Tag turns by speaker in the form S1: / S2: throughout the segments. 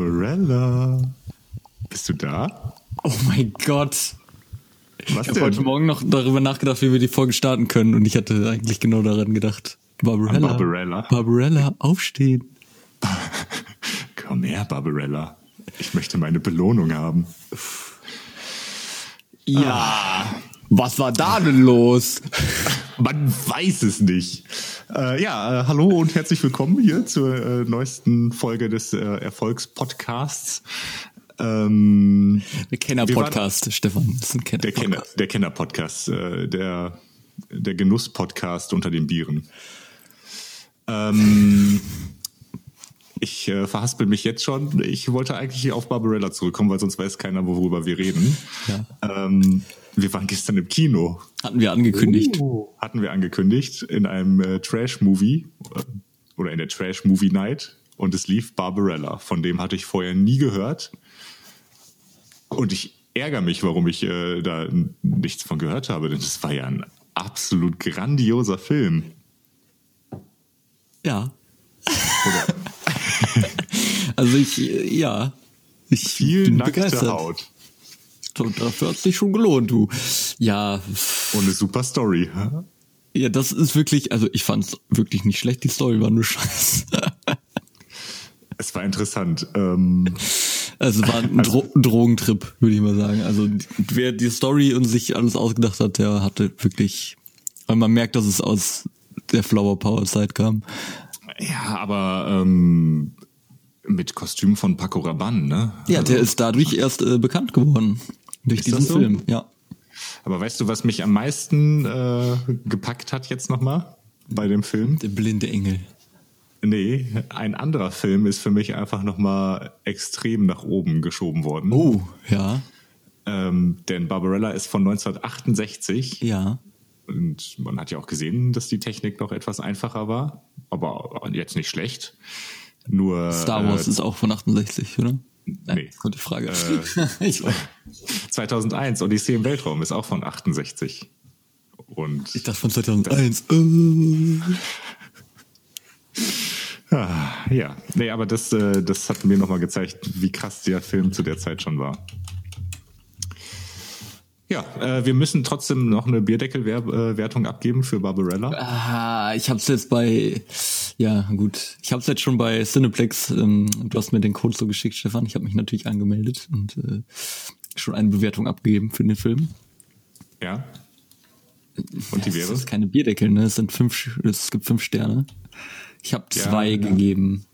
S1: Ella. Bist du da?
S2: Oh mein Gott.
S1: Was
S2: ich
S1: denn?
S2: habe heute Morgen noch darüber nachgedacht, wie wir die Folge starten können und ich hatte eigentlich genau daran gedacht. Barbarella.
S1: An Barbarella.
S2: Barbarella, aufstehen.
S1: Komm her, Barbarella. Ich möchte meine Belohnung haben.
S2: Ja. Ah. Was war da denn los?
S1: Ah, Man weiß es nicht. Äh, ja, äh, hallo und herzlich willkommen hier zur äh, neuesten Folge des äh, Erfolgspodcasts. Ähm,
S2: Der Kenner-Podcast, Stefan. Das ist ein
S1: der Kenner,
S2: Kenner-Podcast.
S1: der Kenner-Podcast, äh, der, der Genuss-Podcast unter den Bieren. Ähm, ich äh, verhaspel mich jetzt schon. Ich wollte eigentlich auf Barbarella zurückkommen, weil sonst weiß keiner, worüber wir reden. Ähm, wir waren gestern im Kino.
S2: Hatten wir angekündigt.
S1: Oh. Hatten wir angekündigt in einem äh, Trash-Movie äh, oder in der Trash-Movie-Night und es lief Barbarella. Von dem hatte ich vorher nie gehört. Und ich ärgere mich, warum ich äh, da n- nichts von gehört habe, denn das war ja ein absolut grandioser Film.
S2: Ja. also ich, äh, ja. Ich
S1: Viel
S2: bin
S1: nackte
S2: begeistert.
S1: Haut
S2: Und dafür hat sich schon gelohnt, du. Ja,
S1: und eine super Story.
S2: ja, das ist wirklich, also ich fand's wirklich nicht schlecht, die Story war nur scheiße.
S1: Es war interessant. Ähm,
S2: Also war ein Dro Drogentrip, würde ich mal sagen. Also wer die Story und sich alles ausgedacht hat, der hatte wirklich, weil man merkt, dass es aus der Flower Power Zeit kam.
S1: ja, aber ähm, mit Kostüm von Paco Rabanne, ne?
S2: Ja, also der ist dadurch erst äh, bekannt geworden. Durch
S1: Ist das
S2: diesen
S1: so?
S2: Film, ja.
S1: Aber weißt du, was mich am meisten äh, gepackt hat jetzt nochmal bei dem Film?
S2: Der blinde Engel.
S1: Nee, ein anderer Film ist für mich einfach nochmal extrem nach oben geschoben worden.
S2: Oh, ja,
S1: Ähm, denn Barbarella ist von 1968
S2: ja.
S1: und man hat ja auch gesehen, dass die Technik noch etwas einfacher war, aber jetzt nicht schlecht. Nur
S2: Star Wars
S1: äh,
S2: ist auch von 68, oder?
S1: nee. Äh.
S2: Gute die Frage. ich,
S1: 2001 äh, Odyssee im Weltraum ist auch von 68. Und
S2: ich dachte von 2001. Äh.
S1: Ah, Ja, nee, aber das, äh, das hat mir nochmal gezeigt, wie krass der Film zu der Zeit schon war. Ja, äh, wir müssen trotzdem noch eine Bierdeckelwertung abgeben für Barbarella.
S2: Ah, ich hab's jetzt bei, ja gut, ich hab's jetzt schon bei Cineplex. Ähm, du hast mir den Code so geschickt, Stefan. Ich habe mich natürlich angemeldet und äh, schon eine Bewertung abgegeben für den Film.
S1: Ja. Und die
S2: Es
S1: wäre?
S2: ist keine Bierdeckel, ne? Es sind fünf, Sch- es gibt fünf Sterne. Ich habe
S1: Ja,
S2: zwei
S1: ja.
S2: gegeben.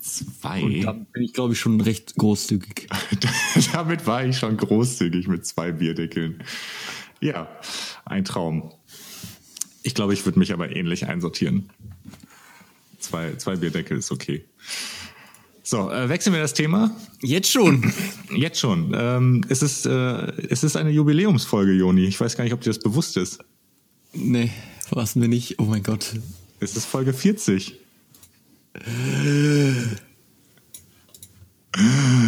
S2: Und da
S1: Zwei.
S2: bin ich, glaube ich, schon recht großzügig.
S1: Damit war ich schon großzügig mit zwei Bierdeckeln. Ja, ein Traum. Ich glaube, ich würde mich aber ähnlich einsortieren. Zwei, zwei Bierdeckel ist okay. So, äh, wechseln wir das Thema.
S2: Jetzt schon.
S1: Jetzt schon. Ähm, es, ist, äh, es ist eine Jubiläumsfolge, Joni. Ich weiß gar nicht, ob dir das bewusst ist.
S2: nee, verpassen wir nicht. Oh mein Gott.
S1: Es ist Folge 40.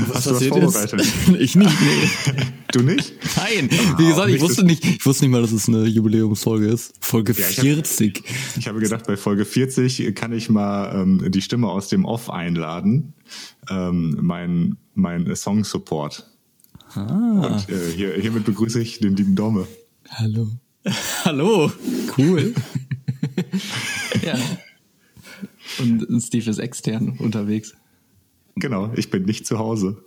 S2: Was
S1: Äh. du was vorbereitet?
S2: ich nicht, nee.
S1: Du nicht?
S2: Nein, wie gesagt, ich
S1: nicht
S2: wusste
S1: das-
S2: nicht, ich wusste nicht mal, dass es eine Jubiläumsfolge ist. Folge
S1: Ja, ich hab-
S2: 40.
S1: Ich habe gedacht, bei Folge 40 kann ich mal ähm, die Stimme aus dem Off einladen. Ähm, mein mein Song-Support.
S2: Ah.
S1: Und äh, hier, hiermit begrüße ich den lieben Domme.
S2: Hallo. Hallo. Cool.
S3: Ja. Und Steve ist extern unterwegs.
S1: Genau, ich bin nicht zu Hause.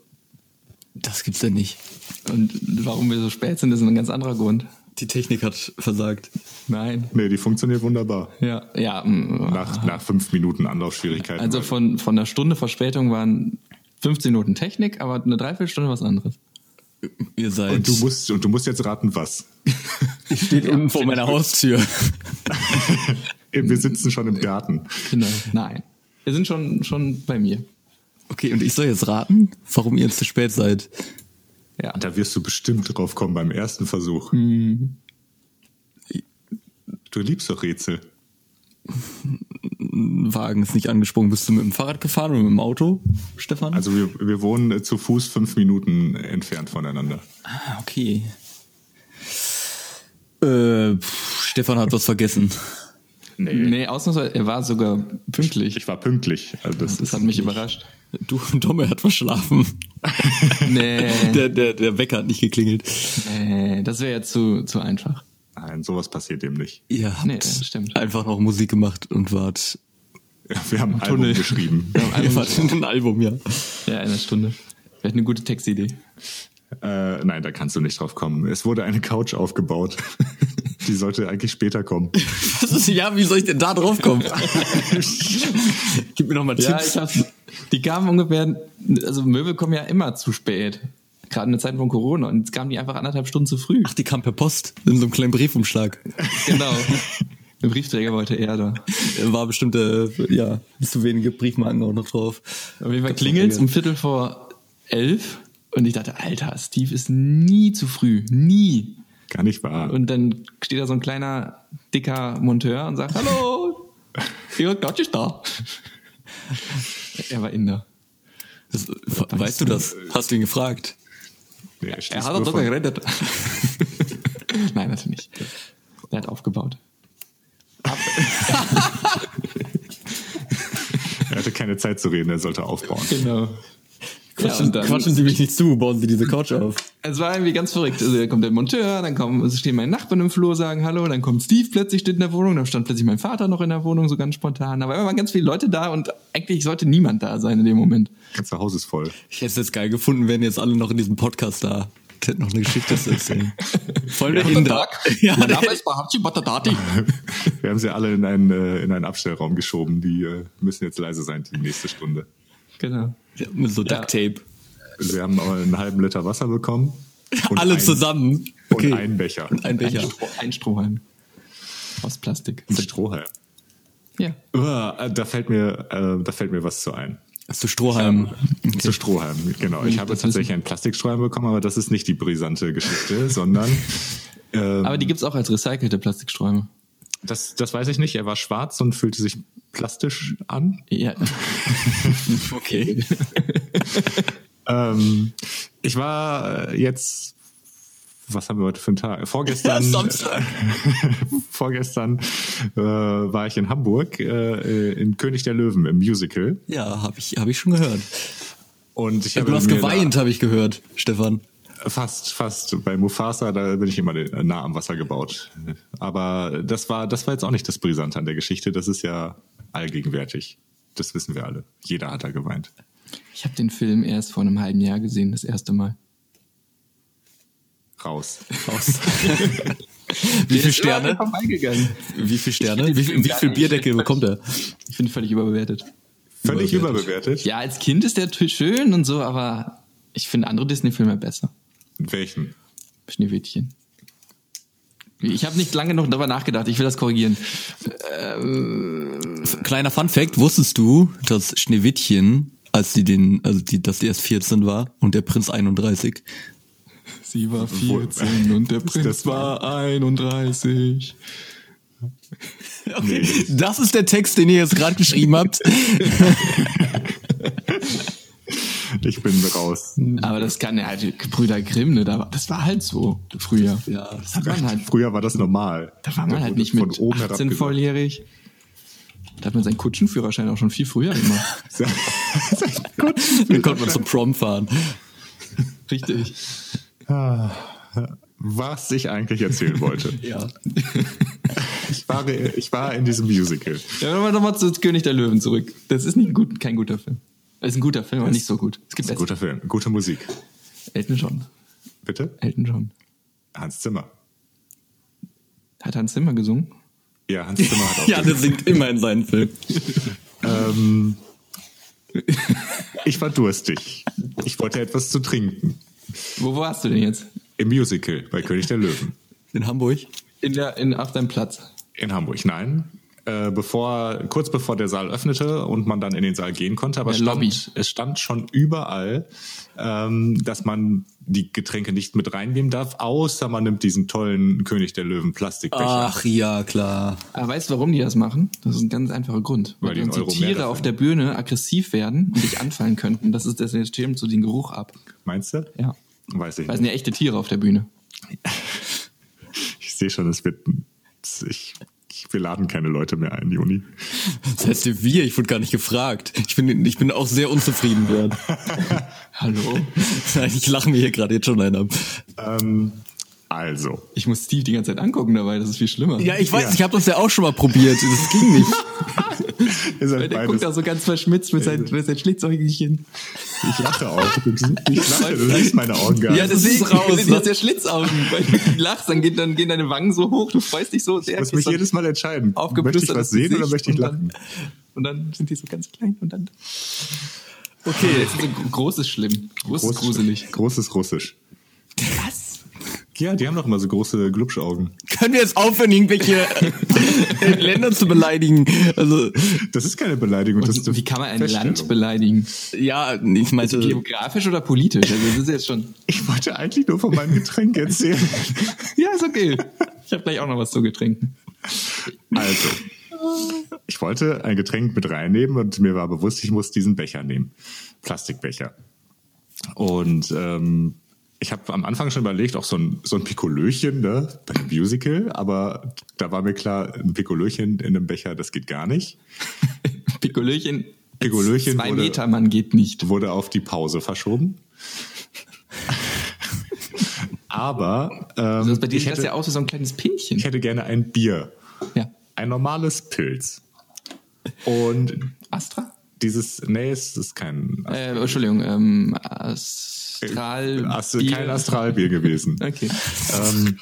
S2: Das gibt's ja nicht.
S3: Und warum wir so spät sind, ist ein ganz anderer Grund.
S2: Die Technik hat versagt.
S3: Nein.
S1: Nee, die funktioniert wunderbar.
S3: Ja, ja. mm,
S1: Nach, nach fünf Minuten Anlaufschwierigkeiten.
S3: Also von, von einer Stunde Verspätung waren 15 Minuten Technik, aber eine Dreiviertelstunde was anderes.
S2: Ihr seid
S1: und, du musst, und du musst jetzt raten, was.
S2: steht unten vor meiner Haustür.
S1: Wir sitzen schon im Garten.
S3: Genau. Nein. Wir sind schon, schon bei mir.
S2: Okay, und ich soll jetzt raten, warum ihr zu spät seid.
S3: Ja.
S1: Da wirst du bestimmt drauf kommen beim ersten Versuch.
S3: Mhm.
S1: Du liebst doch Rätsel.
S2: Ein Wagen ist nicht angesprungen. Bist du mit dem Fahrrad gefahren oder mit dem Auto, Stefan?
S1: Also wir, wir wohnen äh, zu Fuß fünf Minuten entfernt voneinander.
S2: ah, okay. Äh, pff, Stefan hat was vergessen.
S1: Nee.
S3: Nee, ausnahmsweise, er war sogar pünktlich.
S1: Ich war pünktlich. Also das,
S3: Das
S1: ist,
S3: hat mich überrascht.
S2: Du, Domme hat verschlafen.
S3: Nee,
S2: Der, der, der Wecker hat nicht geklingelt.
S3: nee das wäre ja zu, zu einfach.
S1: nein, sowas passiert eben nicht.
S2: Ihr habt
S3: Nee, das stimmt.
S2: einfach noch Musik gemacht und wart.
S1: Wir haben ein Album
S3: Tunnel.
S1: geschrieben.
S2: Ihr wart in ein Album, ja.
S3: Ja, in einer Stunde. Vielleicht eine gute Textidee.
S1: Äh, nein, da kannst du nicht drauf kommen. Es wurde eine Couch aufgebaut. Die sollte eigentlich später kommen.
S2: Das ist, ja, wie soll ich denn da drauf kommen? Gib mir nochmal
S3: Ja,
S2: Tipps.
S3: ich hab's. Die kamen ungefähr, also Möbel kommen ja immer zu spät. Gerade in der Zeit von Corona. Und jetzt kamen die einfach anderthalb Stunden zu früh.
S2: Ach, die kam per Post in so einem kleinen Briefumschlag.
S3: Genau. Der Briefträger wollte eher da.
S2: War bestimmt, äh, ja, zu wenige Briefmarken auch noch drauf.
S3: Auf jeden Fall klingelt's um Viertel vor elf. Und ich dachte, Alter, Steve ist nie zu früh. Nie.
S1: Gar nicht wahr.
S3: Und dann steht da so ein kleiner, dicker Monteur und sagt, hallo, Ihre Couch ist da. Er war Inder.
S2: Das, weißt du das? Hast du ihn gefragt?
S1: Nee,
S3: Er
S1: schließt
S3: hat
S1: nur
S3: doch
S1: von-
S3: sogar gerettet. Nein, natürlich nicht. Er hat aufgebaut.
S1: er hatte keine Zeit zu reden, er sollte aufbauen.
S3: Genau.
S2: Quatschen, quatschen Sie mich nicht zu, bauen Sie diese Couch auf.
S3: Es war irgendwie ganz verrückt. Also da kommt der Monteur, dann kommen, es stehen meine Nachbarn im Flur, sagen Hallo, dann kommt Steve plötzlich, steht in der Wohnung, dann stand plötzlich mein Vater noch in der Wohnung, so ganz spontan. Aber immer waren ganz viele Leute da und eigentlich sollte niemand da sein in dem Moment.
S1: Das ganze Haus ist voll.
S2: Ich hätte es jetzt geil gefunden, wären jetzt alle noch in diesem Podcast da. Ich hätte noch eine Geschichte zu erzählen. Voll der Inder. Ja,
S3: mein
S2: der,
S3: Name ist Bahamchi Batadati.
S1: Wir haben sie alle in einen, äh, in einen Abstellraum geschoben. Die äh, müssen jetzt leise sein die nächste Stunde. Also
S3: Genau.
S2: mit so Duct Tape.
S1: Wir haben aber einen halben Liter Wasser bekommen. Und
S2: Alle
S1: ein-
S2: zusammen.
S1: Und einen Becher.
S2: Ein Becher.
S3: Ein, Stroh, ein Strohhalm. Aus Plastik.
S1: Ein Strohhalm.
S3: Ja.
S1: Uah, äh, Da fällt mir, äh, da fällt mir was zu ein.
S2: Zu Strohhalm.
S1: Zu Strohhalm, genau. Ich habe
S3: das
S1: tatsächlich einen Plastikstrohhalm bekommen, aber das ist nicht die brisante Geschichte, sondern ähm,
S3: Aber die gibt's auch als recycelte Plastiksträume.
S1: das, das weiß ich nicht. Er war schwarz und fühlte sich plastisch an.
S3: Ja.
S2: Okay.
S1: Ähm, ich war äh, jetzt, was haben wir heute für einen Tag? Vorgestern,
S2: Samstag.
S1: vorgestern äh, war ich in Hamburg äh, in König der Löwen im Musical
S2: Ja, habe ich, hab ich schon gehört.
S1: und ich habe
S2: Du hast
S1: mir
S2: geweint, habe ich gehört, Stefan.
S1: Da, fast, fast bei Mufasa, da bin ich immer den- nah am Wasser gebaut. Aber das war, das war jetzt auch nicht das Brisante an der Geschichte. Das ist ja allgegenwärtig. Das wissen wir alle. Jeder hat da geweint.
S3: Ich habe den Film erst vor einem halben Jahr gesehen, das erste Mal.
S1: Raus.
S2: Aus. wie viele Sterne?
S3: vorbeigegangen.
S2: Wie viele Sterne? Wie, viel- wie viel Bierdeckel bekommt er?
S3: Ich finde völlig überbewertet.
S1: Völlig überbewertet.
S3: Ja, als Kind ist der t- schön und so, aber ich finde andere Disney-Filme besser.
S1: Welchen?
S3: Schneewittchen. Ich habe nicht lange noch darüber nachgedacht. Ich will das korrigieren.
S2: Kleiner Fun Fact, wusstest du, dass Schneewittchen, als die den, also die, dass die erst 14 war und der Prinz 31?
S3: Sie war
S1: 14
S3: und der
S1: Prinz
S3: war 31.
S2: Das ist der Text, den ihr jetzt gerade geschrieben habt.
S1: Ich bin raus.
S3: Aber das kann ja halt Gebrüder Grimm, ne? da war- Das war halt so früher.
S2: Ja.
S3: Das hat man halt,
S1: Früher war das normal.
S3: da war man halt
S1: wurde
S3: nicht mit
S1: von oben
S3: 18
S1: herab
S3: volljährig. Da hat man seinen Kutschenführerschein auch schon viel früher gemacht.
S1: gesagt.
S2: Dann konnte man zum Prom fahren.
S3: Richtig.
S1: Was ich eigentlich erzählen wollte.
S2: Ja.
S1: Ich war, ich war in diesem Musical.
S3: Ja, aber nochmal zu König der Löwen zurück. Das ist nicht ein gut, kein guter Film. Das ist ein guter Film, aber nicht so gut. Es gibt
S1: Ein
S3: besser.
S1: guter Film, gute Musik.
S3: Elton John.
S1: Bitte?
S3: Elton John.
S1: Hans Zimmer.
S3: Hat Hans Zimmer gesungen?
S1: Ja, Hans Zimmer hat auch.
S2: ja, der singt immer in seinen Film.
S1: ähm, ich war durstig. Ich wollte etwas zu trinken.
S3: Wo warst du denn jetzt?
S1: Im Musical bei König der Löwen.
S2: In Hamburg.
S3: In der, in, auf deinem Platz.
S1: In Hamburg, nein. Äh, bevor, kurz bevor der Saal öffnete und man dann in den Saal gehen konnte, aber
S3: Der
S1: stand,
S3: Lobby.
S1: es stand schon überall, ähm, dass man die Getränke nicht mit reinnehmen darf, außer man nimmt diesen tollen König der Löwen
S3: Ah.
S1: Plastikbecher.
S2: Ach ja, klar.
S3: Aber Ah, weißt du, warum die das machen? Das ist ein ganz einfacher Grund.
S1: Weil die einen
S3: sonst
S1: Euro mehr
S3: Tiere
S1: dafür
S3: auf der Bühne aggressiv werden und dich anfallen könnten. Das ist deswegen stimmt so den Geruch ab.
S1: Meinst du?
S3: Ja.
S1: Weiß ich
S3: Weil es
S1: nicht.
S3: sind ja echte Tiere auf der Bühne.
S1: Ich sehe schon, es wird. Ich, ich Wir laden keine Leute mehr ein, Juni.
S2: Das heißt wir, ich wurde gar nicht gefragt. Ich bin, ich bin auch sehr unzufrieden wert.
S3: Hallo?
S2: Nein, ich lache mir hier gerade jetzt schon einen ab.
S1: Ähm, also,
S3: Ich muss Steve die ganze Zeit angucken dabei, das ist viel schlimmer.
S2: Ja, ich weiß,
S1: Ja.
S2: ich habe das ja auch schon mal probiert. Das ging nicht.
S1: ihr
S3: Weil
S1: seid
S3: der guckt da
S1: beides.
S3: so ganz verschmitzt mit seinem mit seinem Schlitzäugelchen.
S1: Ich lache auch. Ich lache, du siehst meine Augen gar
S2: Ja,
S1: nicht.
S2: das ist
S3: Deswegen
S2: raus,
S3: sind
S2: ne?
S3: das ja Schlitzaugen. Weil du lachst, dann, geht, dann gehen deine Wangen so hoch, du freust dich so sehr.
S1: Ich muss mich
S3: gehst dann
S1: jedes Mal entscheiden. Möchte ich
S3: aufgeplustert
S1: was
S3: ins
S1: sehen oder
S3: Gesicht
S1: möchte ich
S3: und
S1: lachen?
S3: Dann, und dann sind die so ganz klein und dann. Okay, das ist so groß ist schlimm. Groß, ist gruselig.
S1: Großes Russisch.
S3: Was?
S1: Ja, die haben doch immer so große Glubschaugen.
S2: Können wir jetzt aufhören, irgendwelche äh, Länder zu beleidigen? Also,
S1: Das ist keine Beleidigung. das ist
S3: Und
S1: eine
S3: wie kann man ein
S1: Feststellung. Äh.
S3: Land beleidigen?
S2: ja, ich meinte,
S3: Geografisch oder politisch? Also das ist jetzt schon.
S1: Ich wollte eigentlich nur von meinem Getränk erzählen.
S3: Ja, ist okay. Ich habe gleich auch noch was zu Getränken.
S1: Also, ich wollte ein Getränk mit reinnehmen und mir war bewusst, ich muss diesen Becher nehmen. Plastikbecher. Und ähm, ich habe am Anfang schon überlegt, auch so ein, so ein Pikolöchen ne, bei einem Musical, aber da war mir klar, ein Pikolöchen in einem Becher, das geht gar nicht.
S3: Pikolöchen.
S1: Pikolöchen
S3: Zwei
S1: wurde-
S3: Meter, Mann, geht nicht.
S1: wurde auf die Pause verschoben. Aber ähm,
S3: Also bei dir
S1: ich,
S3: sieht das
S1: hätte,
S3: ja aus wie so ein kleines Pinchen.
S1: ich hätte gerne ein Bier.
S3: Ja.
S1: Ein normales Pilz. Und
S3: Astra?
S1: dieses, nee, es ist kein,
S3: Äh, Entschuldigung, ähm, Astral.
S1: Ast
S3: Bier.
S1: Äh, kein Astralbier gewesen.
S3: Okay.
S1: ähm,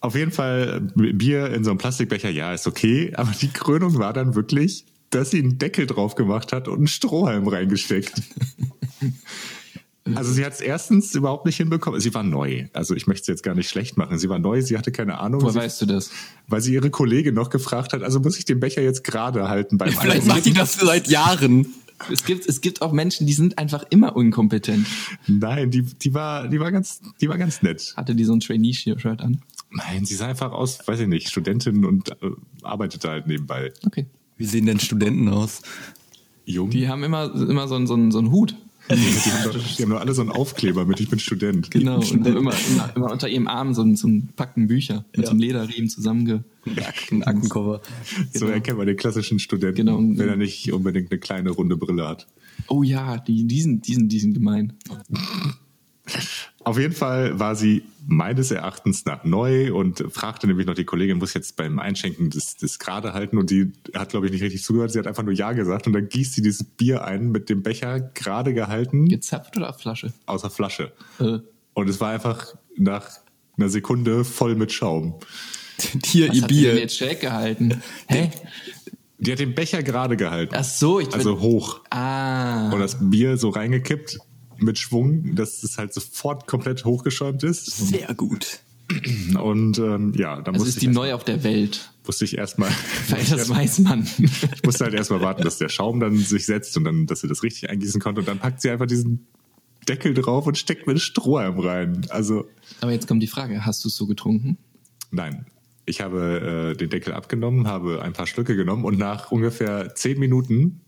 S1: auf jeden Fall äh, Bier in so einem Plastikbecher, ja, ist okay. Aber die Krönung war dann wirklich, dass sie einen Deckel drauf gemacht hat und einen Strohhalm reingesteckt. Also sie hat es erstens überhaupt nicht hinbekommen. Sie war neu. Also ich möchte es jetzt gar nicht schlecht machen. Sie war neu, sie hatte keine Ahnung,
S3: Woher
S1: sie,
S3: weißt du das?
S1: weil sie ihre Kollegin noch gefragt hat, also muss ich den Becher jetzt gerade halten beim
S2: vielleicht
S1: Einrühren?
S2: macht die das seit Jahren.
S3: Es gibt, es gibt auch Menschen, die sind einfach immer unkompetent.
S1: Nein, die, die, war, die, war ganz, die war ganz nett.
S3: Hatte die so ein Trainee-Shirt an?
S1: Nein, sie sah einfach aus, weiß ich nicht, Studentin und äh, arbeitete halt nebenbei.
S3: Okay.
S2: Wie sehen denn Studenten aus?
S1: Jung.
S3: Die haben immer, immer so einen, so einen, so einen Hut.
S1: Die haben, doch, die haben doch alle so einen Aufkleber mit, ich bin Student.
S3: Genau. Und haben immer, immer, immer unter ihrem Arm so einen, so einen Packen Bücher mit so einem Lederriemen zusammenge.
S2: Ein Aktencover.
S1: So erkennen wir den klassischen Studenten,
S3: Genau.
S1: wenn er nicht unbedingt eine kleine runde Brille hat.
S3: Oh ja, die, die, sind, die, sind, die sind gemein.
S1: Auf jeden Fall war sie meines Erachtens nach neu und fragte nämlich noch die Kollegin, muss ich jetzt beim Einschenken das, das gerade halten und die hat, glaube ich, nicht richtig zugehört. Sie hat einfach nur Ja gesagt und dann gießt sie dieses Bier ein mit dem Becher gerade gehalten
S3: Gezapft oder auf Flasche?
S1: aus der Flasche.
S3: Äh.
S1: Und es war einfach nach einer Sekunde voll mit Schaum.
S2: Hier,
S3: Was
S2: ihr
S3: hat die denn
S2: Bier.
S3: jetzt schräg gehalten? Hä?
S1: Die hat den Becher gerade gehalten.
S3: Ach so, ich
S1: also hoch.
S3: Ah.
S1: Und das Bier so reingekippt mit Schwung, dass es halt sofort komplett hochgeschäumt ist.
S2: Sehr gut.
S1: Und ähm, ja, da
S3: Also
S1: musste,
S3: ist
S1: ich
S3: die
S1: erst-
S3: neu auf der Welt.
S1: musste ich erstmal.
S3: Weil das weiß man.
S1: Ich musste halt erstmal warten, dass der Schaum dann sich setzt und dann, dass sie das richtig eingießen konnte. Und dann packt sie einfach diesen Deckel drauf und steckt mit Strohhalm rein. Also,
S3: Aber jetzt kommt die Frage, hast du es so getrunken?
S1: nein. Ich habe äh, den Deckel abgenommen, habe ein paar Schlücke genommen und nach ungefähr zehn Minuten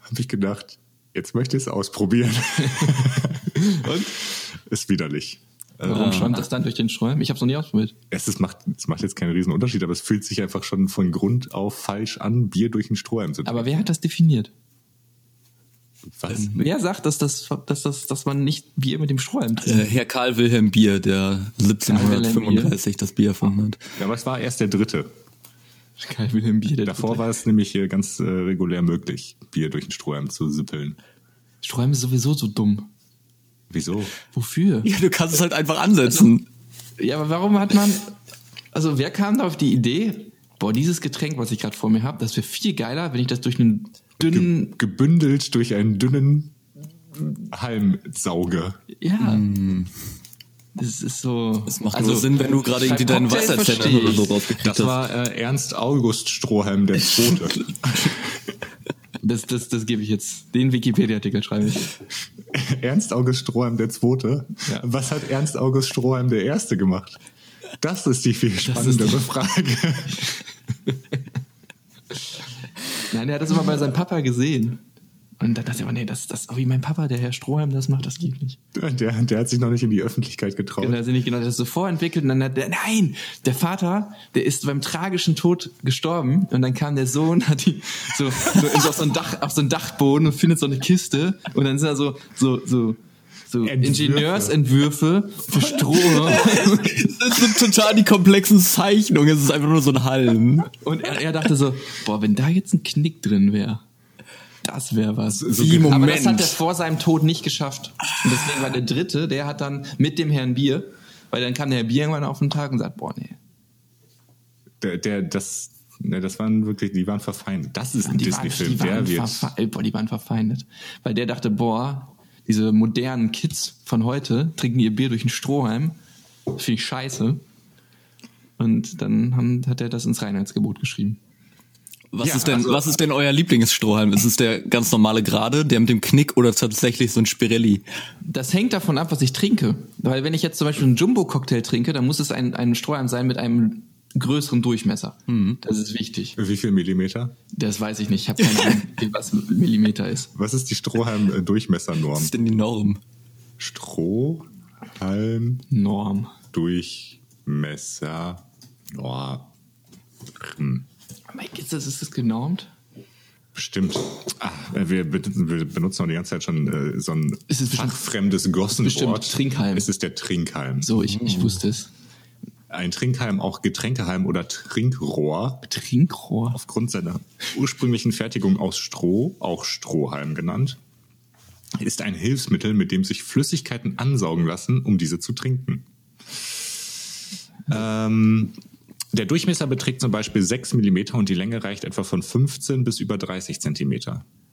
S1: habe ich gedacht, jetzt möchte ich es ausprobieren. und? Ist widerlich. Äh,
S3: Warum schäumt das dann durch den Schäum? Ich habe es noch nie ausprobiert.
S1: Es, ist, macht, es macht jetzt keinen riesen Unterschied, aber es fühlt sich einfach schon von Grund auf falsch an, Bier durch den Strohhalm zu
S3: Aber wer hat das definiert?
S1: Was?
S3: Wer sagt, dass, das, dass, das, dass man nicht Bier mit dem Strohhalm trinkt?
S2: Äh, Herr Karl Wilhelm Bier, der 1735 das Bier erfunden hat.
S1: Ja, aber es war erst der dritte.
S3: Kein Wilhelm Bier. Der
S1: Davor war es nämlich hier ganz äh, regulär möglich, Bier durch den Strohhalm zu sippeln.
S3: Strohhalm ist sowieso so dumm.
S1: Wieso?
S3: Wofür?
S2: Ja, du kannst es halt einfach ansetzen.
S3: Ja, aber warum hat man. Also, wer kam da auf die Idee, boah, dieses Getränk, was ich gerade vor mir habe, das wäre viel geiler, wenn ich das durch einen dünnen.
S1: Gebündelt durch einen dünnen Halm sauge.
S3: Ja. Das ist so.
S2: Hm.
S3: also
S2: Das macht nur Sinn, wenn du gerade irgendwie deinen Wasserzähne oder so rausgekriegt
S1: Das
S2: hast.
S1: war äh, Ernst August Strohhalm der Zweite.
S3: Das, das, das gebe ich jetzt. Den Wikipedia-Artikel schreibe ich.
S1: Ernst August Strohhalm der Zweite.
S3: Ja.
S1: Was hat Ernst August Strohhalm der Erste gemacht? Das ist die viel spannendere Frage.
S3: Nein, der hat das immer bei seinem Papa gesehen. Und da dachte ich aber, nee, das, das, oh, wie mein Papa, der Herr Stroheim, das macht, das geht nicht.
S1: Der, der hat sich noch nicht in die Öffentlichkeit getraut.
S3: Und da sind nicht genau, das ist so vorentwickelt und dann hat der, nein, der Vater, der ist beim tragischen Tod gestorben und dann kam der Sohn, hat die so, so, ist auf so ein Dach, auf so ein Dachboden und findet so eine Kiste und dann sind da so, so, so, so
S1: Entwürfe.
S3: Ingenieursentwürfe für Stroh
S2: Also, Das sind total die komplexen Zeichnungen. Es ist einfach nur so ein Halm.
S3: und er, er dachte so, boah, wenn da jetzt ein Knick drin wäre. Das wäre was.
S1: So
S2: Wie,
S1: genau.
S3: Aber das hat
S2: Moment.
S3: er vor seinem Tod nicht geschafft. Und deswegen war der Dritte, der hat dann mit dem Herrn Bier, weil dann kam der Herr Bier irgendwann auf den Tag und sagt, boah, nee.
S1: Der, der, das, ne, das waren wirklich, die waren verfeindet. Das ist ein
S3: Die waren,
S1: Disney-Film.
S3: die,
S1: Der
S3: waren
S1: wird.
S3: verfe- äh, boah, die waren verfeindet. Weil der dachte, boah, diese modernen Kids von heute trinken ihr Bier durch den Strohhalm. Das Finde ich scheiße. Und dann haben, hat er das ins Reinheitsgebot geschrieben.
S2: Was,
S1: Ja,
S2: ist denn,
S1: also-
S2: was ist denn euer Lieblingsstrohhalm? Ist es der ganz normale Gerade, der mit dem Knick oder tatsächlich so ein Spirelli?
S3: Das hängt davon ab, was ich trinke. Weil wenn ich jetzt zum Beispiel einen Jumbo-Cocktail trinke, dann muss es ein, ein Strohhalm sein mit einem größeren Durchmesser.
S1: Mhm.
S3: Das ist wichtig.
S1: Wie viel Millimeter?
S3: Das weiß ich nicht. Ich habe keine Ahnung, wie- was Millimeter ist.
S1: Was ist die Strohhalm-Durchmessernorm?
S2: Was ist denn die Norm?
S1: Strohhalm
S3: Norm.
S1: Durchmesser. Oh,
S3: Mike, ist das, ist das genormt?
S1: bestimmt. Ah, wir, be- wir benutzen auch die ganze Zeit schon äh, so ein
S3: Es ist bestimmt-
S1: fachfremdes Gossenwort.
S3: bestimmt Trinkhalm.
S1: Es ist der Trinkhalm.
S3: So, ich, ich wusste es.
S1: Ein Trinkhalm, auch Getränkehalm oder Trinkrohr,
S3: Trinkrohr.
S1: aufgrund seiner ursprünglichen Fertigung aus Stroh, auch Strohhalm genannt, ist ein Hilfsmittel, mit dem sich Flüssigkeiten ansaugen lassen, um diese zu trinken. Ähm, der Durchmesser beträgt zum Beispiel 6 mm und die Länge reicht etwa von 15 bis über 30 cm.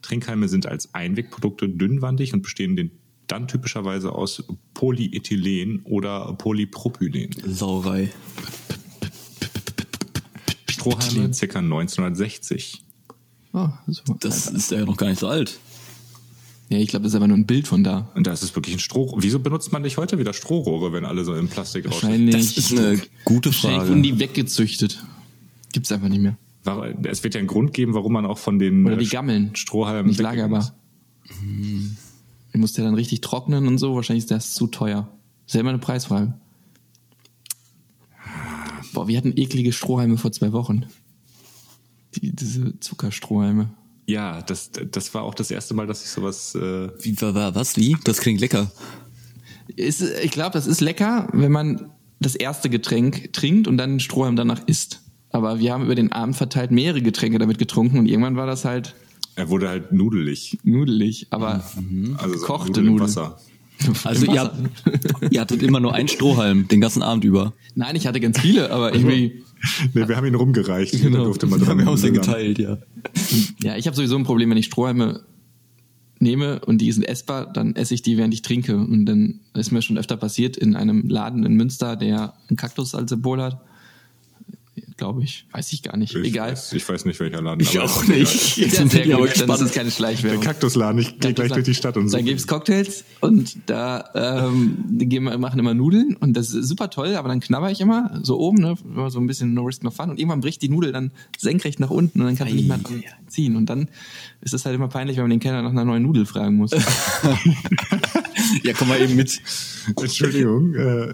S1: Trinkhalme sind als Einwegprodukte dünnwandig und bestehen den, dann typischerweise aus Polyethylen oder Polypropylen.
S2: Sauerei.
S1: Strohhalme ca. 1960.
S3: Oh, super.
S2: Das ist ja noch gar nicht so alt.
S3: ja, ich glaube, das ist aber nur ein Bild von da.
S1: Und das ist wirklich ein Stroh. Wieso benutzt man nicht heute wieder Strohrohre, wenn alle so im Plastik raus
S3: Wahrscheinlich.
S2: Das ist eine gute
S3: Wahrscheinlich wurden
S2: Frage.
S3: die weggezüchtet. Gibt's einfach nicht mehr.
S1: War- Es wird ja einen Grund geben, warum man auch von den
S3: Oder
S1: äh,
S3: die gammeln.
S1: Strohhalmen
S3: Nicht
S1: weggegangen ist.
S3: lagerbar. Den musst du ja dann richtig trocknen und so. Wahrscheinlich ist das zu teuer. Ist ja immer eine Preisfrage. Boah, wir hatten eklige Strohhalme vor zwei Wochen. Die, diese Zuckerstrohhalme.
S1: Ja, das, das war auch das erste Mal, dass ich sowas. Äh,
S2: Wie, wa- wa- was? Wie? Das klingt lecker.
S3: Ist, ich glaube, das ist lecker, wenn man das erste Getränk trinkt und dann den Strohhalm danach isst. Aber wir haben über den Abend verteilt mehrere Getränke damit getrunken und irgendwann war das halt
S1: er wurde halt nudelig.
S3: nudelig. Aber
S1: Also so
S3: Gekochte
S1: Nudeln im
S3: Nudeln.
S1: Wasser.
S2: Also
S3: Im
S2: ihr,
S3: Wasser.
S2: habt, ihr hattet immer nur einen Strohhalm den ganzen Abend über.
S3: nein, ich hatte ganz viele, aber irgendwie
S1: Nee, wir haben ihn rumgereicht. Genau. Da durfte man dran
S2: wir haben uns ja
S1: nudeln.
S2: geteilt, ja.
S3: Ja, ich habe sowieso ein Problem, wenn ich Strohhalme nehme und die sind essbar, dann esse ich die, während ich trinke. Und dann ist mir schon öfter passiert in einem Laden in Münster, der einen Kaktus als Symbol hat. Glaube ich, weiß ich gar nicht.
S1: Ich
S3: Egal.
S1: Weiß, ich weiß nicht, welcher Laden. aber ist
S2: nicht.
S3: Ist
S2: Jetzt
S3: ja
S2: bin
S3: sehr
S2: ich aber
S3: gut, dann ist
S2: gespannt.
S3: es keine
S1: egal. Der
S3: Schleichwerbung.
S1: Kacktusladen, ich gehe gleich durch die Stadt und so.
S3: Da gibt's Cocktails und da ähm, die gehen, machen immer Nudeln und das ist super toll, aber dann knabber ich immer so oben, ne, immer so ein bisschen No Risk No Fun und irgendwann bricht die Nudel dann senkrecht nach unten und dann kann ich nicht mehr dran ziehen und dann ist es halt immer peinlich, wenn man den Kellner nach einer neuen Nudel fragen muss.
S2: Ja, komm mal eben mit.
S1: Entschuldigung, äh,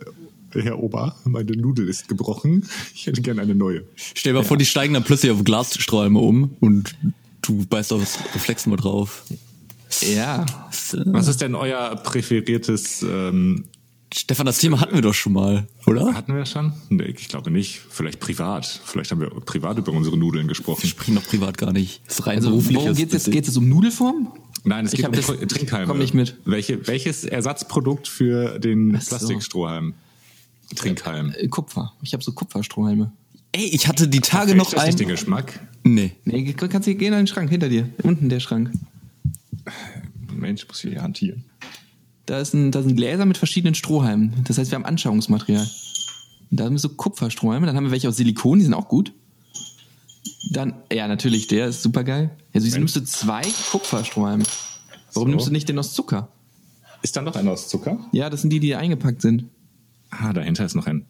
S1: Herr Ober, meine Nudel ist gebrochen. Ich hätte gerne eine neue.
S2: Stell dir mal vor, die steigen dann plötzlich auf Glassträume um und du beißt aufs Reflexen mal drauf.
S3: ja,
S1: Was ist denn euer präferiertes ähm,
S2: Stefan, das Thema hatten wir doch schon mal, oder?
S1: Hatten wir das schon? Nee, ich glaube nicht. Vielleicht privat. Vielleicht haben wir privat über unsere Nudeln
S2: Wir
S1: gesprochen.
S2: sprechen doch privat gar nicht. Das ist rein
S3: also worum
S2: berufliches.
S3: geht's jetzt? Geht's jetzt um Nudelform?
S1: Nein, es
S3: Ich
S1: geht
S3: hab
S1: um
S3: das-
S1: Tr- Trinkhalme.
S3: komm nicht mit.
S1: Welche, welches Ersatzprodukt für den
S3: so.
S1: Plastikstrohhalm? Trinkhalm.
S3: Äh, Kupfer. Ich habe so Kupferstrohhalme.
S2: Ey, ich hatte die
S3: äh,
S2: Tage
S1: Verfälscht
S2: noch
S1: das nicht den
S2: ein.
S1: Geschmack?
S2: Nee.
S3: Nee, ge- kannst du gehen an den Schrank hinter dir, unten der Schrank.
S1: Mensch, muss ich hier hantieren.
S3: Da ist ein, da sind Gläser mit verschiedenen Strohhalmen. Das heißt, wir haben Anschauungsmaterial. Da haben wir so Kupferstrohhalme, dann haben wir welche aus Silikon, die sind auch gut. Dann, ja, natürlich, der ist super geil. Also, wieso nimmst du zwei Kupferstrohhalme?
S1: So.
S3: Warum nimmst du nicht den aus Zucker?
S1: Ist da noch einer aus Zucker?
S3: Ja, das sind die, die eingepackt sind.
S1: Ah, dahinter ist noch ein.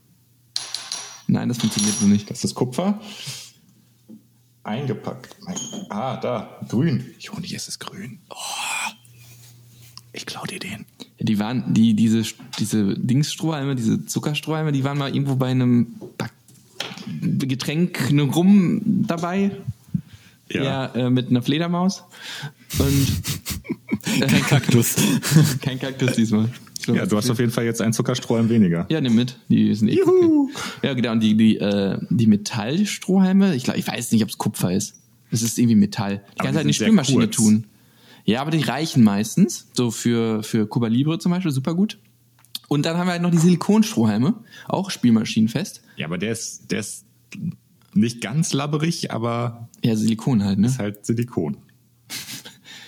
S3: Nein, das funktioniert so nicht.
S1: Das ist Kupfer. Eingepackt. Ah, da, grün. Joni, es ist grün. Oh. Ich klau dir den.
S3: Die waren, die, diese, diese Dingsstrohhalme, diese Zuckerstrohhalme, die waren mal irgendwo bei einem Back Getränk ne rum dabei. Ja. äh, mit einer Fledermaus. Und
S2: Kein Kaktus.
S3: kein Kaktus diesmal. Ich glaub,
S1: Ja, du hast auf jeden Fall jetzt einen Zuckerstreuer weniger.
S3: Ja, nimm mit. Die sind eh
S1: Juhu!
S3: Ja, genau. Und die, die, äh, die Metallstrohhalme, ich, glaub, ich weiß nicht, ob es Kupfer ist. Es ist irgendwie Metall. Die
S1: Aber
S3: kannst
S1: die
S3: halt in die
S1: sind sehr
S3: Spülmaschine
S1: kurz.
S3: tun. Ja, aber die reichen meistens. So für, für Cuba Libre zum Beispiel, super gut. Und dann haben wir halt noch die Silikonstrohhalme, auch spülmaschinenfest.
S1: Ja, aber der ist, der ist nicht ganz labberig, aber
S3: Ja, Silikon halt, ne?
S1: ist halt Silikon.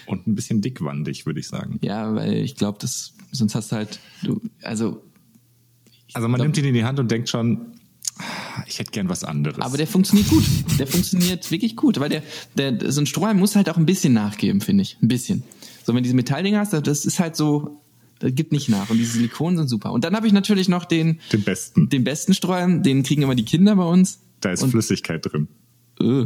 S1: Und ein bisschen dickwandig, würde ich sagen.
S3: Ja, weil ich glaube, das, sonst hast du halt, du, also,
S1: Also man nimmt ihn in die Hand und denkt schon, ah, ich hätte gern was anderes.
S3: aber der funktioniert gut. Der funktioniert wirklich gut, weil der, der, so ein Strohhalm muss halt auch ein bisschen nachgeben, finde ich. Ein bisschen. So, wenn du diese Metalldinger hast, das ist halt so, das gibt nicht nach. Und diese Silikonen sind super. Und dann habe ich natürlich noch den,
S1: Den besten.
S3: den besten Strohhalm, den kriegen immer die Kinder bei uns.
S1: da ist
S3: und-
S1: Flüssigkeit drin.
S3: Öh.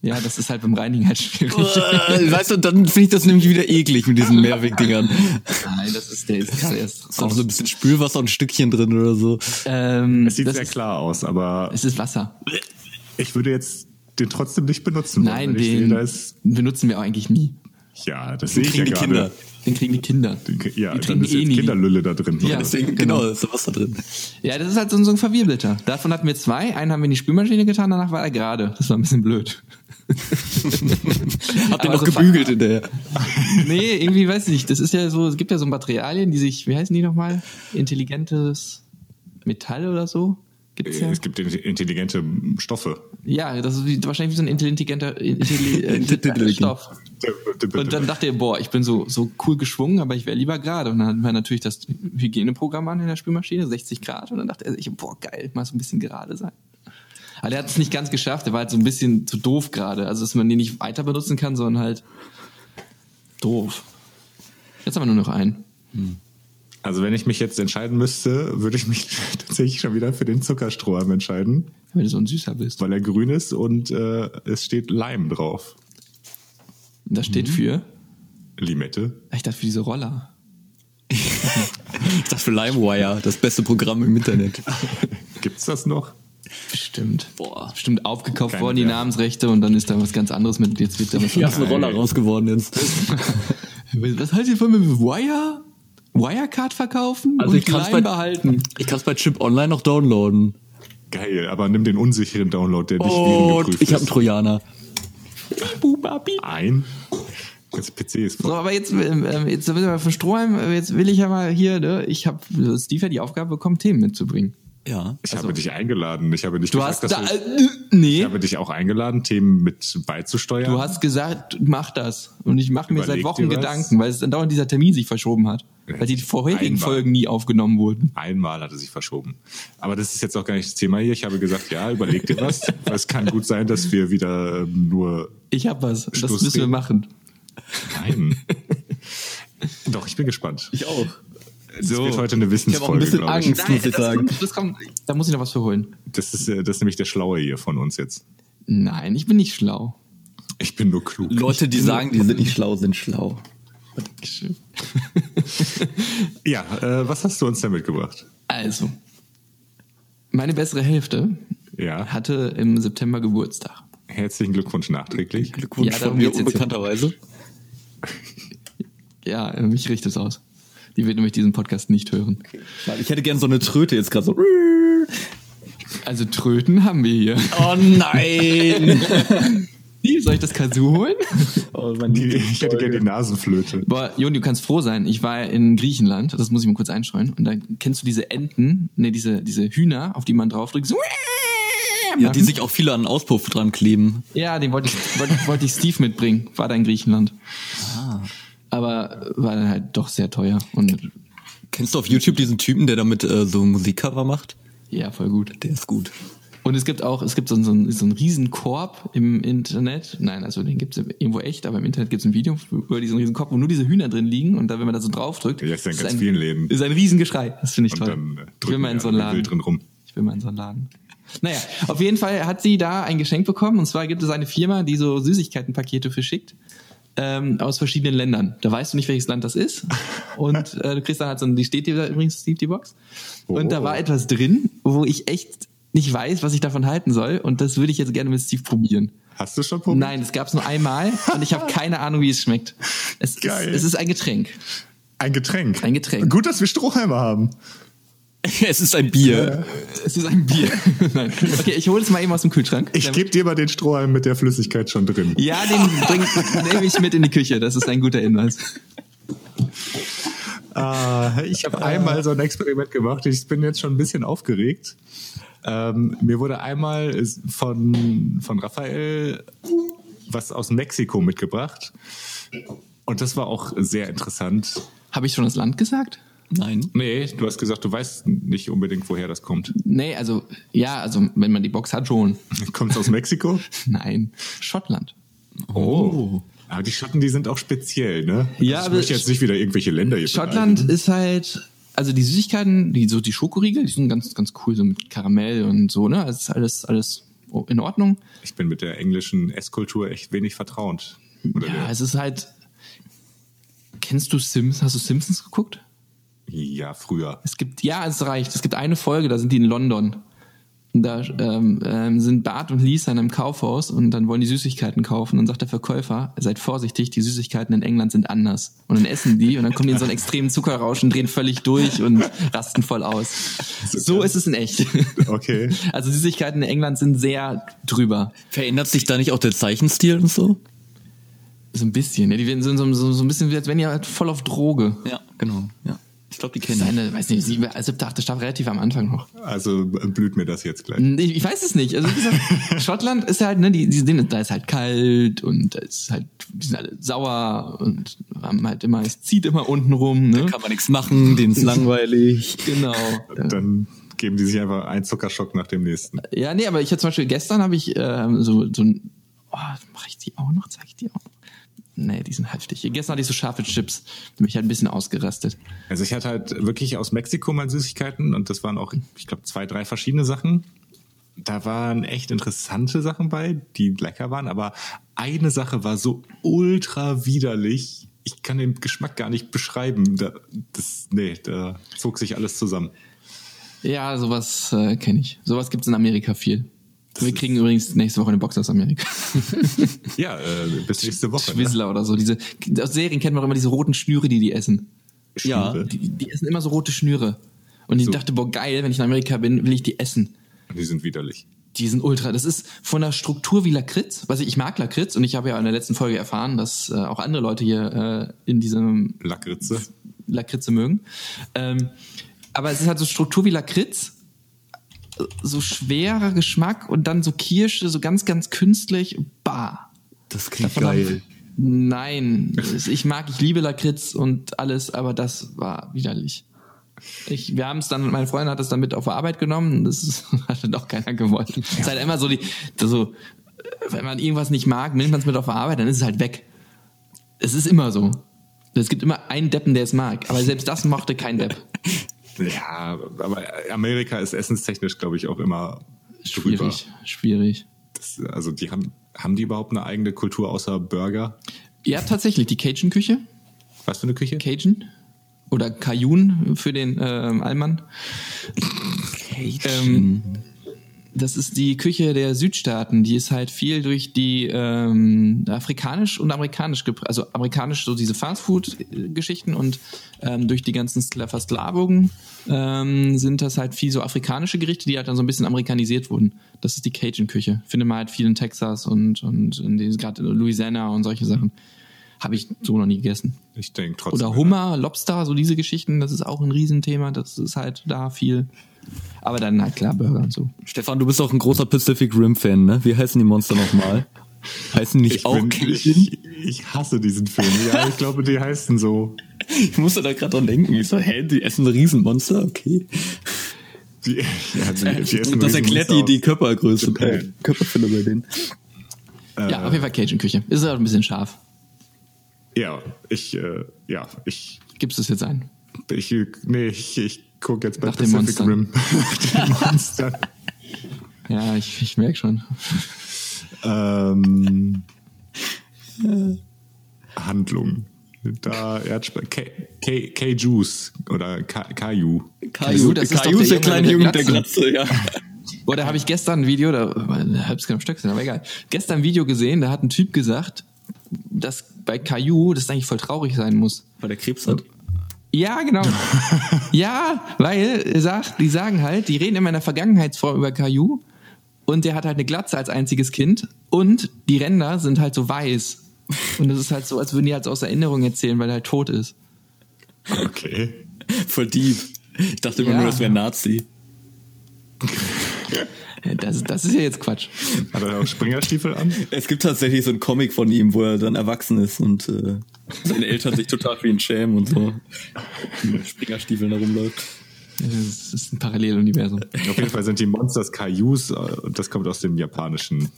S3: Ja, das ist halt beim Reinigen halt schwierig.
S2: Äh, weißt du, dann finde ich das nämlich wieder eklig mit diesen Mehrwegdingern.
S3: Nein, das ist der ist, der ist
S2: Ist auch so ein bisschen Spülwasser und ein Stückchen drin oder so.
S3: ähm,
S1: Es sieht
S3: das
S1: sehr
S3: ist,
S1: klar aus, aber
S3: es ist Wasser.
S1: ich würde jetzt den trotzdem nicht benutzen wollen.
S3: Nein,
S1: weil ich
S3: den
S1: sehe, da ist,
S3: benutzen wir auch eigentlich nie.
S1: ja, das sehe ich ja
S2: kriegen die
S1: gerade.
S3: Den kriegen die Kinder.
S1: Ja, dann
S3: die trinken
S1: ist
S3: eh
S1: jetzt
S3: nie.
S1: Kinderlülle da drin.
S3: Ja.
S1: oder so.
S2: Deswegen, genau, ist da Wasser drin.
S3: Ja, das ist halt so ein, so ein Verwirbelter. Davon hatten wir zwei. Einen haben wir in die Spülmaschine getan, danach war er gerade. Das war ein bisschen blöd.
S2: Hat den
S3: Aber
S2: noch
S3: so
S2: gebügelt hinterher.
S3: Nee, irgendwie weiß ich nicht. Das ist ja so, es gibt ja so Materialien, die sich, wie heißen die nochmal? Intelligentes Metall oder so? Gibt's ja.
S1: Äh, Es gibt in- intelligente Stoffe.
S3: Ja, das ist wie, wahrscheinlich wie so ein intelligenter Intelli äh,
S2: Intelligent.
S3: Stoff. Und dann dachte er, boah, ich bin so, so cool geschwungen, aber ich wäre lieber gerade. Und dann hatten wir natürlich das Hygieneprogramm an in der Spülmaschine, 60 Grad. Und dann dachte er sich, boah, geil, mal so ein bisschen gerade sein. Aber der hat es nicht ganz geschafft, der war halt so ein bisschen zu doof gerade. Also, dass man den nicht weiter benutzen kann, sondern halt doof. Jetzt haben wir nur noch einen.
S1: also wenn ich mich jetzt entscheiden müsste, würde ich mich tatsächlich schon wieder für den Zuckerstrohhalm entscheiden,
S3: Wenn du so ein Süßer bist.
S1: weil er grün ist und äh, es steht Leim drauf.
S3: Und das steht für,
S1: Limette.
S3: ich dachte für diese Roller.
S2: Ich dachte für LimeWire, das beste Programm im Internet.
S1: Gibt's das noch?
S3: Bestimmt. Boah. Bestimmt aufgekauft
S1: Keine
S3: worden, die
S1: Werbung.
S3: Namensrechte, und dann ist da was ganz anderes mit, jetzt wird da was
S2: Ja, ist ein
S1: Geil.
S2: Roller rausgeworden jetzt.
S3: Was haltet ihr von mir mit Wire? Wirecard verkaufen und
S2: Also kann's
S3: klein behalten?
S2: ich kann's bei Chip Online noch downloaden.
S1: Geil, aber nimm den unsicheren Download, der nicht
S2: Und
S1: geprüft
S2: ich habe einen
S1: ist.
S2: Trojaner.
S1: Ein. Das PC ist voll.
S3: So, aber jetzt, ähm, ähm, jetzt sind wir von Strohhalm, äh, jetzt will ich ja mal hier, ne, ich habe Steve hat die Aufgabe bekommen, Themen mitzubringen.
S2: Ja.
S1: Ich habe dich eingeladen. Ich habe nicht
S3: Also Du
S1: gesagt,
S3: hast da,
S1: dass wir,
S3: äh,
S1: ich
S3: nee,
S1: habe dich auch eingeladen, Themen mit beizusteuern.
S3: du hast gesagt, mach das. Und ich mache mir seit
S1: Überleg
S3: Wochen
S1: dir was.
S3: Gedanken, weil es dann dauernd dieser Termin sich verschoben hat. Weil die vorherigen
S1: Einmal.
S3: Folgen nie aufgenommen wurden.
S1: Einmal hatte sich verschoben. Aber das ist jetzt auch gar nicht das Thema hier. Ich habe gesagt, ja, überleg dir was. Weil es kann gut sein, dass wir wieder ähm, nur
S3: Ich habe was, das
S1: Schluss
S3: müssen wir
S1: reden.
S3: machen.
S1: nein. Doch, ich bin gespannt.
S2: Ich auch.
S1: Es wird heute eine
S2: Ich habe auch ein
S1: Wissensfolge,
S2: bisschen
S1: glaube ich.
S2: Angst, muss ich sagen.
S3: kommt, das kommt, da muss ich noch was für holen.
S1: Das ist, äh, das ist nämlich der Schlaue hier von uns jetzt.
S3: Nein, ich bin nicht schlau.
S1: Ich bin nur klug.
S2: Leute, die sagen, die sind nicht schlau, sind schlau.
S1: Ja, äh, was hast du uns denn mitgebracht?
S3: Also, meine bessere Hälfte
S1: Ja.
S3: hatte im September Geburtstag.
S1: Herzlichen Glückwunsch nachträglich.
S2: Glückwunsch
S3: Ja, darum
S2: von mir
S3: geht's jetzt hier.
S2: unbekannterweise.
S3: Ja, äh, mich richtet es aus. Die wird nämlich diesen Podcast nicht hören.
S2: Weil Ich hätte gern so eine Tröte jetzt gerade so.
S3: Also Tröten haben wir hier.
S2: Oh nein!
S3: Steve, Soll ich das Kazoo holen?
S2: oh, mein
S1: Die, ich hätte gerne die Nasenflöte.
S3: Boah, Joni, du kannst froh sein. Ich war in Griechenland, das muss ich mal kurz einstreuen. Und dann kennst du diese Enten, ne, diese, diese Hühner, auf die man draufdrückt. So,
S2: ja, die sich auch viele an den Auspuff dran kleben.
S3: Ja, den wollte ich, wollte, wollte ich Steve mitbringen. War da in Griechenland.
S1: Ah.
S3: Aber war dann halt doch sehr teuer. Und
S2: Kennst du auf YouTube diesen Typen, der damit äh, so Musikcover macht?
S3: ja, voll gut.
S2: Der ist gut.
S3: Und es gibt auch, es gibt so, einen- so, einen- so einen riesen Korb im Internet. Nein, also den gibt's irgendwo echt, aber im Internet gibt's ein Video über diesen riesen Korb, wo nur diese Hühner drin liegen und dann, wenn man da so drauf drückt,
S1: Ja, ist ja in ganz vielen Läden.
S3: Ist ein Riesengeschrei. Das finde ich
S1: Und
S3: toll.
S1: dann äh,
S3: ich will
S1: drücken
S3: mal in
S1: wir
S3: so einen
S1: alle
S3: Laden.
S1: wild drin rum.
S3: Ich will mal in so einen Laden. Naja, auf jeden Fall hat sie da ein Geschenk bekommen. Und zwar gibt es eine Firma, die so Süßigkeitenpakete verschickt. Ähm, aus verschiedenen Ländern. Da weißt du nicht, welches Land das ist. Und äh, du kriegst dann halt so, ein- die steht dir da übrigens, die, die Box. Und da
S1: Oh.
S3: war etwas drin, wo ich echt nicht weiß, was ich davon halten soll. Und das würde ich jetzt gerne mit Steve probieren.
S1: Hast du schon probiert?
S3: Nein, das gab es nur einmal und ich habe keine Ahnung, wie es schmeckt. Es, ist,
S1: Geil.
S3: es ist ein Getränk.
S1: Ein Getränk.
S3: Ein Getränk.
S1: Gut, dass wir Strohhalme haben.
S2: es ist ein Bier.
S3: Es ist ein Bier. Nein. Okay, ich hole es mal eben aus dem Kühlschrank.
S1: Ich gebe dir mal den Strohhalm mit der Flüssigkeit schon drin.
S3: ja, den bring- nehme ich mit in die Küche. Das ist ein guter Hinweis.
S1: Ah, ich habe einmal so ein Experiment gemacht. Ich bin jetzt schon ein bisschen aufgeregt. Ähm, mir wurde einmal ist von, von Raphael was aus Mexiko mitgebracht. Und das war auch sehr interessant.
S3: Habe ich schon das Land gesagt?
S2: Nein.
S1: Nee, du hast gesagt, du weißt nicht unbedingt, woher das kommt.
S3: Nee, also ja, also wenn man die Box hat schon.
S1: Kommt es aus Mexiko?
S3: Nein, Schottland.
S1: Oh. Aber die Schotten, die sind auch speziell, ne?
S3: Ja,
S1: ich
S3: aber-
S1: möchte jetzt nicht wieder irgendwelche Länder hier
S3: Schottland
S1: beleidigen.
S3: ist halt, also die Süßigkeiten, die so die Schokoriegel, die sind ganz ganz cool so mit Karamell und so, ne? Das ist alles alles in Ordnung.
S1: Ich bin mit der englischen Esskultur echt wenig vertrauend. Oder
S3: Ja,
S1: der-
S3: es ist halt Kennst du Sims? Hast du Simpsons geguckt?
S1: ja, früher.
S3: Es gibt, ja, es reicht. Es gibt eine Folge, da sind die in London. Und da ähm, ähm, sind Bart und Lisa in einem Kaufhaus und dann wollen die Süßigkeiten kaufen. Und sagt der Verkäufer, seid vorsichtig, die Süßigkeiten in England sind anders. Und dann essen die und dann kommen die in so einen extremen Zuckerrausch und drehen völlig durch und rasten voll aus. So ist es in echt.
S1: Okay.
S3: Also Süßigkeiten in England sind sehr drüber.
S2: Verändert sich da nicht auch der Zeichenstil und so?
S3: So ein bisschen. Ne? Die werden so, so, so so ein bisschen, als wenn ihr halt voll auf Droge.
S2: Ja, genau. Ja. Ich glaube, die
S3: Das ist
S2: kennen
S3: eine, weiß nicht, siebte, siebte, achte Staffel, relativ am Anfang noch.
S1: Also blüht mir das jetzt gleich.
S3: Ich, ich weiß es nicht. Also wie gesagt, Schottland ist halt, ne, die, die sind, da ist halt kalt und da ist halt, die sind alle sauer und haben halt immer, es zieht immer unten rum, ne?
S2: Kann man nichts machen, denen ist langweilig.
S3: Genau.
S1: Dann geben die sich einfach einen Zuckerschock nach dem nächsten.
S3: Ja, nee, aber ich hatte zum Beispiel gestern habe ich ähm, so, so ein, oh, mache ich die auch noch, zeige ich die auch noch? Nee, die sind heftig. Gestern hatte ich so scharfe Chips, bin ich halt ein bisschen ausgerastet.
S1: Also ich hatte halt wirklich aus Mexiko meine Süßigkeiten und das waren auch, ich glaube, zwei, drei verschiedene Sachen. Da waren echt interessante Sachen bei, die lecker waren, aber eine Sache war so ultra widerlich. Ich kann den Geschmack gar nicht beschreiben. Da, das, nee, da zog sich alles zusammen.
S3: Ja, sowas äh, kenne ich. Sowas gibt's in Amerika viel. Wir kriegen übrigens nächste Woche eine Box aus Amerika.
S1: Ja, äh, bis nächste Woche. Ne?
S3: Twizzler oder so. Diese, aus Serien kennt man auch immer diese roten Schnüre, die die essen.
S2: Ja.
S1: Schnüre.
S3: Die, die essen immer so rote Schnüre. Und ich
S1: So.
S3: dachte, boah, geil, wenn ich in Amerika bin, will ich die essen.
S1: Die sind widerlich.
S3: Die sind ultra. Das ist von der Struktur wie Lakritz. Was ich, ich mag Lakritz und ich habe ja in der letzten Folge erfahren, dass äh, auch andere Leute hier äh, in diesem
S1: Lackritze.
S3: Lakritze mögen. Ähm, aber es ist halt so Struktur wie Lakritz, äh, so schwerer Geschmack und dann so Kirsche, so ganz, ganz künstlich. Bah.
S2: Das klingt
S3: Davon- Nein, es ist- ich mag, ich liebe Lakritz und alles, aber das war widerlich. Ich, wir haben es dann, meine Freundin hat es dann mit auf die Arbeit genommen, das ist, hat dann auch keiner gewollt. Es ist halt immer so die, so, wenn man irgendwas nicht mag, nimmt man es mit auf die Arbeit, dann ist es halt weg. Es ist immer so. Es gibt immer einen Deppen, der es mag, aber selbst das mochte kein Depp.
S1: Ja, aber Amerika ist essenstechnisch, glaube ich, auch immer drüber.
S3: Schwierig, schwierig.
S1: Das, also die haben, haben die überhaupt eine eigene Kultur außer Burger?
S3: Ja, tatsächlich, die Cajun-Küche,
S1: Was für eine Küche?
S3: Cajun oder Cajun für den ähm, Allmann. Ähm, das ist die Küche der Südstaaten. Die ist halt viel durch die ähm, afrikanisch und amerikanisch, gepr- also amerikanisch so diese Fastfood-Geschichten und ähm, durch die ganzen Skla Versklavungen ähm, sind das halt viel so afrikanische Gerichte, die halt dann so ein bisschen amerikanisiert wurden. Das ist die Cajun-Küche. Findet man halt viel in Texas und, und in den- gerade in Louisiana und solche Sachen. Habe ich so noch nie gegessen.
S1: Ich denke trotzdem.
S3: Oder Hummer, Lobster, so diese Geschichten, das ist auch ein Riesenthema, das ist halt da viel. Aber dann, na klar, Burger und so.
S2: Stefan, du bist auch ein großer Pacific Rim Fan, ne? Wie heißen die Monster nochmal? Heißen die nicht
S1: Ich,
S2: auch
S1: bin,
S2: Cajun?
S1: ich, ich hasse diesen Film. Ja, ich glaube, die heißen so.
S2: Ich musste da gerade dran denken. Ich so, hä, die essen Riesenmonster? Okay.
S1: Die, ja, die, die essen
S2: Äh,
S1: riesen
S2: das erklärt die,
S1: Monster.
S2: die Körpergröße.
S1: Japan.
S2: äh, Körperfülle bei denen.
S3: Ja, auf jeden Fall Cajun-Küche. Ist halt ein bisschen scharf.
S1: Ja, ich, äh, ja, ich,
S3: Gibst du es jetzt ein?
S1: ich, nee, ich, ich gucke jetzt bei
S3: Nach den
S1: Pacific
S3: Monstern.
S1: Rim. Nach den Monstern.
S3: Ja, ich, ich merke schon.
S1: Ähm, Handlung. Da Erdspeicher. K- K- K-Juice oder Ka- Caillou.
S3: Caillou, das ist doch
S2: Caillou
S3: der Junge mit der
S2: Junge mit der Glatze, ja.
S3: Boah, da habe ich gestern ein Video, da halb's kein Stück sind, aber egal. Gestern ein Video gesehen, da hat ein Typ gesagt, dass bei Caillou das eigentlich voll traurig sein muss.
S2: Weil der Krebs hat.
S3: Ja, genau. ja, weil er sagt, die sagen halt, die reden immer in der Vergangenheitsform über Caillou und der hat halt eine Glatze als einziges Kind und die Ränder sind halt so weiß. Und es ist halt so, als würden die halt aus Erinnerung erzählen, weil er halt tot ist.
S1: Okay.
S2: Voll deep. Ich dachte immer
S3: Ja.
S2: nur, das wäre Nazi.
S3: Äh, Das, das ist ja jetzt Quatsch.
S1: Hat er auch Springerstiefel an?
S2: Es gibt tatsächlich so einen Comic von ihm, wo er dann erwachsen ist und äh, seine Eltern sich total für ihn schämen und so. Mit Springerstiefeln herumläuft.
S3: Das ist ein Paralleluniversum.
S1: Auf jeden Fall sind die Monsters Cailloux äh, und das kommt aus dem Japanischen.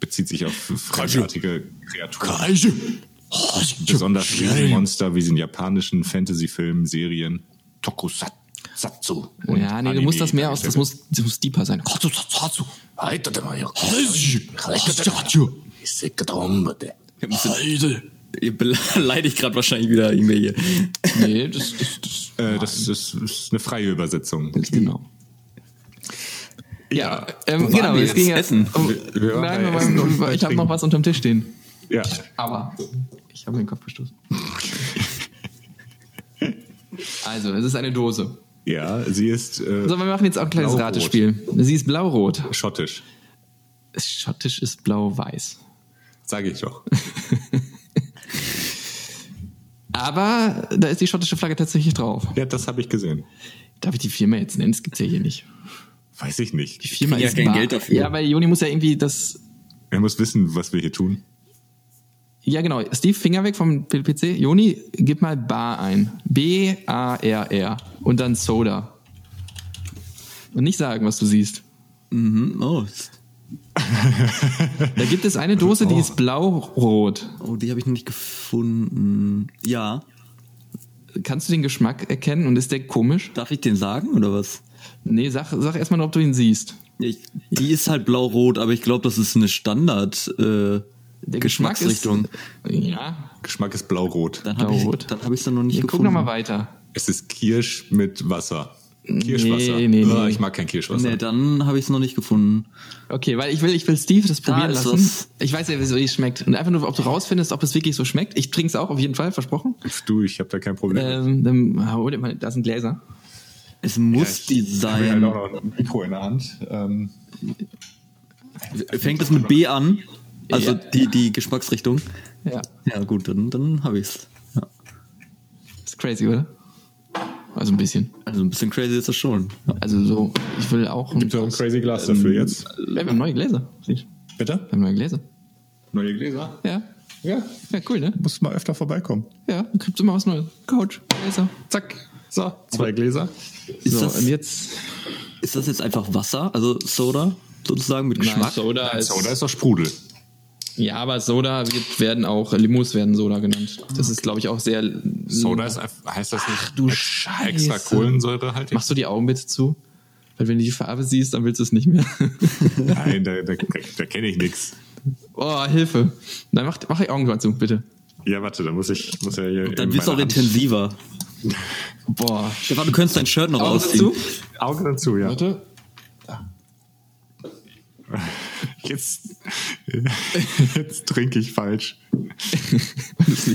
S1: Bezieht sich auf fremdartige Kreaturen. Besonders riesige Monster, wie sie in japanischen Fantasy-Filmen, Serien. Tokusatsu. und
S3: ja, nee, du
S1: Anime
S3: musst das mehr aus,
S1: dargestellt
S3: das muss, das muss deeper sein.
S2: Ihr müsst- Ihr beleidigt gerade wahrscheinlich wieder irgendwelche.
S3: Nee, das, das, das
S1: werden. Äh, das ist, ist eine freie Übersetzung.
S3: genau. Ja, ähm,
S2: Wo waren
S3: genau,
S2: wir
S3: es ging
S2: jetzt?
S3: ja.
S2: Essen.
S3: Oh,
S1: Wir- wir waren
S3: nein,
S1: bei
S3: wir
S1: Essen und
S3: waren,
S1: bei
S3: ich habe noch
S1: Trinken.
S3: was unterm Tisch stehen.
S1: Ja.
S3: Aber ich habe den Kopf gestoßen. Also, es ist eine Dose.
S1: ja, sie ist äh,
S3: So, wir machen jetzt auch ein kleines
S1: Blau-rot.
S3: Ratespiel. Sie ist blau-rot.
S1: schottisch.
S3: Schottisch ist blau-weiß.
S1: Sage ich doch.
S3: Aber da ist die schottische Flagge tatsächlich drauf.
S1: Ja, das habe ich gesehen.
S3: Darf ich die Firma jetzt nennen? Das gibt's ja hier nicht.
S1: Weiß ich
S3: Die
S1: nicht.
S3: Firma
S2: kriegen ja
S3: ist
S2: kein
S3: bar.
S2: Geld dafür.
S3: Ja, weil Joni muss ja irgendwie das.
S1: Er muss wissen, was wir hier tun.
S3: Ja, genau. Steve, Finger weg vom PC. Joni, gib mal Bar ein. B-A-R-R. Und dann Soda. Und nicht sagen, was du siehst.
S2: Mhm, oh,
S3: Da gibt es eine Dose, die ist blau-rot.
S2: oh, die habe ich noch nicht gefunden. Ja.
S3: Kannst du den Geschmack erkennen und ist der komisch?
S2: Darf ich den sagen oder was?
S3: Nee, sag, sag erstmal nur, ob du ihn siehst.
S2: Ich, die ist halt blau-rot, aber ich glaube, das ist eine Standard äh,
S3: Der Geschmack
S2: Geschmacksrichtung.
S3: Ist, ja.
S1: Geschmack ist blau-rot.
S2: dann habe ich
S3: Blau-rot.
S2: dann, hab ich's dann noch nicht
S3: Ich guck
S2: gefunden.
S3: nochmal weiter.
S1: Es ist Kirsch mit Wasser. Kirschwasser.
S3: Nee, nee,
S1: Uah,
S3: nee.
S1: Ich mag kein Kirschwasser.
S2: Nee, dann habe ich es noch nicht gefunden.
S3: Okay, weil ich will, ich will Steve das probieren
S2: ist
S3: lassen.
S2: was.
S3: Ich weiß ja, wieso es schmeckt. Und einfach nur, ob du rausfindest, ob es wirklich so schmeckt. Ich trinke es auch, auf jeden Fall, versprochen.
S1: Du, ich habe da kein Problem.
S3: Ähm, dann, ah, hol dir mal, da sind Gläser.
S2: Es muss die
S1: Ich habe
S2: sein.
S1: halt auch noch ein Mikro in der Hand. Ähm,
S2: Fängt es mit B an? Also
S3: Ja.
S2: die, die Geschmacksrichtung?
S3: Ja.
S2: Ja, gut, dann, dann habe ich es. Ja.
S3: Ist crazy, oder? Also ein bisschen.
S2: Also ein bisschen crazy ist das schon.
S3: Also so, ich will auch.
S1: gibt es auch ein crazy Glas dafür jetzt?
S3: Wir haben neue Gläser. Siehst du?
S1: Bitte?
S3: Wir haben neue Gläser.
S1: Neue Gläser?
S3: Ja.
S1: Ja,
S3: Ja, cool, ne?
S1: musst mal öfter vorbeikommen.
S3: Ja, dann kriegst immer was Neues. Couch, Gläser. Zack.
S1: So, zwei Gläser.
S2: Ist,
S3: so,
S2: das,
S3: und jetzt.
S2: ist das jetzt einfach Wasser, also Soda sozusagen mit Geschmack?
S3: Soda ist,
S1: Soda ist doch Sprudel.
S3: Ja, aber Soda wird, werden auch, Limos werden Soda genannt. Das ist, glaube ich, auch sehr.
S1: Soda ist einfach, heißt das nicht? Ach
S3: du
S1: Extra
S3: Scheiße.
S1: Kohlensäure halt.
S3: Machst du die Augen bitte zu? Weil wenn du die Farbe siehst, dann willst du es nicht mehr.
S1: Nein, da, da, da kenne ich nichts.
S3: oh, Hilfe. Dann mach, mach die Augen gerade zu, bitte.
S1: Ja, warte, da muss ich muss ja hier
S2: Dann
S1: in
S2: wird es
S1: meine
S2: auch
S1: Hand-
S2: intensiver.
S3: Boah.
S2: Stefan, du könntest dein Shirt noch
S3: Augen
S2: ausziehen.
S3: zu.
S1: Auge dazu, ja.
S3: Warte.
S1: Jetzt, jetzt trinke ich falsch.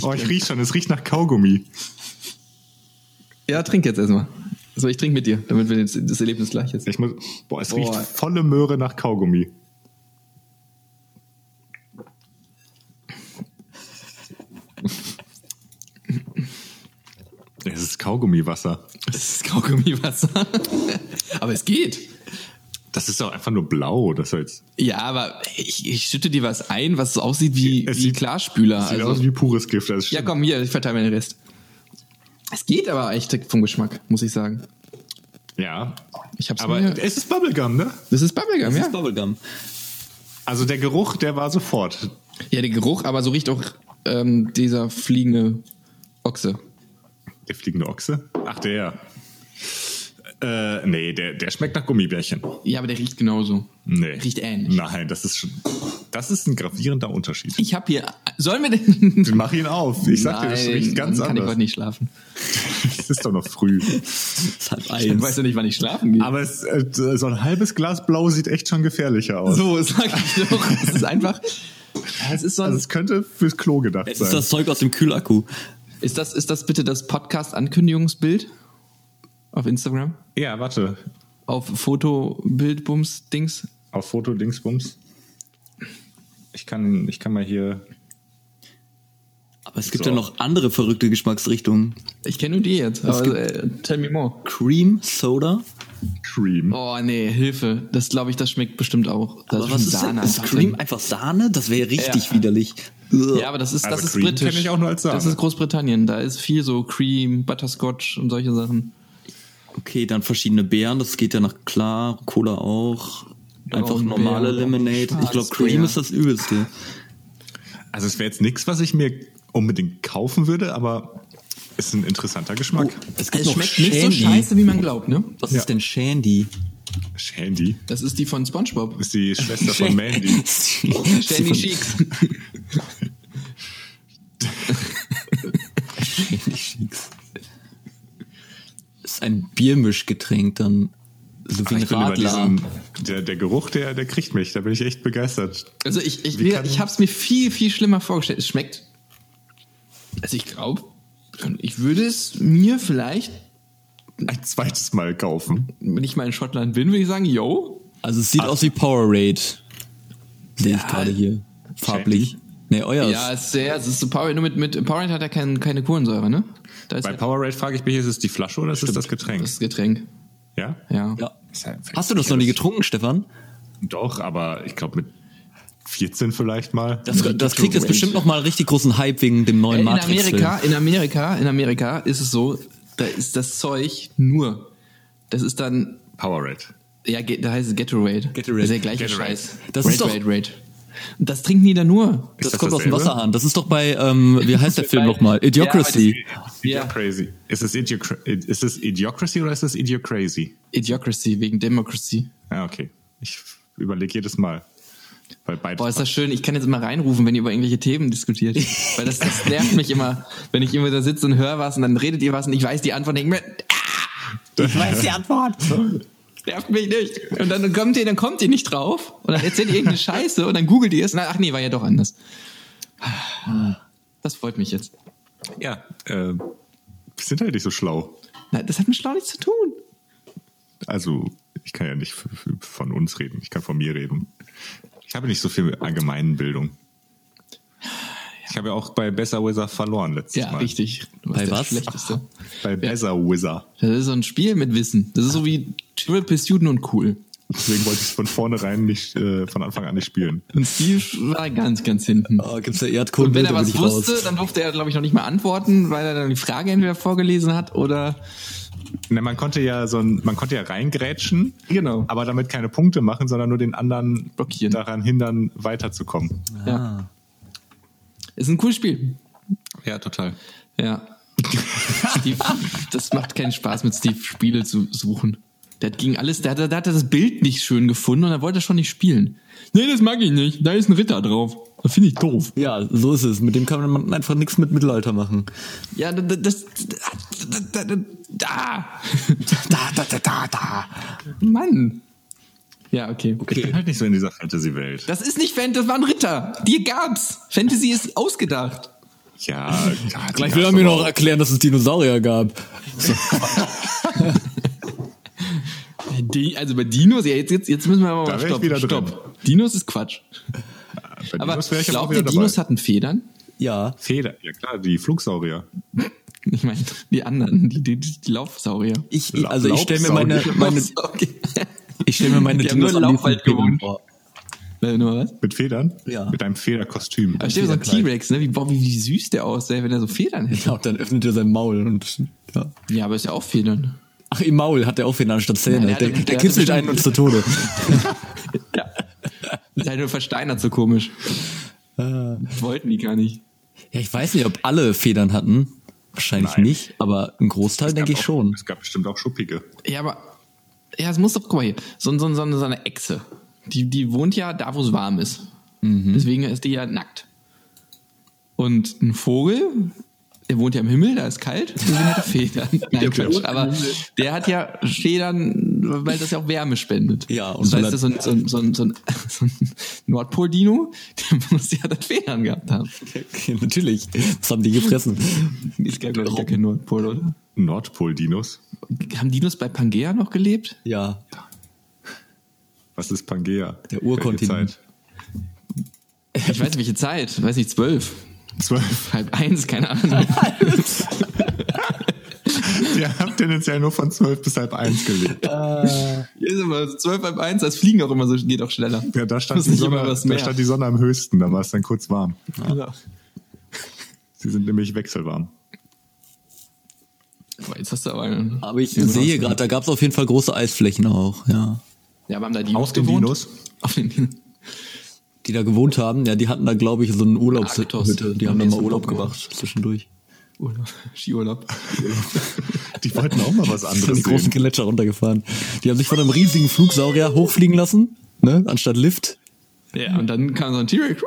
S1: Oh, ich riech schon, es riecht nach Kaugummi.
S3: Ja, trink jetzt erstmal. So, ich trinke mit dir, damit wir jetzt das Erlebnis gleich jetzt.
S1: Ich muss, boah, es riecht
S3: Boah.
S1: volle Möhre nach Kaugummi. Es ist Kaugummiwasser.
S3: Das ist Kaugummiwasser. aber es geht.
S1: Das ist doch einfach nur blau. Das heißt,
S3: Ja, aber ich, ich schütte dir was ein, was so aussieht wie,
S1: Es
S3: wie
S1: sieht-
S3: Klarspüler.
S1: sieht
S3: also,
S1: aus wie pures Gift. Das ist
S3: ja, komm, hier, ich verteile mir den Rest. Es geht aber echt vom Geschmack, muss ich sagen.
S1: ja.
S3: Ich hab's
S1: aber
S3: mir-
S1: es ist Bubblegum, ne?
S3: Das ist Bubblegum,
S2: Das
S3: ja.
S2: ist Bubblegum.
S1: Also der Geruch, der war sofort.
S3: Ja, der Geruch, aber so riecht auch ähm, dieser fliegende Ochse.
S1: Der fliegende Ochse? Ach, der. Äh, nee, der, der schmeckt nach Gummibärchen.
S3: Ja, aber der riecht genauso.
S1: Nee.
S3: Riecht ähnlich.
S1: Nein, das ist schon. Das ist ein gravierender Unterschied.
S3: Ich hab hier. Sollen wir denn.
S1: Ich mach ihn auf. Ich sag dir, das riecht ganz
S3: dann kann ich
S1: anders.
S3: heute nicht schlafen.
S1: Es ist doch noch früh.
S2: ist halb
S3: Ich
S2: eins.
S3: weiß ja nicht, wann ich schlafen gehe.
S1: Aber es, äh, so ein halbes Glas Blau sieht echt schon gefährlicher aus.
S3: so, sag ich doch. Es ist einfach. Ja, Es ist so ein,
S1: Also es könnte fürs Klo gedacht
S2: Es ist
S1: sein.
S2: das Zeug aus dem Kühlakku.
S3: ist, das, ist das bitte das Podcast-Ankündigungsbild? Auf Instagram?
S1: ja, warte.
S3: Auf Fotobild-Bums-Dings?
S1: Auf Foto Dingsbums. Ich kann, ich kann mal hier.
S2: Aber es gibt
S1: So.
S2: ja noch andere verrückte Geschmacksrichtungen.
S3: Ich kenne nur die jetzt. Aber, äh, tell me more.
S2: Cream, Soda.
S1: Cream.
S3: Oh nee, Hilfe. Das glaube ich, das schmeckt bestimmt auch. Das
S2: Aber was ist denn? Ist
S3: einfach
S2: Cream
S3: drin.
S2: einfach Sahne? Das wäre richtig
S3: Ja.
S2: widerlich.
S3: Ja, aber das ist, das
S1: Also
S3: ist
S1: Cream
S3: britisch.
S1: kenn ich auch nur als Sahne.
S3: Das ist Großbritannien. Da ist viel so Cream, Butterscotch und solche Sachen.
S2: Okay, dann verschiedene Beeren, das geht ja nach klar, Cola auch. Einfach
S3: Braunbeer,
S2: normale Lemonade. Ich glaube, Cream
S3: Schwarzbeer.
S2: ist das Übelste.
S1: Also es wäre jetzt nichts, was ich mir unbedingt kaufen würde, aber ist ein interessanter Geschmack.
S2: Oh, Es
S3: Es
S2: noch
S3: schmeckt nicht so
S2: Shandy.
S3: scheiße, wie man glaubt, ne?
S2: Was
S1: Ja.
S2: ist denn Shandy?
S1: Shandy
S3: Das ist die von SpongeBob.
S1: ist die Schwester von Mandy.
S3: Shandy Cheeks.
S2: Shandy Shakes. Ist ein Biermischgetränk dann. So wie
S3: Ah,
S1: Aber
S2: ein
S1: ich bin über
S2: Radler.
S1: diesen, der, der Geruch, der, der kriegt mich. Da bin ich echt begeistert.
S3: Also ich, ich,
S1: Wie
S3: ich,
S1: kann-
S3: ich habe es mir viel, viel schlimmer vorgestellt. Es schmeckt. Also ich glaube, ich würde es mir vielleicht,
S1: Ein zweites Mal kaufen.
S3: wenn ich mal in Schottland bin, würde ich sagen, yo.
S2: Also es sieht aus wie Powerade. Sehe ich
S3: Ja.
S2: gerade hier. Farblich. Nee, euer.
S3: Ja, es ist sehr, es ist so Power, nur mit, mit Power hat er kein, keine Kohlensäure, ne? Da ist
S1: Bei
S3: halt
S1: Powerade frage ich mich, ist es die Flasche oder ist es das Getränk?
S3: das Getränk.
S1: Ja?
S3: Ja. Äh,
S2: Ja.
S1: Ist ja vielleicht
S2: Hast du das noch nie
S1: nicht
S2: getrunken, Stefan?
S1: Doch, aber ich glaube mit 14 vielleicht mal.
S2: Das, das kriegt jetzt
S3: Range.
S2: bestimmt noch mal einen richtig großen Hype wegen dem neuen
S3: In
S2: matrix
S3: Amerika, in Amerika, in Amerika ist es so, da ist das Zeug nur. Das ist dann,
S1: Powerade.
S3: ja, ge- da heißt es Gatorade.
S2: Gatorade.
S3: Das ist der gleiche
S1: Gatorade.
S3: Scheiß.
S2: Das
S3: Raid,
S2: ist doch-
S3: Raid, Raid. Und Das trinken die da nur.
S2: Das,
S1: Ist das
S2: kommt aus dem
S1: dasselbe?
S2: Wasserhahn. Das ist doch bei, ähm, wie heißt der Film nochmal? Idiocracy.
S3: Ja.
S1: Idiocrazy. Ist es, Idiocra ist es Idiocracy oder ist es Idiocrazy?
S3: Idiocracy wegen Democracy.
S1: Ja, okay. Ich überlege jedes Mal. Weil beides
S3: Boah, ist das schön. Ich kann jetzt immer reinrufen, wenn ihr über irgendwelche Themen diskutiert. Weil das, das nervt mich immer, wenn ich immer da sitze und höre was und dann redet ihr was und "Ah, ich weiß die Antwort nicht mehr.
S2: ich weiß die Antwort.
S3: Nervt mich nicht. Und dann kommt ihr, dann kommt ihr nicht drauf und dann erzählt ihr irgendeine Scheiße und dann googelt ihr es. Und dann, ach nee, war ja doch anders. Das freut mich jetzt.
S1: ja. Äh, sind halt nicht so schlau.
S3: Na, das hat mit Schlau nichts zu tun.
S1: Also, ich kann ja nicht f- f- von uns reden. Ich kann von mir reden. Ich habe nicht so viel allgemeinen Bildung. Ich habe ja auch bei Besser Wizard verloren letztes
S3: Ja,
S1: Mal.
S3: richtig. Du
S2: Bei
S3: warst der
S2: was?
S3: Schlechteste.
S1: Bei Besser Wizard.
S3: Das ist so ein Spiel mit Wissen. Das ist so wie Trivial Pursuit und cool.
S1: Deswegen wollte ich es von vornherein nicht, äh, von Anfang an nicht spielen.
S3: Und Steve war ganz, ganz hinten.
S2: Oh, gibt's da
S3: Und wenn
S2: Erdkunde,
S3: er
S2: da bin
S3: was
S2: ich
S3: wusste,
S2: raus.
S3: dann durfte er, glaube ich, noch nicht mal antworten, weil er dann die Frage entweder vorgelesen hat oder
S1: Ne, man konnte ja so ein, man konnte ja reingrätschen,
S3: Genau.
S1: aber damit keine Punkte machen, sondern nur den anderen
S3: Blockieren.
S1: daran hindern, weiterzukommen.
S3: ja. Ist ein cooles Spiel.
S1: Ja, total.
S3: Ja. Steve, das macht keinen Spaß, mit Steve Spiele zu suchen. Der hat gegen alles, der, hat- der hat das Bild nicht schön gefunden und er wollte schon nicht spielen. Nee, das mag ich nicht. Da ist ein Ritter drauf. Das finde ich doof.
S2: Ja, so ist es. Mit dem kann man einfach nichts mit Mittelalter machen.
S3: Ja, da- da- das. Da! da- da- Da!
S2: Da, da, da, da, da.
S3: Mann! Ja, okay.
S1: Ich bin halt nicht so in dieser Fantasy-Welt.
S3: Das ist nicht Fantasy, das war ein Ritter. Die gab's. Fantasy ist ausgedacht.
S1: Ja, ja, die
S2: Gleich will er
S1: gab's
S2: mir
S1: aber
S2: noch erklären, dass es Dinosaurier gab.
S3: Die, also bei Dinos, ja, jetzt, jetzt, jetzt müssen wir aber
S1: Da
S3: mal
S1: wär ich
S3: stopp.
S1: wieder drin.
S3: stopp. Dinos ist Quatsch.
S1: auch. Bei
S3: Aber
S1: Dinos wär ich
S3: glaubt
S1: auch wieder
S3: ihr, Dinos
S1: dabei.
S3: hatten Federn?
S2: Ja.
S1: Feder, ja klar, die Flugsaurier.
S3: Ich meine, die anderen, die, die, die, die Laufsaurier.
S2: Ich,
S1: La-
S2: also ich stelle mir meine,
S1: Laubsauger.
S2: meine,
S3: Laufsaurier.
S2: ich stelle mir meine
S3: Die haben nur
S2: am
S3: Laubwald
S2: liebsten
S3: gewohnt.
S2: vor.
S3: Äh, nur was?
S1: Mit Federn?
S2: Ja.
S1: Mit einem Federkostüm.
S3: Da steht so ein
S2: Federkleid.
S3: T-Rex, ne? Wie, boah, wie, wie süß der aussähe, wenn er so Federn hätte.
S2: Ja, und dann öffnet er sein Maul und, ja.
S3: Ja, aber ist ja auch Federn.
S2: Ach, im Maul hat er auch Federn statt Zähne.
S3: Nein, der
S2: der
S3: hat-
S2: der,
S3: der hat
S2: kitzelt
S3: bestimmt-
S2: einen uns zu Tode.
S3: Ja. Ist halt nur versteinert so
S2: Äh,
S3: komisch. Wollten die gar nicht.
S2: Ja, ich weiß nicht, ob alle Federn hatten. Wahrscheinlich
S1: Nein.
S2: nicht, aber ein Großteil
S1: Es gab
S2: denke ich
S1: auch,
S2: schon.
S1: Es gab bestimmt auch Schuppige.
S3: Ja, aber ja, es muss doch, guck mal hier, so, so, so, so eine Echse. Die, die wohnt ja da, wo es warm ist. Deswegen ist die ja nackt. Und ein Vogel, der wohnt ja im Himmel, da ist kalt, deswegen hat er Federn. Nein, Quatsch,
S1: wohnt
S3: aber der hat ja Federn, weil das ja auch Wärme spendet.
S2: Ja, und
S3: und das heißt, so
S2: weil
S3: ein, so ein, so ein, so ein, so ein Nordpol-Dino, der muss ja dann Federn gehabt haben.
S2: Natürlich. Das haben die gefressen.
S3: Es gab, glaube ich, gar keinen Nordpol, oder?
S1: Nordpol-Dinos.
S3: Haben Dinos bei Pangea noch gelebt?
S2: Ja.
S1: Was ist Pangea?
S2: Der Urkontinent.
S3: Ich weiß nicht, welche Zeit. Weiß nicht, zwölf.
S1: Zwölf.
S3: Halb eins, keine Ahnung.
S1: Ihr habt tendenziell nur von zwölf bis halb eins gelebt.
S3: Hier ist immer so 12 halb 1, das Fliegen auch immer so, geht auch schneller.
S1: Ja, da stand,
S3: Muss
S1: die
S3: nicht
S1: Sonne,
S3: immer was
S1: da
S3: mehr.
S1: stand die Sonne am höchsten, da war es dann kurz warm.
S3: Genau.
S1: Sie sind nämlich wechselwarm.
S3: Boah, jetzt hast du aber einen.
S2: Aber ich sehe gerade, da gab es auf jeden Fall große Eisflächen auch, ja.
S3: Ja, aber haben da Dinos
S1: Auf den
S3: gewohnt?
S1: Dinos?
S3: Auf den Dinos.
S2: Die da gewohnt haben, ja, die hatten da, glaube ich, so einen Urlaubshütte.
S3: Arktos.
S2: Die haben da mal
S3: Am
S2: Urlaub
S3: nächsten Punkt.
S2: gemacht zwischendurch.
S3: Urlaub. Skiurlaub.
S1: Die wollten auch mal was
S2: sind
S1: anderes
S2: die großen
S1: sehen.
S2: Gletscher runtergefahren. Die haben sich von einem riesigen Flugsaurier hochfliegen lassen, ne, anstatt Lift.
S3: Ja, und dann kam so ein T-Rex.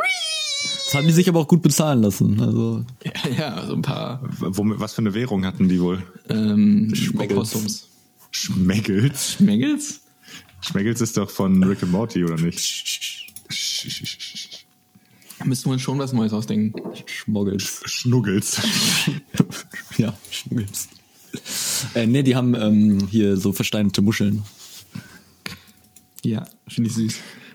S2: Das haben die sich aber auch gut bezahlen lassen. Also
S3: Ja, ja, so ein paar
S1: Womit- Was für eine Währung hatten die wohl?
S3: ähm,
S2: Schmeckels.
S3: Opossums.
S1: Schmeggels?
S3: Schmeckels?
S1: Schmeggels ist doch von Rick and Morty, oder nicht?
S3: Müssen wir uns schon was Neues ausdenken.
S2: Schmoggels.
S1: Schnuggels.
S2: Ja, Schmoggels. Äh, ne, die haben ähm, hier so versteinerte Muscheln.
S3: Ja, finde ich süß.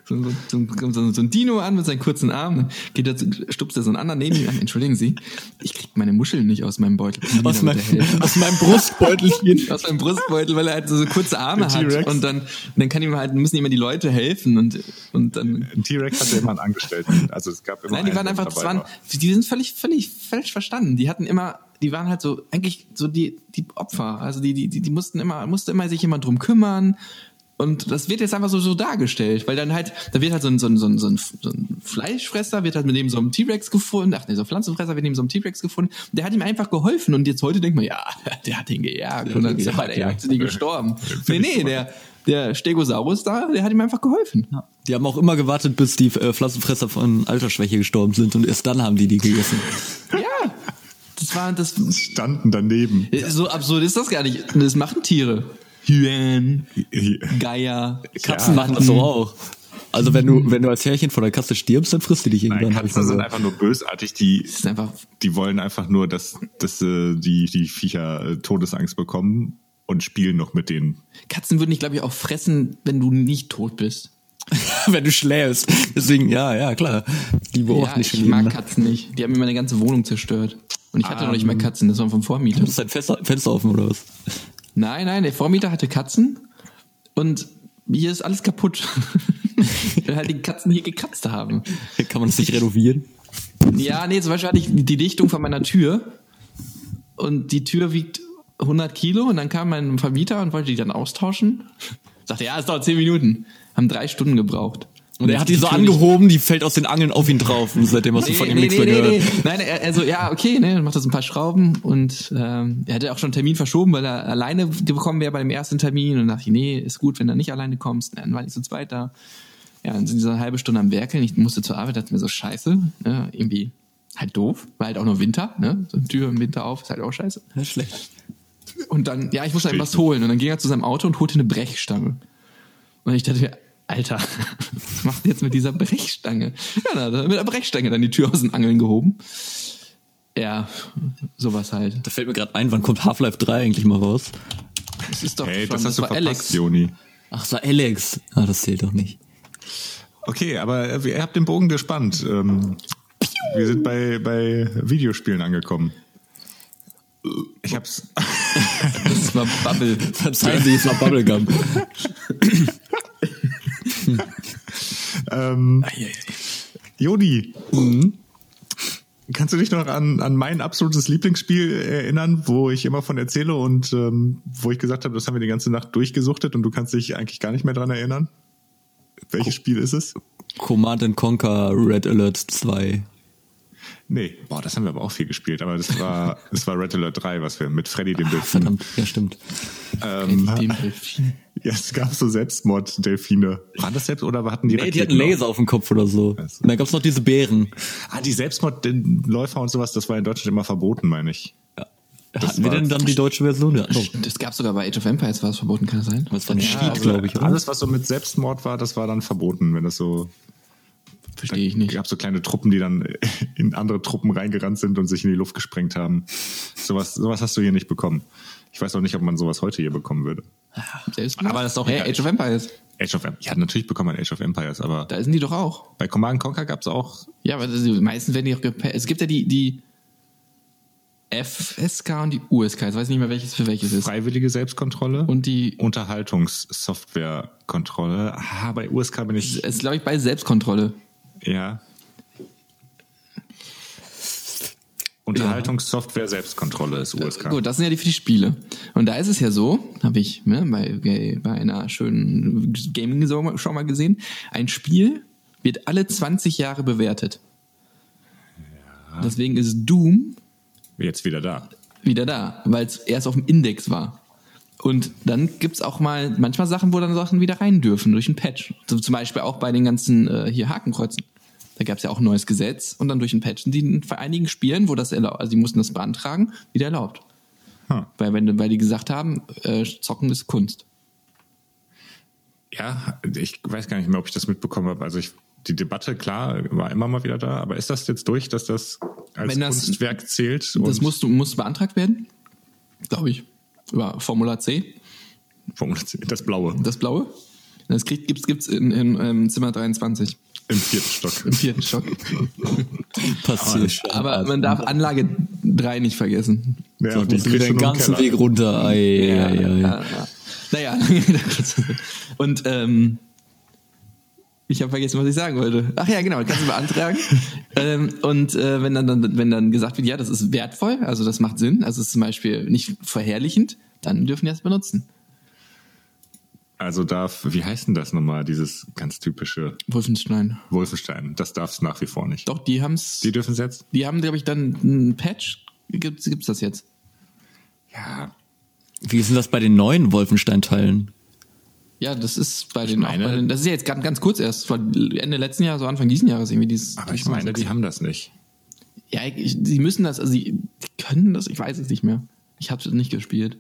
S3: So, so, so, kommt so, so ein Dino an mit seinen kurzen Armen, geht er, zu- stupst er so einen anderen neben ihn an. Entschuldigen Sie, ich krieg meine Muscheln nicht aus meinem Beutel. Können Sie mir
S2: Aus,
S3: da
S2: mein,
S3: bitte helfen?
S2: aus meinem Brustbeutelchen.
S3: aus meinem Brustbeutel, weil er halt so, so kurze Arme
S1: Der
S3: hat
S1: T-Rex.
S3: und dann, dann kann ihm halt müssen ihm immer die Leute helfen und und dann
S1: Ein T-Rex hatte immer einen Angestellten. Also es gab immer
S3: Nein, die
S1: einen,
S3: waren
S1: der
S3: einfach
S1: dabei
S3: das waren
S1: war.
S3: die sind völlig völlig falsch verstanden. Die hatten immer die waren halt so eigentlich so die die Opfer, also die die die, die mussten immer musste immer sich jemand drum kümmern. Und das wird jetzt einfach so, so dargestellt, weil dann halt, da wird halt so ein, so ein, so ein, so ein, so ein Fleischfresser, wird halt mit dem so einem T-Rex gefunden, ach nee, so ein Pflanzenfresser wird neben so einem T-Rex gefunden, der hat ihm einfach geholfen und jetzt heute denkt man, ja, der hat ihn gejagt und
S2: hat
S3: dann
S2: ihn
S3: ist er bei
S2: gejagt,
S3: der
S2: ja.
S3: Jagd sind die gestorben. Nee,
S1: ich
S3: nee, der, der Stegosaurus da, der hat ihm einfach geholfen.
S2: Die haben auch immer gewartet, bis die äh, Pflanzenfresser von Altersschwäche gestorben sind und erst dann haben die die gegessen.
S3: Ja. Das war das.
S1: Standen daneben.
S3: So absurd ist das gar nicht. Das machen Tiere. Hyänen, Geier,
S2: Katzen machen das so auch. Also wenn du, wenn du als Härchen vor der Katze stirbst, dann frisst die dich irgendwann.
S1: Nein,
S2: hab ich
S1: Katzen
S2: mal
S1: sind
S2: gehört.
S1: einfach nur bösartig. Die,
S3: Das ist einfach.
S1: die wollen einfach nur, dass, dass äh, die, die Viecher äh, Todesangst bekommen und spielen noch mit denen.
S3: Katzen würden dich, glaube ich, auch fressen, wenn du nicht tot bist.
S2: wenn du schläfst. Deswegen, ja, ja, klar. Die beobachten
S3: ja,
S2: dich
S3: ich
S2: schon jeden
S3: mag
S2: Nacht.
S3: Katzen nicht. Die haben mir meine ganze Wohnung zerstört. Und ich hatte noch nicht mal Katzen, das waren vom Vormieter.
S2: Ist dein Fenster, Fenster offen oder was?
S3: Nein, nein, der Vormieter hatte Katzen und hier ist alles kaputt. Weil halt die Katzen hier gekatzt haben.
S2: Hier kann man das nicht renovieren.
S3: Ja, nee, zum Beispiel hatte ich die Dichtung von meiner Tür und die Tür wiegt 100 Kilo und dann kam mein Vermieter und wollte die dann austauschen. Sagte, ja, es dauert 10 Minuten. Haben drei Stunden gebraucht.
S2: Und er hat die so
S3: Tür nicht-
S2: angehoben, die fällt aus den Angeln auf ihn drauf. Und seitdem hast du von ihm nichts mehr gehört.
S3: nee. Nein, er, er so, ja, okay, ne, dann macht er so ein paar Schrauben und ähm, er hatte auch schon einen Termin verschoben, weil er alleine gekommen wäre bei dem ersten Termin und dachte ich, nee, ist gut, wenn du nicht alleine kommst, dann war ich zu zweit da. Ja, dann sind sie so eine halbe Stunde am Werkeln, ich musste zur Arbeit, dachte mir so, scheiße, ne, irgendwie halt doof, war halt auch nur Winter, ne, so eine Tür im Winter auf, ist halt auch scheiße.
S2: Ja, schlecht.
S3: Und dann, ja, ich muss halt was holen. Und dann ging er zu seinem Auto und holte eine Brechstange. Und ich dachte mir, Alter, was machst du jetzt mit dieser Brechstange? Ja, dann hat er mit der Brechstange dann die Tür aus den Angeln gehoben. Ja, sowas halt.
S2: Da fällt mir gerade ein, wann kommt Half-Life 3 eigentlich mal raus?
S3: Das ist doch
S1: Hey,
S3: schon,
S1: das hast du
S3: war
S1: verpasst, Joni.
S2: Ach, so Alex. Ah, das zählt doch nicht.
S1: Okay, aber äh, ihr habt den Bogen gespannt. Ähm, wir sind bei, bei Videospielen angekommen. Ich hab's.
S3: Das war Bubble.
S2: Verzeihen Sie, es war Bubblegum.
S1: Ähm, Joni, Mhm. kannst du dich noch an, an mein absolutes Lieblingsspiel erinnern, wo ich immer von erzähle und ähm, wo ich gesagt habe, das haben wir die ganze Nacht durchgesuchtet und du kannst dich eigentlich gar nicht mehr dran erinnern? Welches Spiel ist es?
S2: Command and Conquer Red Alert 2.
S1: Nee, boah, das haben wir aber auch viel gespielt, aber das war, das war Red Alert 3, was wir mit Freddy dem Delfin.
S2: Ah, Verdammt, ja, stimmt.
S1: Ähm,
S3: Den Delfin.
S1: ja, es gab so Selbstmord-Delfine. Waren das selbst oder hatten die
S2: Nee, die hatten
S1: Raketen auch?
S2: Laser auf dem Kopf oder so. Und dann gab's noch diese Bären.
S1: Ah, die Selbstmordläufer und sowas, das war in Deutschland immer verboten, meine ich.
S2: hatten wir
S1: war-
S2: denn dann die deutsche Version? Ja, doch.
S3: Stimmt, Das gab sogar bei Age of Empires, war es verboten, kann das sein?
S2: Aber es war ein
S3: Ja,
S2: Cheat,
S3: also
S2: glaube ich, oder?
S1: Alles, was so mit Selbstmord war, das war dann verboten, wenn das so.
S3: Verstehe ich nicht.
S1: gab so kleine Truppen, die dann in andere Truppen reingerannt sind und sich in die Luft gesprengt haben. Sowas, sowas hast du hier nicht bekommen. Ich weiß auch nicht, ob man sowas heute hier bekommen würde.
S3: Selbstmord?
S1: Aber das ist doch
S3: hey,
S1: egal.
S3: Age of Empires.
S1: Age of Empires. Ja, natürlich bekommt man Age of Empires, aber
S3: Da sind die doch auch.
S1: bei Command Conquer gab es auch.
S3: Ja, aber das- meistens werden die auch gepatcht. Es gibt ja die, die FSK und die USK. Jetzt weiß ich nicht mehr, welches für welches ist.
S1: Freiwillige Selbstkontrolle
S3: Und die
S1: Unterhaltungssoftwarekontrolle. Ah, bei USK bin ich.
S3: ist, glaube ich, bei Selbstkontrolle.
S1: Ja. Unterhaltungssoftware Selbstkontrolle ist USK.
S3: Äh, Gut, das sind ja die für die Spiele. Und da ist es ja so, habe ich ne, bei, bei einer schönen Gaming-Show mal gesehen, ein Spiel wird alle 20 Jahre bewertet. Deswegen ist Doom
S1: Jetzt wieder da.
S3: wieder da, weil es erst auf dem Index war. Und dann gibt's auch mal manchmal Sachen, wo dann Sachen wieder rein dürfen durch einen Patch. So, zum Beispiel auch bei den ganzen äh, hier Hakenkreuzen. Da gab's ja auch ein neues Gesetz und dann durch einen Patch sind die in einigen Spielen, wo das erlaubt, also die mussten das beantragen, wieder erlaubt.
S1: Hm.
S3: Weil, wenn, weil die gesagt haben, äh, Zocken ist Kunst.
S1: Ja, ich weiß gar nicht mehr, ob ich das mitbekommen habe. Also ich, die Debatte, klar, war immer mal wieder da, aber ist das jetzt durch, dass das als
S3: Wenn das-
S1: Kunstwerk zählt?
S3: das muss, muss beantragt werden, glaube ich, über Formular C.
S1: das Blaue
S3: das blaue. Das kriegt, gibt's, gibt's in, in, ähm, Zimmer 23,
S1: im vierten Stock.
S3: im vierten Stock.
S2: Passiert.
S3: Aber man darf Anlage 3 nicht vergessen.
S1: Ja,
S2: so,
S1: und die
S2: musst du wieder
S1: kriegst du
S2: den
S1: nur im
S2: ganzen
S1: Keller.
S2: Weg runter. Ei, ja, ja, ja.
S3: Naja, und ähm, ich habe vergessen, was ich sagen wollte. Ach ja, genau, kannst du beantragen. ähm, und äh, wenn, dann, dann, wenn dann gesagt wird, ja, das ist wertvoll, also das macht Sinn, also es ist zum Beispiel nicht verherrlichend, dann dürfen die das benutzen.
S1: Also darf, wie heißt denn das nochmal, dieses ganz typische
S3: Wolfenstein.
S1: Wolfenstein? Das darf es nach wie vor nicht.
S3: Doch, die haben's.
S1: Die
S3: Die,
S1: dürfen es jetzt?
S3: haben, glaube ich, dann einen Patch. Gibt's, gibt's das jetzt?
S1: Ja.
S2: Wie ist denn das bei den neuen Wolfenstein-Teilen?
S3: Ja, das ist bei
S1: Ich
S3: den,
S1: meine-
S3: auch bei den. Das ist ja jetzt ganz, ganz kurz erst. War Ende letzten Jahres, so Anfang diesen Jahres irgendwie dieses.
S1: Aber ich meine, die haben das nicht.
S3: Ja, ich, sie müssen das, also sie die können das, ich weiß es nicht mehr. Ich habe es nicht gespielt.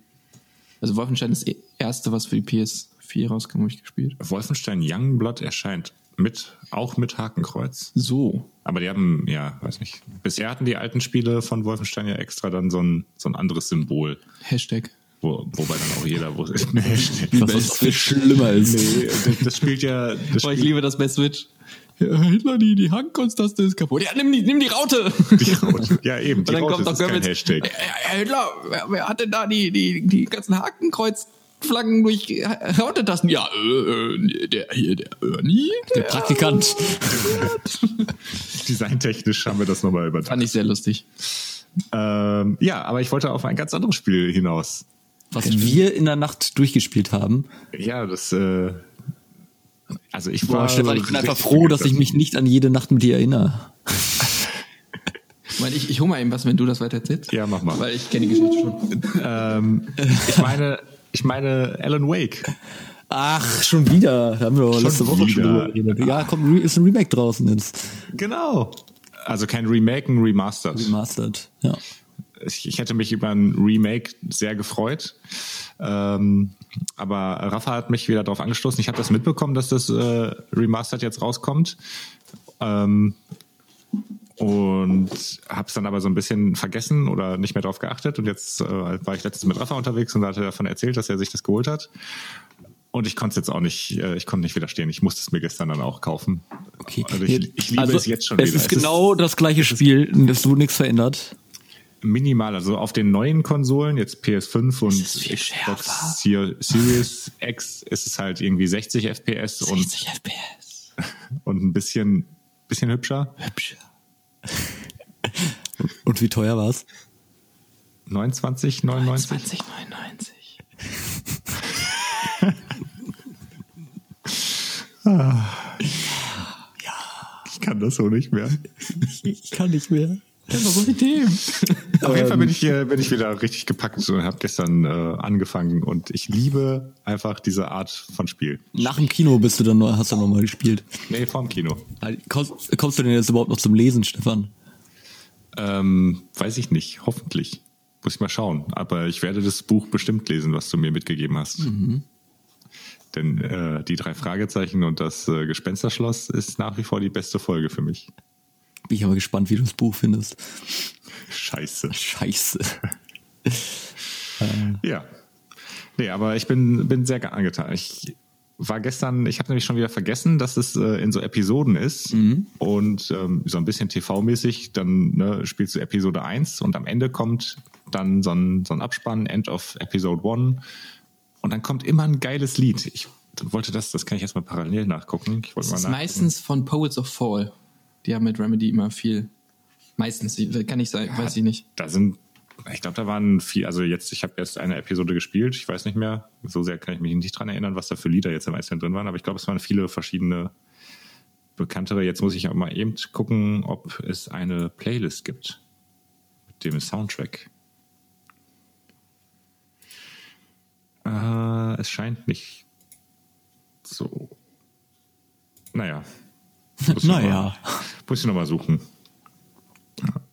S3: Also Wolfenstein ist das erste, was für die PS4 rauskam, habe ich gespielt.
S1: Wolfenstein Youngblood erscheint mit, auch mit Hakenkreuz.
S3: So.
S1: Aber die haben, ja, weiß nicht. Bisher hatten die alten Spiele von Wolfenstein ja extra dann so ein, so ein anderes Symbol.
S3: Hashtag.
S1: Wo, wobei dann auch jeder wusste. Nee,
S2: Was was viel schlimmer ist.
S1: das, das spielt ja. Das
S3: Boah,
S1: spielt,
S3: ich liebe das bei Switch. Ja, Hitler, die, die Handkunsttaste ist kaputt. Ja, nimm die, nimm die Raute!
S1: die Raute. Ja, eben. Die
S3: Und dann
S1: Raute,
S3: kommt
S1: das
S3: noch
S1: ist kein
S3: Goebbels. Ja,
S1: Hashtag.
S3: ja, Hitler, wer, wer hat denn da die, die, die ganzen Hakenkreuzflaggen durch Rautetasten? Ja, äh, äh, der hier, der Ernie.
S2: Der Praktikant.
S1: Designtechnisch haben wir das nochmal übertragen.
S3: Fand ich sehr lustig.
S1: Ähm, ja, aber ich wollte auf ein ganz anderes Spiel hinaus.
S2: Was wir in der Nacht durchgespielt haben.
S1: Ja, das. Äh, also ich war.
S2: Boah, Stefan, ich bin einfach
S1: richtig
S2: froh, dass ich
S1: begeistert.
S2: mich nicht an jede Nacht mit dir erinnere.
S3: Ich meine, ich, ich hol mal eben was, wenn du das weiter erzählst.
S1: Ja, mach mal.
S3: Weil ich kenne die Geschichte schon.
S1: Ähm, ich meine, ich meine Alan Wake.
S2: Ach, schon wieder. Da haben wir doch letzte Woche schon
S1: wieder.
S2: drüber geredet. Ja, komm, re- ist ein Remake draußen jetzt.
S1: Genau. Also kein Remake, ein Remastered.
S2: Remastered. Ja.
S1: ich, ich hätte mich über ein Remake sehr gefreut. Ähm, aber Rafa hat mich wieder darauf angestoßen. Ich habe das mitbekommen, dass das äh, Remastered jetzt rauskommt. Ähm, und habe es dann aber so ein bisschen vergessen oder nicht mehr drauf geachtet. Und jetzt äh, war ich letztens mit Rafa unterwegs und da hat er davon erzählt, dass er sich das geholt hat. Und ich konnte es jetzt auch nicht, äh, ich konnte nicht widerstehen. Ich musste es mir gestern dann auch kaufen.
S2: Okay.
S1: Also ich, ich liebe es jetzt schon
S2: es
S1: wieder.
S2: Ist genau das gleiche Spiel, es wurde nichts verändert.
S1: minimal, also auf den neuen Konsolen, jetzt PS5 und
S3: ist viel
S1: Xbox Se- Series X, ist es halt irgendwie 60 FPS und,
S3: 60 FPS.
S1: und ein bisschen, bisschen hübscher.
S3: Hübsch.
S2: Und wie teuer war's?
S1: 29, 99.
S3: 2099.
S1: Ich kann das so nicht mehr.
S2: ich, ich kann nicht mehr.
S3: Das war so viele Themen.
S1: Auf jeden Fall bin ich, äh, bin ich wieder richtig gepackt und habe gestern äh, angefangen und ich liebe einfach diese Art von Spiel.
S2: Nach dem Kino bist du dann noch, hast du nochmal gespielt.
S1: Nee, vorm Kino.
S2: Kommst, kommst du denn jetzt überhaupt noch zum Lesen, Stefan?
S1: Ähm, weiß ich nicht, hoffentlich. Muss ich mal schauen. Aber ich werde das Buch bestimmt lesen, was du mir mitgegeben hast. Denn äh, die drei Fragezeichen und das äh, Gespensterschloss ist nach wie vor die beste Folge für mich.
S2: Bin ich aber gespannt, wie du das Buch findest.
S1: Scheiße.
S2: Scheiße.
S1: Ja. Nee, aber ich bin, bin sehr angetan. Ich war gestern, ich habe nämlich schon wieder vergessen, dass es äh, in so Episoden ist
S3: Mhm.
S1: und ähm, so ein bisschen TV-mäßig, dann ne, spielst du Episode 1 und am Ende kommt dann so ein, so ein Abspann, End of Episode 1 und dann kommt immer ein geiles Lied. Ich wollte das, das kann ich erstmal parallel nachgucken. Ich wollte
S3: Das
S1: mal
S3: ist
S1: nachgucken.
S3: meistens von Poets of Fall. Die haben mit Remedy immer viel. Meistens, ich- kann ich sagen, weiß ich nicht.
S1: Da sind, ich glaube, da waren viel, also jetzt, ich habe erst eine Episode gespielt, ich weiß nicht mehr, so sehr kann ich mich nicht dran erinnern, was da für Lieder jetzt im Einzelnen drin waren, aber ich glaube, es waren viele verschiedene bekanntere. Jetzt muss ich auch mal eben gucken, ob es eine Playlist gibt mit dem Soundtrack. Äh, es scheint nicht so. Naja. Muss ich
S2: Naja.
S1: noch mal- Muss ich nochmal suchen.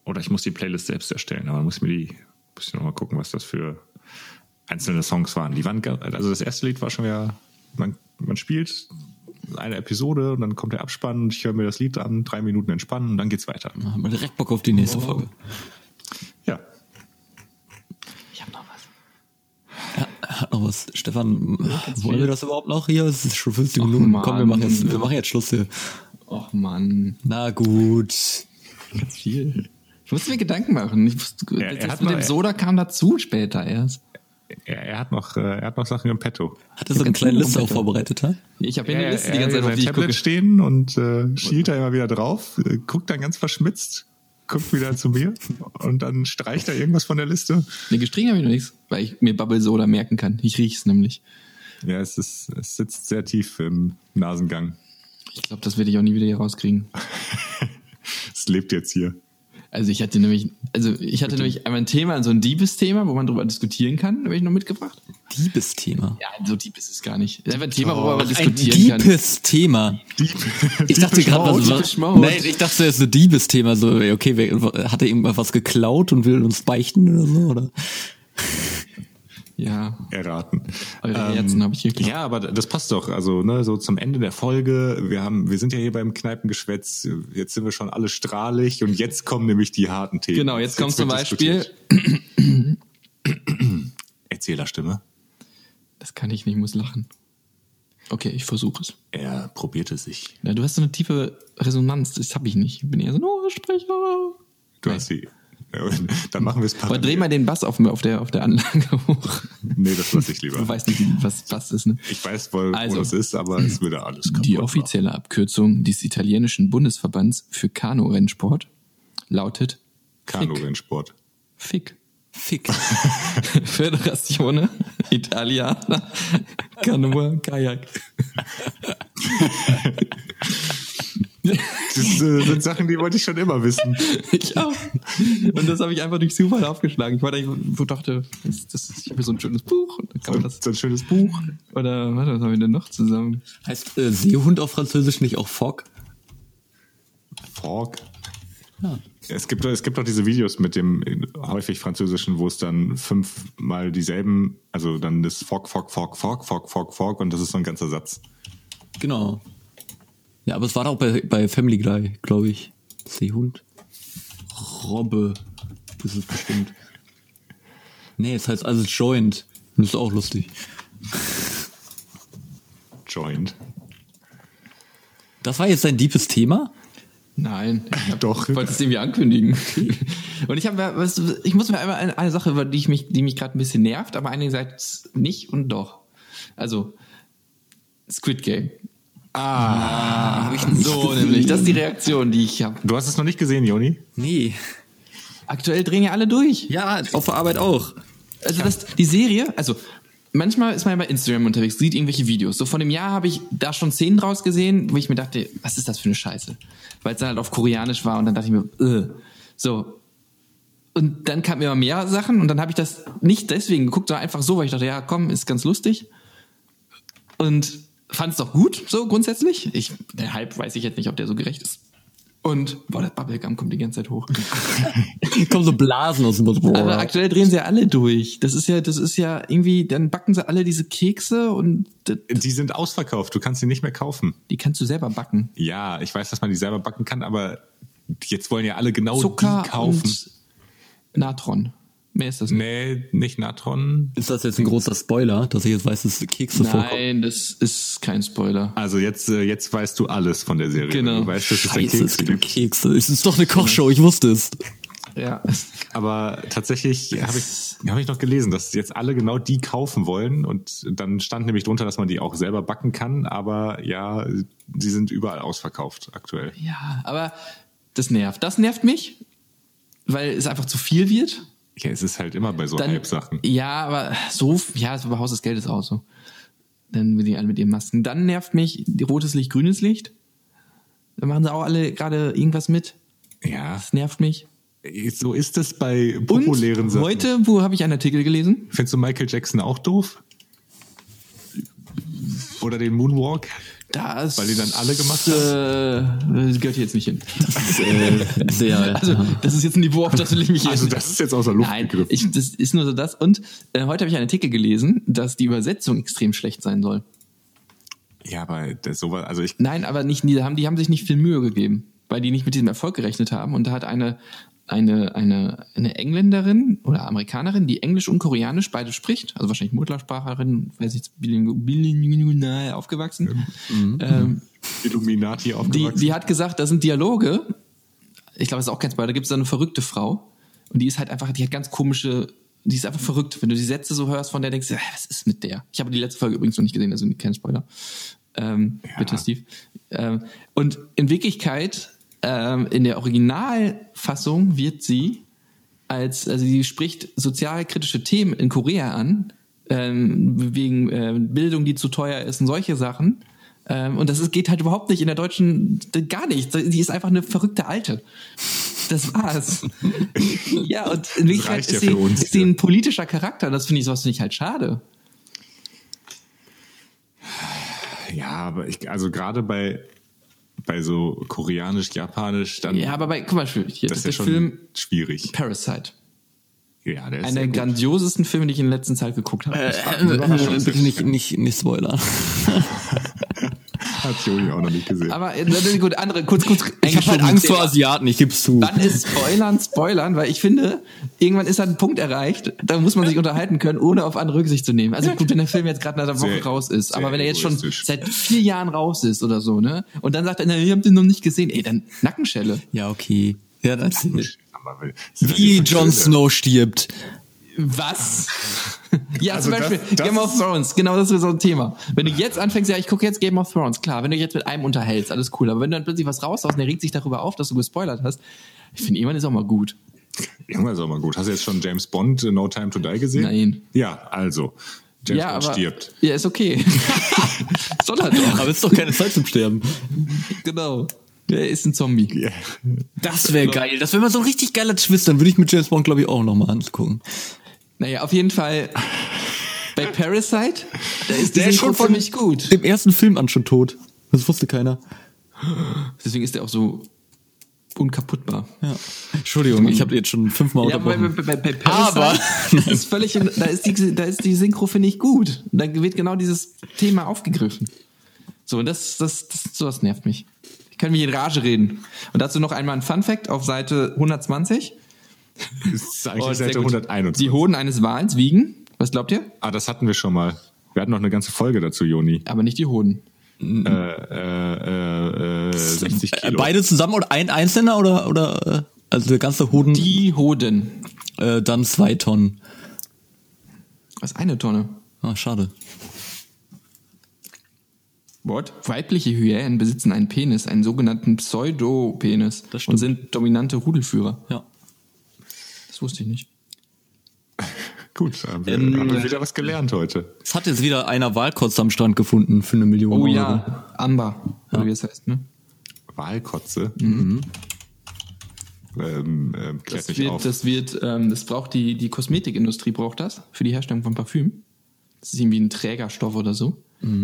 S1: Oder ich muss die Playlist selbst erstellen, aber muss mir die, muss ich nochmal gucken, was das für einzelne Songs waren. Die waren, ge- also das erste Lied war schon ja, man, man spielt eine Episode und dann kommt der Abspann, ich höre mir das Lied an, drei Minuten entspannen und dann geht's weiter.
S2: Haben wir direkt Bock auf die nächste Folge.
S1: Ja.
S3: Ich habe noch was.
S2: Hat noch was. Stefan, wollen wir das überhaupt noch hier? Es ist schon 15
S3: Och,
S2: Minuten. Komm, wir
S3: Mann.
S2: machen, jetzt, wir machen jetzt Schluss hier.
S3: Och Mann,
S2: Na gut.
S3: ganz viel. Ich musste mir Gedanken machen. Ich wusste,
S1: Ja, er
S3: das
S1: hat
S3: mit
S1: mal-
S3: dem Soda kam dazu später erst.
S1: Er, er hat noch, äh, er hat noch Sachen im Petto.
S2: Hat er so eine kleine Liste auch vorbereitet, ha?
S3: Ich habe hier
S1: Er-
S3: eine Liste
S1: er
S3: die ganze
S1: hat
S3: Zeit, auf
S1: sein
S3: die ich
S1: Tablet
S3: gucke.
S1: stehen und äh, schielt da immer wieder drauf, äh, guckt dann ganz verschmitzt, guckt wieder zu mir und dann streicht er irgendwas von der Liste.
S3: Nee, gestrichen habe ich noch nichts, weil ich mir Bubble Soda merken kann. Ich riech's nämlich.
S1: Ja, es, ist, es sitzt sehr tief im Nasengang.
S3: Ich glaube, das werde ich auch nie wieder hier rauskriegen.
S1: Es lebt jetzt hier.
S3: Also ich hatte nämlich, also ich hatte nämlich einmal ein Thema, so ein Diebes-Thema, wo man drüber diskutieren kann, habe ich noch mitgebracht.
S2: Diebesthema.
S3: Ja, so deep ist es gar nicht. Das ist einfach ein Thema, worüber man
S2: Ein
S3: diskutieren kann.
S2: diebes Thema.
S1: Dieb,
S2: Ich dachte gerade, was
S3: Mode,
S2: was-
S3: typisch Mode.
S2: Nein, ich dachte, es ist ein Diebesthema. So, okay, wer, hat er irgendwas was geklaut und will uns beichten oder so? Oder?
S3: Ja,
S1: erraten. Ähm,
S3: Eure Herzen habe ich hier geklaut.
S1: Ja, aber das passt doch. Also ne, so zum Ende der Folge. Wir haben, wir sind ja hier beim Kneipengeschwätz. Jetzt sind wir schon alle strahlig und jetzt kommen nämlich die harten Themen.
S3: Genau, jetzt kommt zum
S1: wird
S3: Beispiel-
S1: diskutiert. Erzählerstimme.
S3: das kann ich nicht, muss lachen. Okay, ich versuche es.
S1: Er probierte sich.
S3: Ja, du hast so eine tiefe Resonanz, das habe ich nicht. Ich bin eher so ein oh, Sprecher.
S1: Du hast die. Dann machen wir es
S3: Aber dreh mal den Bass auf, auf, der, auf der Anlage hoch.
S1: Nee, das lasse ich lieber.
S3: Du weißt nicht, was Bass ist, ne?
S1: Ich weiß wohl,
S3: Also.
S1: wo das ist, aber es würde alles kaputt
S3: Die
S1: machen.
S3: offizielle Abkürzung des italienischen Bundesverbands für Kanu-Rennsport lautet
S1: Kanu-Rennsport.
S3: FIC.
S2: Fick.
S3: Föderatione Italiana Kanua Kajak.
S1: Das äh, sind Sachen, die wollte ich schon immer wissen.
S3: Ich auch. Und das habe ich einfach durch Zufall aufgeschlagen. Ich war da, ich dachte, das, das, ich habe so ein schönes Buch und dann kann man das.
S1: So ein schönes Buch.
S3: Oder warte, was haben wir denn noch zusammen?
S2: Heißt äh, Seehund auf Französisch nicht auch Fock?
S1: Fork. Es gibt, es gibt auch diese Videos mit dem äh, häufig französischen, wo es dann fünfmal dieselben, also dann das Fork, Fork, Fork, Fork, Fork, Fork, Fork und das ist so ein ganzer Satz.
S2: Genau. Ja, aber es war doch bei, bei Family Guy, glaube ich. Seehund. Robbe. Das ist bestimmt. Nee, es heißt also Joint. Das ist auch lustig.
S1: Joint.
S2: Das war jetzt dein deepes Thema?
S3: Nein, ich hab,
S1: Doch.
S3: Ich wollte es irgendwie ankündigen. Und ich habe, was, ich muss mir einmal eine, eine Sache, über die ich mich, die mich gerade ein bisschen nervt, aber einerseits nicht und doch. Also Squid Game.
S2: Ah, hab ich nicht
S3: So nämlich, das ist die Reaktion, die ich habe.
S1: Du hast es noch nicht gesehen, Joni?
S2: Nee.
S3: Aktuell drehen ja alle durch.
S2: Ja, auf der Arbeit auch.
S3: Also das, die Serie, also manchmal ist man ja bei Instagram unterwegs, sieht irgendwelche Videos. So von dem Jahr habe ich da schon Szenen draus gesehen, wo ich mir dachte, was ist das für eine Scheiße? Weil es dann halt auf Koreanisch war und dann dachte ich mir, äh. so. Und dann kamen immer mehr Sachen und dann habe ich das nicht deswegen geguckt, sondern einfach so, weil ich dachte, ja, komm, ist ganz lustig. Und fand es doch gut, so grundsätzlich. Ich, der Hype weiß ich jetzt nicht, ob der so gerecht ist. Und, boah, das Bubblegum kommt die ganze Zeit hoch.
S2: Kommen so Blasen aus dem Mund.
S3: Aber aktuell drehen sie ja alle durch. Das ist ja, das ist ja irgendwie, dann backen sie alle diese Kekse und d-
S1: Die sind ausverkauft, du kannst sie nicht mehr kaufen.
S3: die kannst du selber backen.
S1: Ja, ich weiß, dass man die selber backen kann, aber jetzt wollen ja alle genau
S3: Zucker
S1: die kaufen.
S3: und Natron. Mehr ist das nicht.
S1: Nee, nicht Natron.
S2: Ist das jetzt ein großer Spoiler, dass ich jetzt weiß, dass Kekse vorkommen?
S3: Nein, das ist kein Spoiler.
S1: Also jetzt, äh, jetzt weißt du alles von der Serie.
S3: Genau.
S1: Du weißt, dass es ein
S2: Scheiße,
S1: Keks
S2: es gibt
S1: gibt.
S2: Kekse. Es ist doch eine Kochshow, ich wusste es.
S3: Ja.
S1: Aber tatsächlich habe ich, hab ich noch gelesen, dass jetzt alle genau die kaufen wollen. Und dann stand nämlich drunter, dass man die auch selber backen kann. Aber ja, sie sind überall ausverkauft aktuell.
S3: Ja, aber das nervt. Das nervt mich, weil es einfach zu viel wird.
S1: Ja, es ist halt immer bei so
S3: Dann,
S1: Halbsachen.
S3: ja, aber so, ja, ist bei Haus des Geldes auch so. Dann will die alle mit ihren Masken. Dann nervt mich die rotes Licht, grünes Licht. Dann machen sie auch alle gerade irgendwas mit.
S1: Ja,
S3: Das nervt mich.
S1: so ist es bei
S3: Und
S1: populären Sachen.
S3: heute, wo habe ich einen Artikel gelesen?
S1: Findest du Michael Jackson auch doof? Oder den Moonwalk?
S3: Das,
S1: Weil die dann alle gemacht
S3: haben? Äh, gehört hier jetzt nicht hin.
S2: Äh, sehr,
S3: Also, das ist jetzt ein Niveau, auf das will ich mich hier
S1: Also das ist jetzt aus der Luft
S3: Nein,
S1: gegriffen.
S3: ich, das ist nur so das. Und äh, heute habe ich einen Artikel gelesen, dass die Übersetzung extrem schlecht sein soll.
S1: Ja, aber das sowas, also ich,
S3: Nein, aber nicht, die, haben, die haben sich nicht viel Mühe gegeben, weil die nicht mit diesem Erfolg gerechnet haben. Und da hat eine, eine, eine, eine Engländerin oder Amerikanerin, die Englisch und Koreanisch beide spricht, also wahrscheinlich Mutterspracherin, weiß nicht, bilingu- bilingual aufgewachsen, ähm,
S1: Illuminati
S3: die,
S1: aufgewachsen.
S3: die hat gesagt, das sind Dialoge. Ich glaube, das ist auch kein Spoiler. Da gibt es eine verrückte Frau. Und die ist halt einfach, die hat ganz komische, die ist einfach verrückt. Wenn du die Sätze so hörst von der, denkst du, "Hä, was ist mit der? Ich habe die letzte Folge übrigens noch nicht gesehen, also kein Spoiler. Ähm, Bitte, Steve. Ähm, und in Wirklichkeit, ähm, in der Originalfassung wird sie als, also sie spricht sozialkritische Themen in Korea an, ähm, wegen äh, Bildung, die zu teuer ist und solche Sachen. Ähm, und das ist, geht halt überhaupt nicht in der deutschen, gar nicht. Die ist einfach eine verrückte Alte. Das war's. ja, und in Wirklichkeit
S1: reicht
S3: ist,
S1: ja
S3: sie,
S1: für uns
S3: ist sie
S1: hier.
S3: ein politischer Charakter. Das finde ich, sowas finde ich halt schade.
S1: ja, aber ich, also gerade bei, bei so koreanisch, japanisch, dann,
S3: Ja, aber bei, guck mal, hier,
S1: das
S3: das
S1: ist ja
S3: ist der
S1: schon
S3: Film
S1: schwierig.
S3: Parasite.
S1: Ja, der ist
S3: Einer
S1: sehr
S3: der
S1: gut.
S3: grandiosesten Filme, die ich in der letzten Zeit geguckt habe.
S2: äh, bitte nicht, nicht, nicht Spoiler.
S1: hat Joni auch noch nicht gesehen.
S3: Aber äh, na, gut, andere, kurz, kurz.
S2: Ich habe halt Angst vor Asiaten, ich geb's zu.
S3: Wann ist Spoilern Spoilern? Weil ich finde, irgendwann ist halt ein Punkt erreicht, da muss man sich unterhalten können, ohne auf andere Rücksicht zu nehmen. Also gut, wenn der Film jetzt gerade nach der Woche
S1: Sehr-
S3: raus ist, aber
S1: sehr
S3: wenn er jetzt schon
S1: egoistisch.
S3: seit vier Jahren raus ist oder so, ne? Und dann sagt er, na, ihr habt ihn noch nicht gesehen, ey, dann Nackenschelle.
S2: Ja, okay. Ja, das
S1: Aber wir- halt
S2: Wie Jon
S1: Schöne.
S2: Snow stirbt.
S3: Was? Ja,
S1: Also
S3: zum Beispiel
S1: das- das
S3: Game of
S1: ist-
S3: Thrones, genau das ist so ein Thema. Wenn du jetzt anfängst, ja, ich gucke jetzt Game of Thrones, klar, wenn du dich jetzt mit einem unterhältst, alles cool, aber wenn du dann plötzlich was raushaust und der regt sich darüber auf, dass du gespoilert hast, ich finde, irgendwann ist auch mal gut.
S1: Irgendwann ist auch mal gut. Hast du jetzt schon James Bond äh, No Time to Die gesehen?
S3: Nein.
S1: Ja, also. James
S3: ja,
S1: Bond
S3: aber,
S1: stirbt.
S3: Ja, ist okay. Soll er doch.
S2: Aber es ist doch keine Zeit zum Sterben.
S3: Genau. Der ist ein Zombie.
S1: Ja.
S2: Das wäre geil. Das wäre mal so ein richtig geiler Twist. Dann würde ich mit James Bond, glaube ich, auch nochmal angucken.
S3: Naja, auf jeden Fall. Bei Parasite, da ist
S2: Der
S3: der
S2: ist schon
S3: schon
S2: von-
S3: von mich gut.
S2: Im ersten Film an schon tot. Das wusste keiner.
S3: Deswegen ist der auch so unkaputtbar.
S2: Ja. Entschuldigung, ich habe jetzt schon fünfmal
S3: Ja, bei, bei,
S2: unterbrochen.
S3: bei, bei Parasite,
S2: Aber-
S3: das ist völlig, in, da, ist die, da ist die Synchro, finde ich, gut. Da wird genau dieses Thema aufgegriffen. So, und das, das, das, sowas nervt mich. Ich kann mich in Rage reden. Und dazu noch einmal ein Fun-Fact auf Seite 120.
S1: Das ist eigentlich
S3: Oh, sehr
S1: Seite
S3: gut.
S1: 121.
S3: Die Hoden eines Wals wiegen, was glaubt ihr?
S1: ah, das hatten wir schon mal. Wir hatten noch eine ganze Folge dazu, Joni.
S3: Aber nicht die Hoden. Mhm.
S1: Äh, äh, äh, 60
S2: Äh,
S1: Kilo.
S2: Beide zusammen oder ein einzelner oder oder äh, also der ganze Hoden
S3: Die Hoden.
S2: äh, dann zwei Tonnen.
S3: Was ist eine Tonne?
S2: Ah, schade.
S3: What? Weibliche Hyänen besitzen einen Penis, einen sogenannten Pseudopenis.
S2: Das stimmt.
S3: und sind dominante Rudelführer.
S2: Ja.
S3: Das wusste ich nicht.
S1: Gut, haben wir,
S2: Ähm,
S1: haben wir wieder was gelernt heute.
S2: Es hat jetzt wieder einer Wahlkotz am Strand gefunden für eine Million
S3: Oh
S2: Euro.
S3: ja, Amber, oder wie es heißt, ne?
S1: Wahlkotze. Ähm, ähm, klärt
S3: Mhm. Das
S1: mich auf.
S3: wird, das wird, ähm, das braucht die, die Kosmetikindustrie braucht das für die Herstellung von Parfüm. Das ist irgendwie ein Trägerstoff oder so.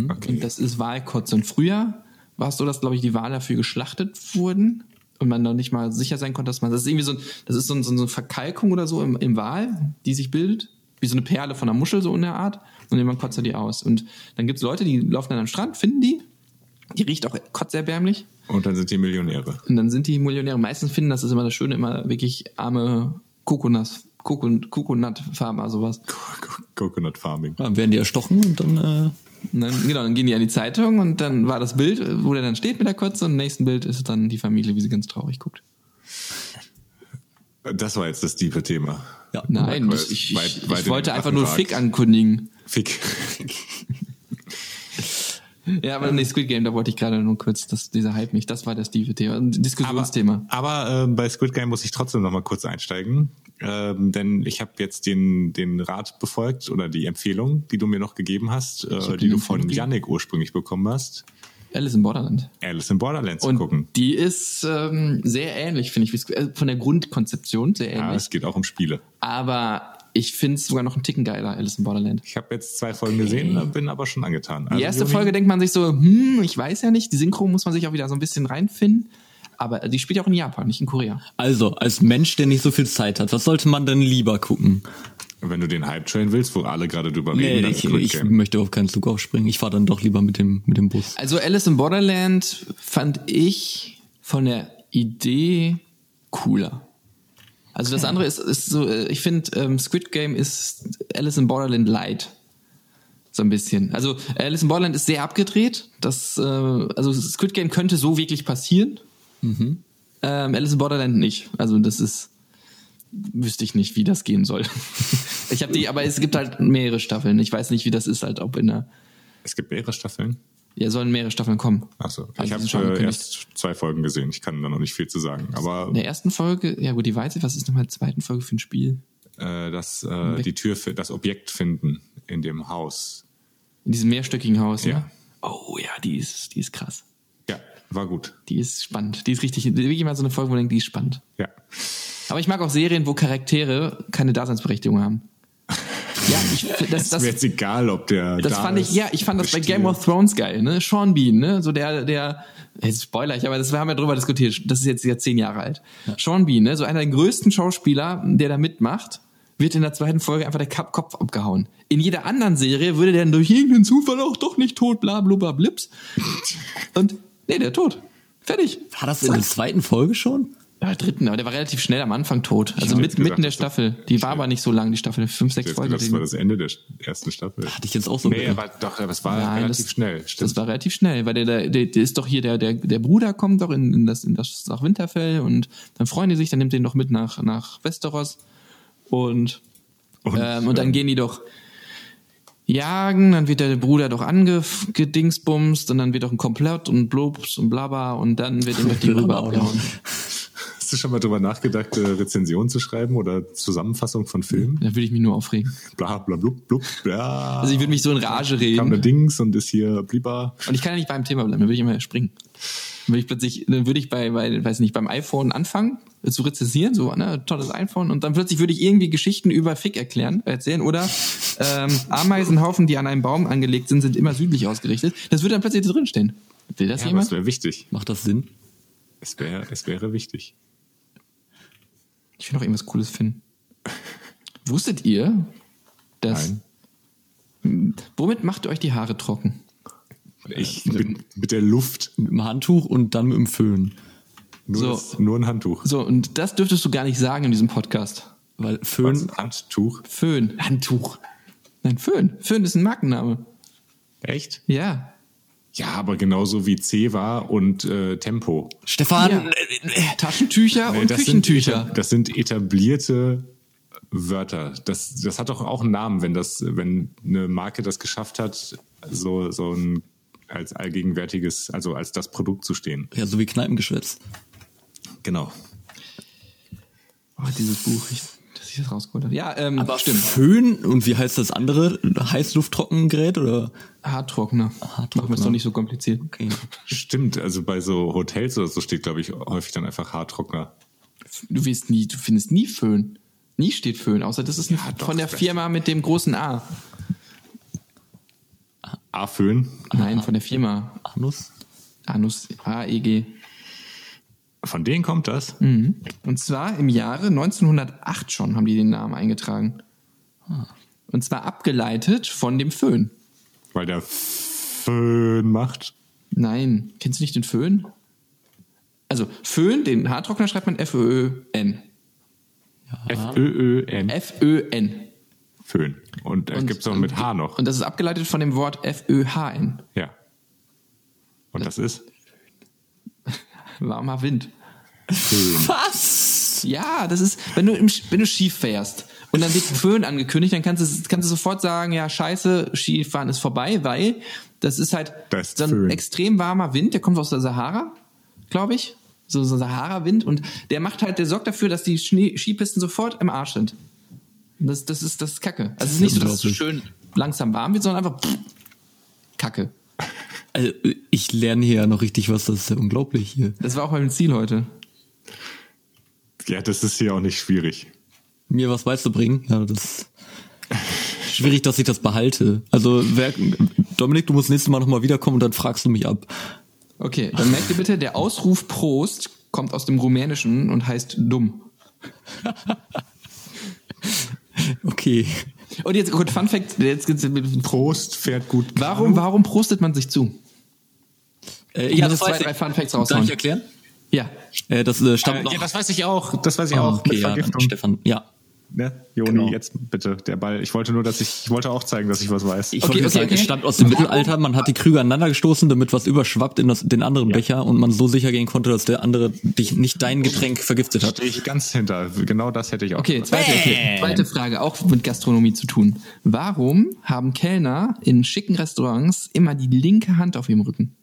S1: Okay.
S3: Und das ist Walkotze. Und früher war es so, dass, glaube ich, die Wale dafür geschlachtet wurden und man noch nicht mal sicher sein konnte, dass man, das ist irgendwie so, ein, das ist so, ein, so eine Verkalkung oder so im, im Wal, die sich bildet. Wie so eine Perle von einer Muschel, so in der Art. Und irgendwann kotzt er die aus. Und dann gibt es Leute, die laufen dann am Strand, finden die. Die riecht auch kotzerbärmlich.
S1: Und dann sind die Millionäre.
S3: Und dann sind die Millionäre meistens finden, das ist immer das Schöne, immer wirklich arme Kokonas, Kokon, Kokonat-Farmer, sowas.
S1: Coconut Farming.
S2: Dann werden die erstochen und dann äh,
S3: Und dann, genau, dann gehen die an die Zeitung und dann war das Bild, wo der dann steht mit der Kotze und im nächsten Bild ist dann die Familie, wie sie ganz traurig guckt.
S1: Das war jetzt das tiefe Thema.
S2: äh, ja.
S3: Nein,
S1: Weit-
S3: das, ich,
S1: weit-
S3: ich,
S1: weit in
S3: ich
S1: den
S3: wollte einfach
S1: Drachen
S3: nur
S1: ragt.
S3: Fick ankündigen.
S1: Fick.
S3: Ja, aber nicht Squid Game, da wollte ich gerade nur kurz, dass dieser Hype nicht, das war das tiefe Thema, ein Diskussionsthema.
S1: Aber ähm, bei Squid Game muss ich trotzdem noch mal kurz einsteigen, ähm, denn ich habe jetzt den den Rat befolgt oder die Empfehlung, die du mir noch gegeben hast, äh,
S3: hab
S1: die
S3: die
S1: du von
S3: Empfehlung
S1: Yannick ursprünglich bekommen hast,
S3: Alice in Borderland.
S1: Alice in Borderland zu
S3: Und
S1: gucken.
S3: die ist ähm, sehr ähnlich, finde ich, wie Squid- äh, von der Grundkonzeption sehr ähnlich.
S1: Ja, es geht auch um Spiele.
S3: aber ich finde es sogar noch einen Ticken geiler, Alice in Borderland.
S1: Ich habe jetzt zwei Folgen gesehen, bin aber schon angetan.
S3: Die
S1: Also,
S3: erste
S1: Juni,
S3: Folge denkt man sich so, hm, ich weiß ja nicht, die Synchro muss man sich auch wieder so ein bisschen reinfinden. Aber die spielt ja auch in Japan, nicht in Korea.
S2: Also, als Mensch, der nicht so viel Zeit hat, was sollte man denn lieber gucken?
S1: Wenn du den Hype Train willst, wo alle gerade drüber
S2: Nee,
S1: reden, dann
S2: ich,
S1: Squid
S2: ich
S1: Game.
S2: möchte auf keinen Zug aufspringen. Ich fahre dann doch lieber mit dem, mit dem Bus.
S3: Also Alice in Borderland fand ich von der Idee cooler. Also das andere ist, ist so, äh, ich finde, ähm, Squid Game ist Alice in Borderland light. So ein bisschen. Also Alice in Borderland ist sehr abgedreht. Das, äh, also Squid Game könnte so wirklich passieren. Ähm, Alice in Borderland nicht. Also das ist, wüsste ich nicht, wie das gehen soll. ich habe die, aber es gibt halt mehrere Staffeln. Ich weiß nicht, wie das ist halt, ob in der,
S1: Es gibt mehrere Staffeln.
S3: ja, sollen mehrere Staffeln kommen.
S1: Achso,
S3: Also
S1: ich
S3: die sind schon
S1: habe äh,
S3: angekündigt.
S1: erst zwei Folgen gesehen. Ich kann da noch nicht viel zu sagen. Aber
S3: In der ersten Folge, ja gut, die weiß ich, was ist nochmal die zweiten Folge für ein Spiel?
S1: äh, das äh, die Tür für das Objekt finden in dem Haus.
S3: In diesem mehrstöckigen Haus,
S1: Ja.
S3: ne? Oh ja, die ist, die ist krass.
S1: Ja, war gut.
S3: Die ist spannend. Die ist richtig, wirklich mal so eine Folge, wo man denkt, die ist spannend.
S1: Ja.
S3: Aber ich mag auch Serien, wo Charaktere keine Daseinsberechtigung haben. Ja, ich, das,
S1: Das,
S3: das,
S1: Mir jetzt egal, ob der
S3: das
S1: da
S3: fand ich,
S1: ist,
S3: ja, ich fand das bei
S1: besteht.
S3: Game of Thrones geil, ne? Sean Bean, ne? So der, der, jetzt spoiler ich, aber das, wir haben ja drüber diskutiert, das ist jetzt ja zehn Jahre alt. Sean Bean, ne? So einer der größten Schauspieler, der da mitmacht, wird in der zweiten Folge einfach der Kap- Kopf abgehauen. In jeder anderen Serie würde der durch irgendeinen Zufall auch doch nicht tot, bla, blubber, blips. Und, nee, der tot. Fertig.
S2: War das in der zweiten Folge schon?
S3: Ja, dritten, aber der war relativ schnell am Anfang tot. Also
S1: hab
S3: mit,
S1: jetzt gesagt,
S3: mitten der
S1: das war-
S3: Staffel. Die war aber nicht so lang, die Staffel. Fünf, sechs
S1: Jetzt,
S3: Folgen.
S1: das war das Ende der ersten Staffel.
S2: Hatte ich jetzt auch so
S1: Nee,
S2: gedacht.
S1: aber doch, aber es war
S3: Nein,
S1: Äh, relativ
S3: das,
S1: schnell.
S3: Das
S1: Stimmt.
S3: war relativ schnell, weil der, der, der, der ist doch hier, der, der, der Bruder kommt doch in, in, das, in das nach Winterfell und dann freuen die sich, dann nimmt den doch mit nach, nach Westeros und,
S1: Und,
S3: ähm, und dann gehen die doch jagen, dann wird der Bruder doch angedingsbumst und dann wird doch ein Komplott und Blobs und blabla und dann wird ihm
S1: Genau.
S3: doch die Rübe
S2: Blabla auch noch.
S3: abgehauen.
S1: Hast du schon mal drüber nachgedacht, äh, Rezensionen zu schreiben oder Zusammenfassung von Filmen?
S3: Da würde ich mich nur aufregen.
S1: Bla bla blub blub bla.
S3: Also ich würde mich so in Rage
S1: kam
S3: reden.
S1: der Dings und ist hier bliba.
S3: Und ich kann ja nicht beim Thema bleiben, dann würde ich immer springen. Dann würde ich plötzlich, dann würde ich bei, bei, weiß nicht, beim iPhone anfangen äh, zu rezensieren, so, ne, tolles iPhone, und dann plötzlich würde ich irgendwie Geschichten über Fick erklären, erzählen, oder ähm, Ameisenhaufen, die an einem Baum angelegt sind, sind immer südlich ausgerichtet. Das würde dann plötzlich da drin stehen. Will das
S1: Ja, aber es
S3: jemand?
S1: wäre wichtig.
S2: Macht das Sinn?
S1: Es, wär, es wäre wichtig.
S3: Ich will noch irgendwas Cooles finden. Wusstet ihr, dass.
S1: Nein.
S3: Hm, Womit macht ihr euch die Haare trocken?
S1: Ich bin mit der Luft.
S2: Mit dem Handtuch und dann mit dem Föhn.
S1: Nur,
S3: So.
S1: das, nur ein Handtuch.
S3: So, und das dürftest du gar nicht sagen in diesem Podcast.
S2: Weil
S1: Was?
S2: Föhn,
S1: Handtuch.
S3: Föhn. Handtuch. Nein, Föhn. Föhn ist ein Markenname.
S1: Echt?
S3: Ja.
S1: Ja, aber genauso wie C war und äh, Tempo.
S2: Stefan,
S3: Ja. Taschentücher
S1: Äh,
S3: und Küchentücher.
S1: Sind, das sind etablierte Wörter. Das, das hat doch auch einen Namen, wenn das, wenn eine Marke das geschafft hat, so, so ein als allgegenwärtiges, also als das Produkt zu stehen.
S2: ja, so wie Kneipengeschwätz.
S1: Genau.
S3: oh, dieses Buch. Ich, das dass ich das rausgeholt habe. Ja, ähm,
S2: Aber
S3: stimmt.
S2: Föhn und wie heißt das andere? Heißlufttrockengerät oder?
S3: Haartrockner.
S2: Haartrockner.
S3: Machen wir es doch nicht so kompliziert.
S2: Okay.
S1: Stimmt, also bei so Hotels oder so steht, glaube ich, häufig dann einfach Haartrockner.
S3: Du, wirst nie, du findest nie Föhn. Nie steht Föhn, außer das ist eine,
S1: doch,
S3: von der
S1: vielleicht.
S3: Firma mit dem großen A.
S1: A-Föhn.
S3: Nein, von der Firma.
S2: Anus?
S3: Anus E AEG.
S1: Von denen kommt das?
S3: Mhm. Und zwar im Jahre 1908 schon haben die den Namen eingetragen. Und zwar abgeleitet von dem Föhn.
S1: Weil der Föhn macht.
S3: Nein, kennst du nicht den Föhn? Also Föhn, den Haartrockner schreibt man F-Ö-N.
S1: F-Ö-Ö-N.
S3: F-Ö-N.
S1: Föhn. Und äh,
S3: Und-
S1: gibt's auch mit H noch.
S3: Und das ist abgeleitet von dem Wort F-Ö-H-N.
S1: Ja. Und das ist
S3: Warmer Wind.
S1: Föhn.
S2: Was?
S3: Ja, das ist, wenn du, im, Sch- wenn du Ski fährst und dann wird Föhn angekündigt, dann kannst du, kannst du sofort sagen, ja, scheiße, Skifahren ist vorbei, weil das ist halt
S1: Da ist
S3: so ein
S1: Föhn.
S3: extrem warmer Wind, der kommt aus der Sahara, glaube ich. So, so Sahara-Wind und der macht halt, der sorgt dafür, dass die Schnee Skipisten sofort im Arsch sind. Und Das, das ist, das ist Kacke. Also es ist nicht so, dass es so schön langsam warm wird, sondern einfach pff, Kacke.
S2: Also, ich lerne hier ja noch richtig was, das ist ja unglaublich hier.
S3: Das war auch beim Ziel heute.
S1: Ja, das ist hier auch nicht schwierig.
S2: Mir was beizubringen, ja, das schwierig, dass ich das behalte. Also, wer, Dominik, du musst nächstes Mal nochmal wiederkommen und dann fragst du mich ab.
S3: Okay, dann merkt ihr bitte, der Ausruf Prost kommt aus dem Rumänischen und heißt dumm.
S2: Okay.
S3: Und jetzt, gut, Fun Fact, jetzt geht's mit
S1: Prost fährt gut.
S3: Warum, warum prostet man sich zu?
S2: Äh,
S3: das zwei, drei Fun Facts raushauen.
S2: Darf ich erklären?
S3: Ja.
S2: Äh, das äh, stammt
S1: Äh,
S2: noch.
S1: ja, das weiß ich auch. Das weiß ich auch.
S2: okay,
S1: mit
S2: ja, dann
S1: Vergiftung.
S2: Stefan. Ja.
S1: ne? Joni,
S2: Genau.
S1: jetzt bitte der Ball. Ich wollte nur, dass ich, ich wollte auch zeigen, dass ich was weiß.
S2: Ich
S3: Okay,
S2: wollte
S3: okay,
S2: sagen, es
S3: okay.
S2: stammt aus dem Mittelalter, man hat die Krüge aneinander gestoßen, damit was überschwappt in das, den anderen Becher und man so sicher gehen konnte, dass der andere dich nicht dein Getränk vergiftet hat.
S1: Stehe ich ganz hinter. Genau das hätte ich auch.
S3: Okay,
S1: gesagt.
S3: zweite,
S2: Bam.
S3: zweite Frage, auch mit Gastronomie zu tun. Warum haben Kellner in schicken Restaurants immer die linke Hand auf ihrem Rücken?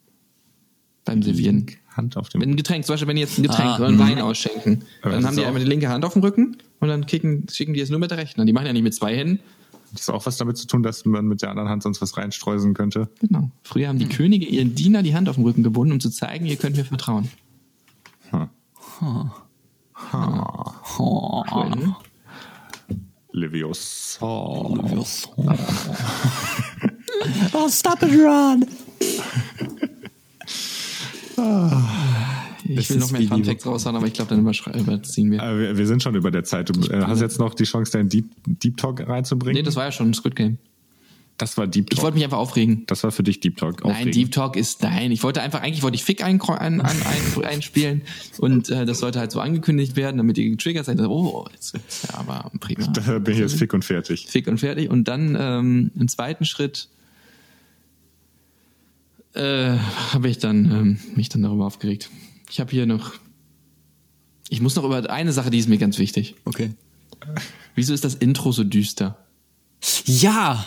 S3: Beim Servieren.
S1: Hand auf dem.
S3: Wenn ein Getränk, zum Beispiel, wenn die jetzt ein Getränk
S2: Ah,
S3: oder einen
S2: mhm.
S3: Wein ausschenken,
S1: Aber
S3: dann
S1: das
S3: haben
S1: ist
S3: die
S1: auch-
S3: einmal die linke Hand auf dem Rücken und dann kicken, schicken die es nur mit der rechten. Die machen ja nicht mit zwei Händen.
S1: Das ist auch was damit zu tun, dass man mit der anderen Hand sonst was reinstreuseln könnte.
S3: Genau. Früher haben die Könige ihren Diener die Hand auf dem Rücken gebunden, um zu zeigen, ihr könnt mir vertrauen.
S1: Hm.
S2: Oh.
S3: Cool, ne?
S1: Livius.
S2: oh, stop it, Ron!
S3: Ich
S2: Das
S3: will noch
S2: ist
S3: mehr
S2: wie
S3: Fun
S2: Liebe.
S3: Facts raushauen, aber ich glaube, dann überschre- überziehen wir.
S1: Äh, wir, wir sind schon über der Zeit. Du äh, hast jetzt noch die Chance, deinen Deep, Deep Talk reinzubringen.
S3: Nee, das war ja schon ein Squid Game.
S1: das war Deep
S3: Ich
S1: Talk.
S3: wollte mich einfach aufregen.
S1: Das war für dich Deep Talk.
S3: Nein, Deep Talk ist nein. Ich wollte einfach, eigentlich wollte ich Fick ein, ein, ein, ein, einspielen und äh, das sollte halt so angekündigt werden, damit ihr getriggert seid. Oh, jetzt ist ja aber prima.
S1: Da bin ich jetzt fick und fertig.
S3: Fick und fertig. Und dann ähm, im zweiten Schritt äh, habe ich dann ähm, mich dann darüber aufgeregt. Ich habe hier noch. Ich muss noch über eine Sache, die ist mir ganz wichtig.
S2: Okay.
S3: Wieso ist das Intro so düster?
S2: Ja!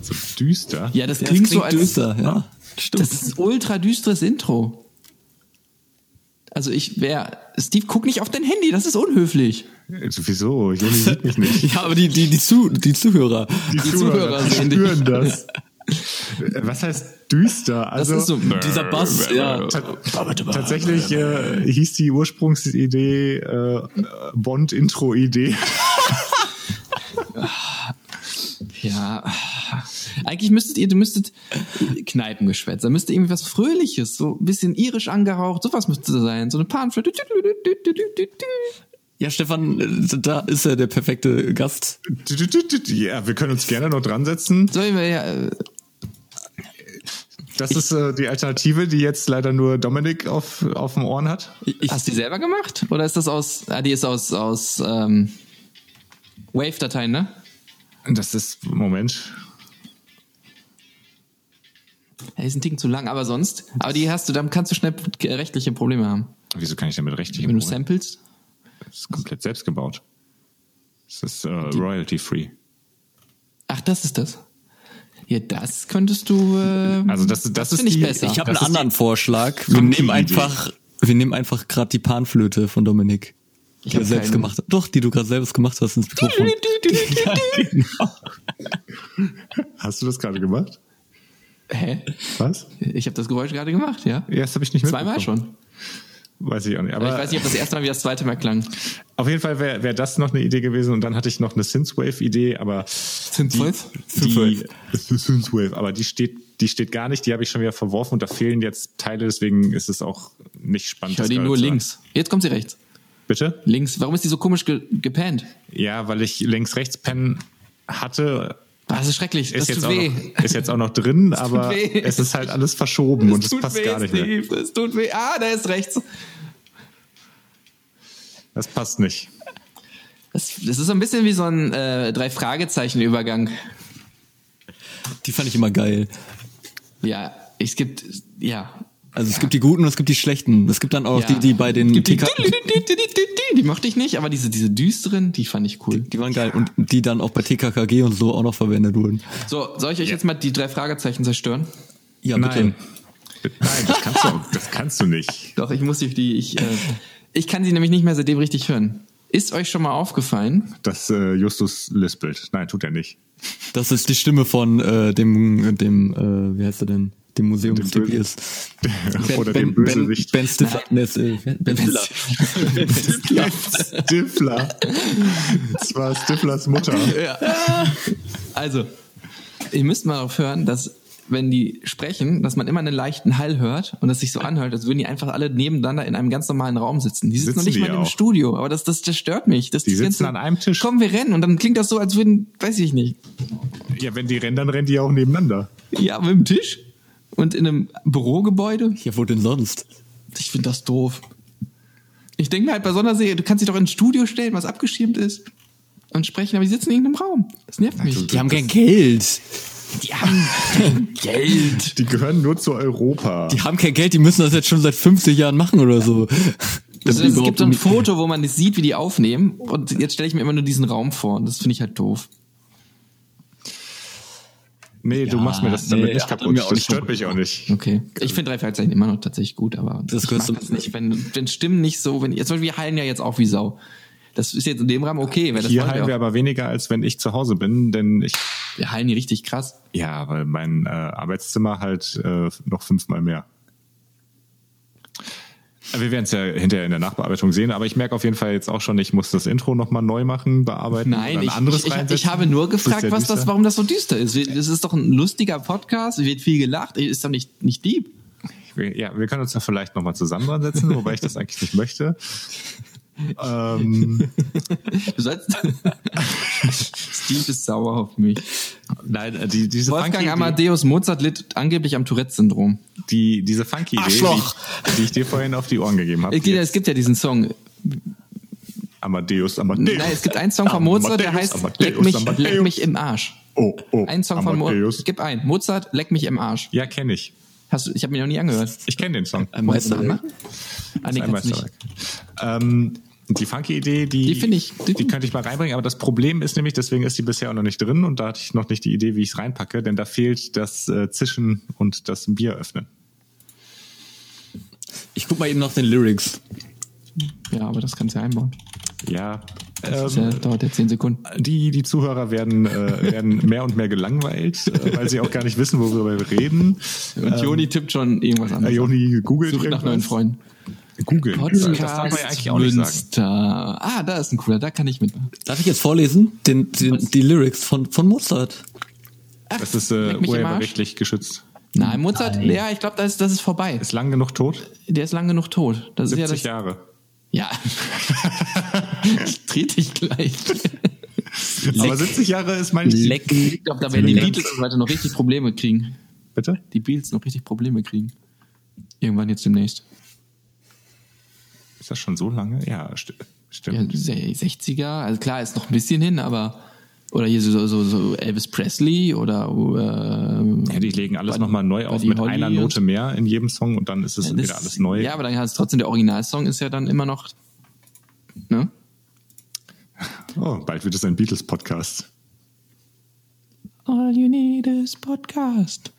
S1: So düster.
S3: Ja, das
S2: Das
S3: klingt, so als
S2: düster, ja. Stimmt.
S3: das ist ein ultra düsteres Intro. Also ich wäre Steve, guck nicht auf dein Handy, das ist unhöflich.
S1: Äh, Wieso? Joni sieht mich nicht.
S2: ja, aber die, die, die, Zu, die Zuhörer.
S1: Die,
S3: Zuhörer
S1: Zuhörer,
S3: sehen
S1: spüren das. Äh, Was heißt düster?
S3: Das
S1: Also
S3: ist so
S2: Dieser Bass, ja.
S1: tatsächlich äh, hieß die Ursprungsidee äh, äh, Bond-Intro-Idee.
S3: Ja. Eigentlich müsstet ihr, du müsstet äh, Kneipengeschwätz, da müsste irgendwie was Fröhliches, so ein bisschen irisch angehaucht, sowas müsste sein, so eine Panflöte.
S2: Ja, Stefan, äh, da ist er der perfekte Gast.
S1: Ja, wir können uns gerne noch dran setzen.
S3: Sollen wir ja, äh,
S1: Das ist äh, die Alternative, die jetzt leider nur Dominik auf, auf dem Ohren hat.
S2: Ich, ich,
S3: hast du die selber gemacht? Oder ist das aus, ah, die ist aus, aus ähm, Wave-Dateien, ne?
S1: Das ist, Moment.
S3: Ja, ist ein Ticken zu lang, aber sonst, aber die hast du, dann kannst du schnell rechtliche Probleme haben.
S1: Wieso kann ich damit rechtlich
S3: Wenn du
S1: Das
S3: samplest?
S1: ist komplett selbst gebaut. Das ist äh, royalty-free.
S3: Ach, das ist das. Ja, das könntest du. Äh,
S1: Also das, das, ist
S3: finde ich
S1: die,
S3: besser.
S2: ich habe
S1: das
S2: einen
S1: ist die-
S2: anderen Vorschlag. Wir nehmen
S1: Idee.
S2: einfach, wir nehmen einfach gerade die Panflöte von Dominik. die du
S3: hab
S2: selbst
S3: keinen.
S2: gemacht hast. Doch, die du gerade selbst gemacht hast ins Mikrofon. ja, genau.
S1: Hast du das gerade gemacht?
S3: Hä?
S1: Was?
S3: Ich habe das Geräusch gerade gemacht, ja?
S1: Ja, das habe ich nicht
S3: Zweimal
S1: mitbekommen.
S3: schon.
S1: Weiß ich auch nicht. Aber
S3: Aber ich weiß nicht, ob das erste Mal wie das zweite Mal klang.
S1: auf jeden Fall wäre wär das noch eine Idee gewesen. Und dann hatte ich noch eine Synthwave-Idee, aber
S3: Synthwave?
S1: die, Synthwave, aber die steht, die steht gar nicht. Die habe ich schon wieder verworfen und da fehlen jetzt Teile. Deswegen ist es auch nicht spannend.
S3: Ich höre
S1: das
S3: die
S1: gerade
S3: nur
S1: zu hören.
S3: links. Jetzt kommt sie rechts.
S1: Bitte?
S3: Links. Warum ist die so komisch ge gepannt?
S1: Ja, weil ich links-rechts-Pen hatte,
S3: Ah, Das ist schrecklich. Das
S1: ist
S3: tut
S1: jetzt, auch
S3: weh.
S1: noch, ist jetzt auch noch drin, aber
S3: weh.
S1: es ist halt alles verschoben und es
S3: tut
S1: passt
S3: weh,
S1: gar nicht mehr.
S3: Steve. Es tut weh. Ah, da ist rechts.
S1: Das passt nicht.
S3: Das, das ist so ein bisschen wie so ein äh, Drei-Fragezeichen-Übergang.
S2: Die fand ich immer geil.
S3: Ja, es gibt, ja.
S2: Also es gibt die guten und es gibt die schlechten. Es gibt dann auch
S3: ja.
S2: die, die bei den
S3: Gibt die,
S2: TK
S3: die mochte ich nicht, aber diese, diese düsteren, die fand ich cool.
S2: die waren geil und die dann auch bei TKKG und so auch noch verwendet wurden.
S3: So, soll ich euch jetzt mal die drei Fragezeichen zerstören?
S2: Ja, bitte.
S1: Nein. Nein, das kannst du, das kannst du nicht.
S3: Doch, ich muss die, die ich, äh, ich kann sie nämlich nicht mehr seitdem richtig hören. Ist euch schon mal aufgefallen?
S1: Dass äh, Justus lispelt. Nein, tut er nicht.
S2: Das ist die Stimme von äh, dem dem äh, wie heißt er denn? Dem Museum
S1: Dem
S2: Stippy
S1: Bösen.
S2: ist.
S1: Oder dem
S2: ben,
S1: Bösewicht.
S2: Ben, ben Stifler. Nee, es, äh, ben Stiller. Ben Stiller.
S1: Stifler. Das war Stiflers Mutter.
S3: Also, ihr müsst mal darauf hören, dass wenn die sprechen, dass man immer einen leichten Hall hört und es sich so anhört, als würden die einfach alle nebeneinander in einem ganz normalen Raum sitzen. Die sitzen,
S1: Sitzen
S3: noch nicht
S1: die
S3: mal im
S1: auch.
S3: Studio, aber das, das, das stört mich. Das
S1: Die
S3: das
S1: sitzen an einem Tisch.
S3: Komm, wir rennen und dann klingt das so, als würden, weiß ich nicht,
S1: Ja, wenn die rennen, dann rennen die ja auch nebeneinander.
S3: ja, mit dem Tisch und in einem Bürogebäude.
S2: Ja, wo denn sonst?
S3: Ich finde das doof. Ich denke mir halt bei Sonderserie, du kannst dich doch in ein Studio stellen, was abgeschirmt ist und sprechen, aber die sitzen in irgendeinem Raum. Das nervt mich.
S2: Die haben kein Geld.
S3: Die haben Geld.
S1: Die gehören nur zu Europa.
S2: Die haben kein Geld, die müssen das jetzt schon seit 50 Jahren machen oder so. Dass
S3: Also
S2: die
S3: es
S2: überhaupt
S3: gibt so ein
S2: irgendwie-
S3: Foto, wo man das sieht, wie die aufnehmen. Und jetzt stelle ich mir immer nur diesen Raum vor. Und das finde ich halt doof.
S1: Nee, du
S2: Ja,
S1: machst mir das damit
S2: nee,
S1: nicht
S2: hat er
S1: kaputt.
S2: mir auch
S1: Das
S2: nicht
S1: stört mich auch nicht.
S3: Okay. Ich finde drei Fragezeichen immer noch tatsächlich gut, aber
S2: Das
S3: ich
S2: gehört
S3: mag
S2: zum-
S3: das nicht. Wenn, wenn Stimmen nicht so, wenn jetzt zum Beispiel wir heilen ja jetzt auch wie Sau. Das ist jetzt in dem Rahmen okay, weil das
S1: Hier
S3: wollen
S1: heilen wir
S3: auch.
S1: aber weniger, als wenn ich zu Hause bin, denn ich,
S3: wir heilen die richtig krass.
S1: ja, weil mein äh, Arbeitszimmer halt äh, noch fünfmal mehr. Wir werden es ja hinterher in der Nachbearbeitung sehen, aber ich merke auf jeden Fall jetzt auch schon, ich muss das Intro nochmal neu machen, bearbeiten.
S3: Nein,
S1: oder
S3: ich,
S1: ein anderes
S3: ich, ich, ich
S1: reinsetzen.
S3: habe nur
S1: Das ist
S3: gefragt,
S1: ja
S3: was das,
S1: düster.
S3: warum das so düster ist. Wir- Das ist doch ein lustiger Podcast, wird viel gelacht, ist doch nicht, nicht deep.
S1: Ja, wir können uns ja vielleicht nochmal zusammen dran setzen, wobei ich das eigentlich nicht möchte. ähm,
S3: Du sollst. Steve ist sauer auf mich.
S1: nein, äh, die, diese
S3: Wolfgang
S1: funky Idee,
S3: Amadeus Mozart litt angeblich am Tourette-Syndrom.
S1: die, diese funky Idee, die
S2: Arschloch.
S1: ich, die ich dir vorhin auf die Ohren gegeben habe.
S3: Es gibt, es gibt ja diesen Song.
S1: Amadeus, Amadeus.
S3: Nein, es gibt einen Song von Mozart, der
S1: Amadeus,
S3: heißt
S1: Amadeus,
S3: Leck, mich,
S1: Amadeus.
S3: leck mich im Arsch.
S1: Oh, oh.
S3: Ein Song von
S1: Amadeus.
S3: Mozart. Gib ein. Mozart, leck mich im Arsch.
S1: Ja, kenne ich.
S3: Hast du, ich habe mir noch nie angehört.
S1: Ich kenne den Song.
S2: Ein Meisterwerk.
S3: Ah, nee,
S1: Ein
S3: kannst du nicht.
S1: Meisterwerk. Ähm, die funky Idee, die,
S3: Die finde ich-
S1: die, könnte ich mal reinbringen, aber das Problem ist nämlich, deswegen ist die bisher auch noch nicht drin und da hatte ich noch nicht die Idee, wie ich es reinpacke, denn da fehlt das äh, Zischen und das Bier öffnen.
S2: Ich guck mal eben nach den Lyrics.
S3: Ja, aber das kannst du ja einbauen.
S1: Ja,
S3: Das
S1: ähm,
S3: äh, dauert ja zehn Sekunden.
S1: die, die Zuhörer werden, äh, werden mehr und mehr gelangweilt, äh, weil sie auch gar nicht wissen, worüber wir reden. Ähm,
S3: Und Joni tippt schon irgendwas
S1: Äh,
S3: anderes.
S1: Joni googelt
S3: Sucht
S1: irgendwas.
S3: nach neuen Freunden.
S1: Googeln. Das darf man ja
S3: Podcast
S1: eigentlich auch nicht sagen.
S3: Münster. Ah, da ist ein cooler, da kann ich mitmachen.
S2: Darf ich jetzt vorlesen? Den, den, die Lyrics von, von Mozart.
S3: Ach,
S1: Das ist äh,
S3: leck mich im Arsch.
S1: urheberrechtlich geschützt.
S3: Nein, Mozart, ja, ich glaube, das, ist- das ist vorbei.
S1: Ist lang genug tot?
S3: Der ist lang genug tot. Das ist ja
S1: 70
S3: das,
S1: Jahre.
S3: Ja. ich trete dich gleich.
S1: Aber 70 Jahre ist, meine ich,
S2: Leck.
S3: Ich glaube, da werden die Beatles und so weiter noch richtig Probleme kriegen.
S1: bitte?
S3: Die Beatles noch richtig Probleme kriegen. Irgendwann jetzt demnächst.
S1: Ist das schon so lange? Ja, sti
S3: Ja,
S1: stimmt.
S3: se- 60er, also klar, ist noch ein bisschen hin, aber. Oder hier so, so, so Elvis Presley oder. ähm,
S1: Ja, die legen alles nochmal neu auf
S3: Buddy
S1: mit
S3: Holly
S1: einer
S3: und-
S1: Note mehr in jedem Song und dann ist es
S3: das-
S1: wieder alles neu.
S3: Ja, aber dann hast du trotzdem der Originalsong ist ja dann immer noch. Ne?
S1: Oh, bald wird es ein Beatles-Podcast.
S3: All you need is podcast.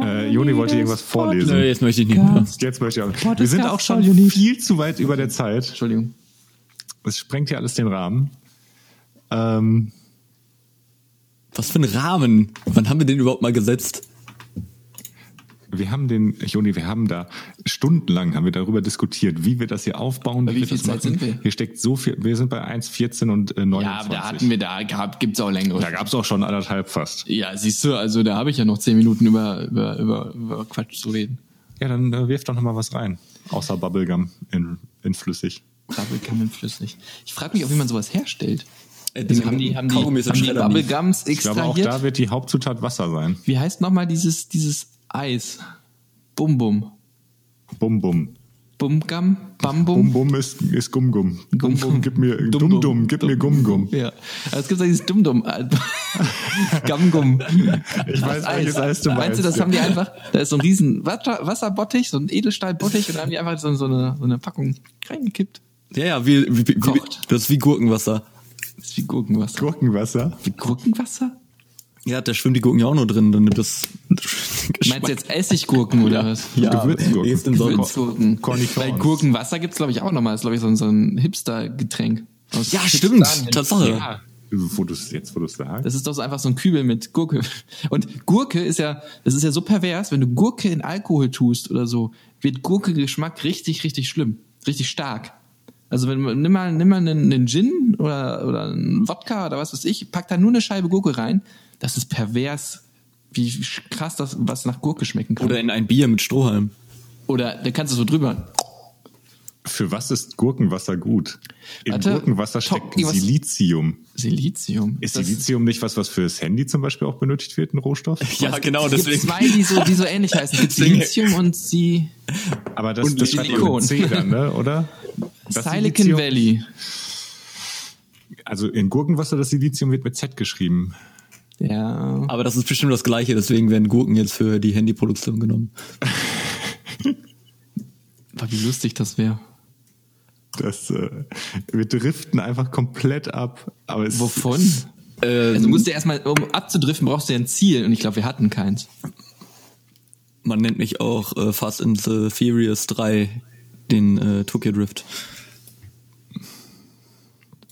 S1: Äh, Joni wollte irgendwas vorlesen.
S2: Nö, jetzt möchte ich nicht mehr.
S1: Jetzt möchte ich auch.
S3: Podcast
S1: Wir sind auch schon
S3: von Juni.
S1: viel zu weit über der Zeit.
S3: Entschuldigung.
S1: Es sprengt hier alles den Rahmen. Ähm,
S2: Was für ein Rahmen? Wann haben wir den überhaupt mal gesetzt?
S1: wir haben den, Joni, wir haben da stundenlang haben wir darüber diskutiert, wie wir das hier aufbauen,
S3: Wie
S1: wir
S3: viel
S1: das
S3: Zeit sind wir?
S1: Hier steckt so viel. Wir sind bei 1,14 und äh, 29.
S3: Ja, aber da hatten wir, da gab, gibt's auch längere.
S1: Da gab's auch schon anderthalb fast.
S3: ja, siehst du, also da habe ich ja noch zehn Minuten über, über, über, über Quatsch zu reden.
S1: Ja, dann äh, wirf doch noch mal was rein. Außer Bubblegum in, in flüssig.
S3: Bubblegum in flüssig. Ich frage mich auch, wie man sowas herstellt. Also
S2: Äh, das
S3: haben die, haben die, haben
S2: Kaugummi
S3: die
S2: ist im Schredder nicht.
S3: Bubblegums
S1: Ich glaube, auch
S3: extrahiert?
S1: da wird die Hauptzutat Wasser sein.
S3: Wie heißt nochmal dieses, dieses Eis? Bum Bum.
S1: Bum bum.
S3: Bumgum? Bam
S1: Bum
S3: Bum?
S1: bum ist, ist gum gum.
S3: Gum, gum.
S1: Gib mir
S3: Dum,
S1: dum
S3: dum.
S1: dum, gib mir gum gum.
S3: Ja. Aber es gibt auch dieses Dum Dum. Gum Gum.
S1: Ich weiß, welches Eis du
S3: Meinst du, das
S1: meinst,
S3: haben die einfach, da ist so ein riesen Wasser- Wasserbottich, so ein Edelstahlbottich und da haben die einfach so, so, eine, so eine Packung reingekippt.
S2: Ja, ja, wie, wie, wie, wie,
S3: Kocht.
S2: das ist wie Gurkenwasser.
S3: Das ist wie Gurkenwasser.
S1: Gurkenwasser.
S3: Wie Gurkenwasser?
S2: Ja, da schwimmen die Gurken ja auch nur drin, dann nimmt das.
S3: Meinst du jetzt Essiggurken oder was?
S2: Ja,
S1: Gewürzgurken.
S2: jetzt im Sommer.
S3: Gewürzgurken.
S1: Cornichons.
S3: Weil Gurkenwasser gibt's glaube ich, auch nochmal. Das ist, glaube ich, so ein, so ein Hipster-Getränk. aus
S2: Ja,
S3: Hipsterien.
S2: stimmt. Tatsache.
S3: Ja.
S1: Wo du es jetzt, wo du es sagst.
S3: Das ist doch so einfach so ein Kübel mit Gurke. Und Gurke ist ja, das ist ja so pervers, wenn du Gurke in Alkohol tust oder so, wird Gurke-Geschmack richtig, richtig schlimm. Richtig stark. Also wenn man, nimm mal, nimm mal einen, einen Gin oder, oder einen Wodka oder was weiß ich, pack da nur eine Scheibe Gurke rein. Das ist pervers. Wie krass das, was nach Gurke schmecken kann.
S2: Oder in ein Bier mit Strohhalm.
S3: Oder da kannst du so drüber.
S1: Für was ist Gurkenwasser gut? Im
S3: Warte,
S1: Gurkenwasser
S3: Top-
S1: steckt
S3: irgendwas-
S1: Silizium.
S3: Silizium.
S1: Ist
S3: das,
S1: Silizium nicht was, was fürs Handy zum Beispiel auch benötigt wird, ein Rohstoff?
S2: Ja, genau,
S3: Es gibt zwei, die so, die so ähnlich heißen. Es gibt
S2: Deswegen-
S3: Silizium und sie
S1: Aber das,
S2: Und
S1: das schreibt man
S3: Silikon.
S1: mit C dann, ne? oder? Das
S3: Silicon
S1: Silizium-
S3: Valley.
S1: Also in Gurkenwasser, das Silizium wird mit Z geschrieben.
S3: Ja.
S2: Aber das ist bestimmt das Gleiche, deswegen werden Gurken jetzt für die Handyproduktion genommen.
S3: Aber Ah, wie lustig das wäre.
S1: Das, äh, wir driften einfach komplett ab. Aber es,
S3: Wovon?
S2: Äh,
S3: Also musst du erstmal, um abzudriften, brauchst du ja ein Ziel. Und ich glaube, wir hatten keins.
S2: man nennt mich auch äh, Fast and the Furious 3, den äh, Tokyo Drift.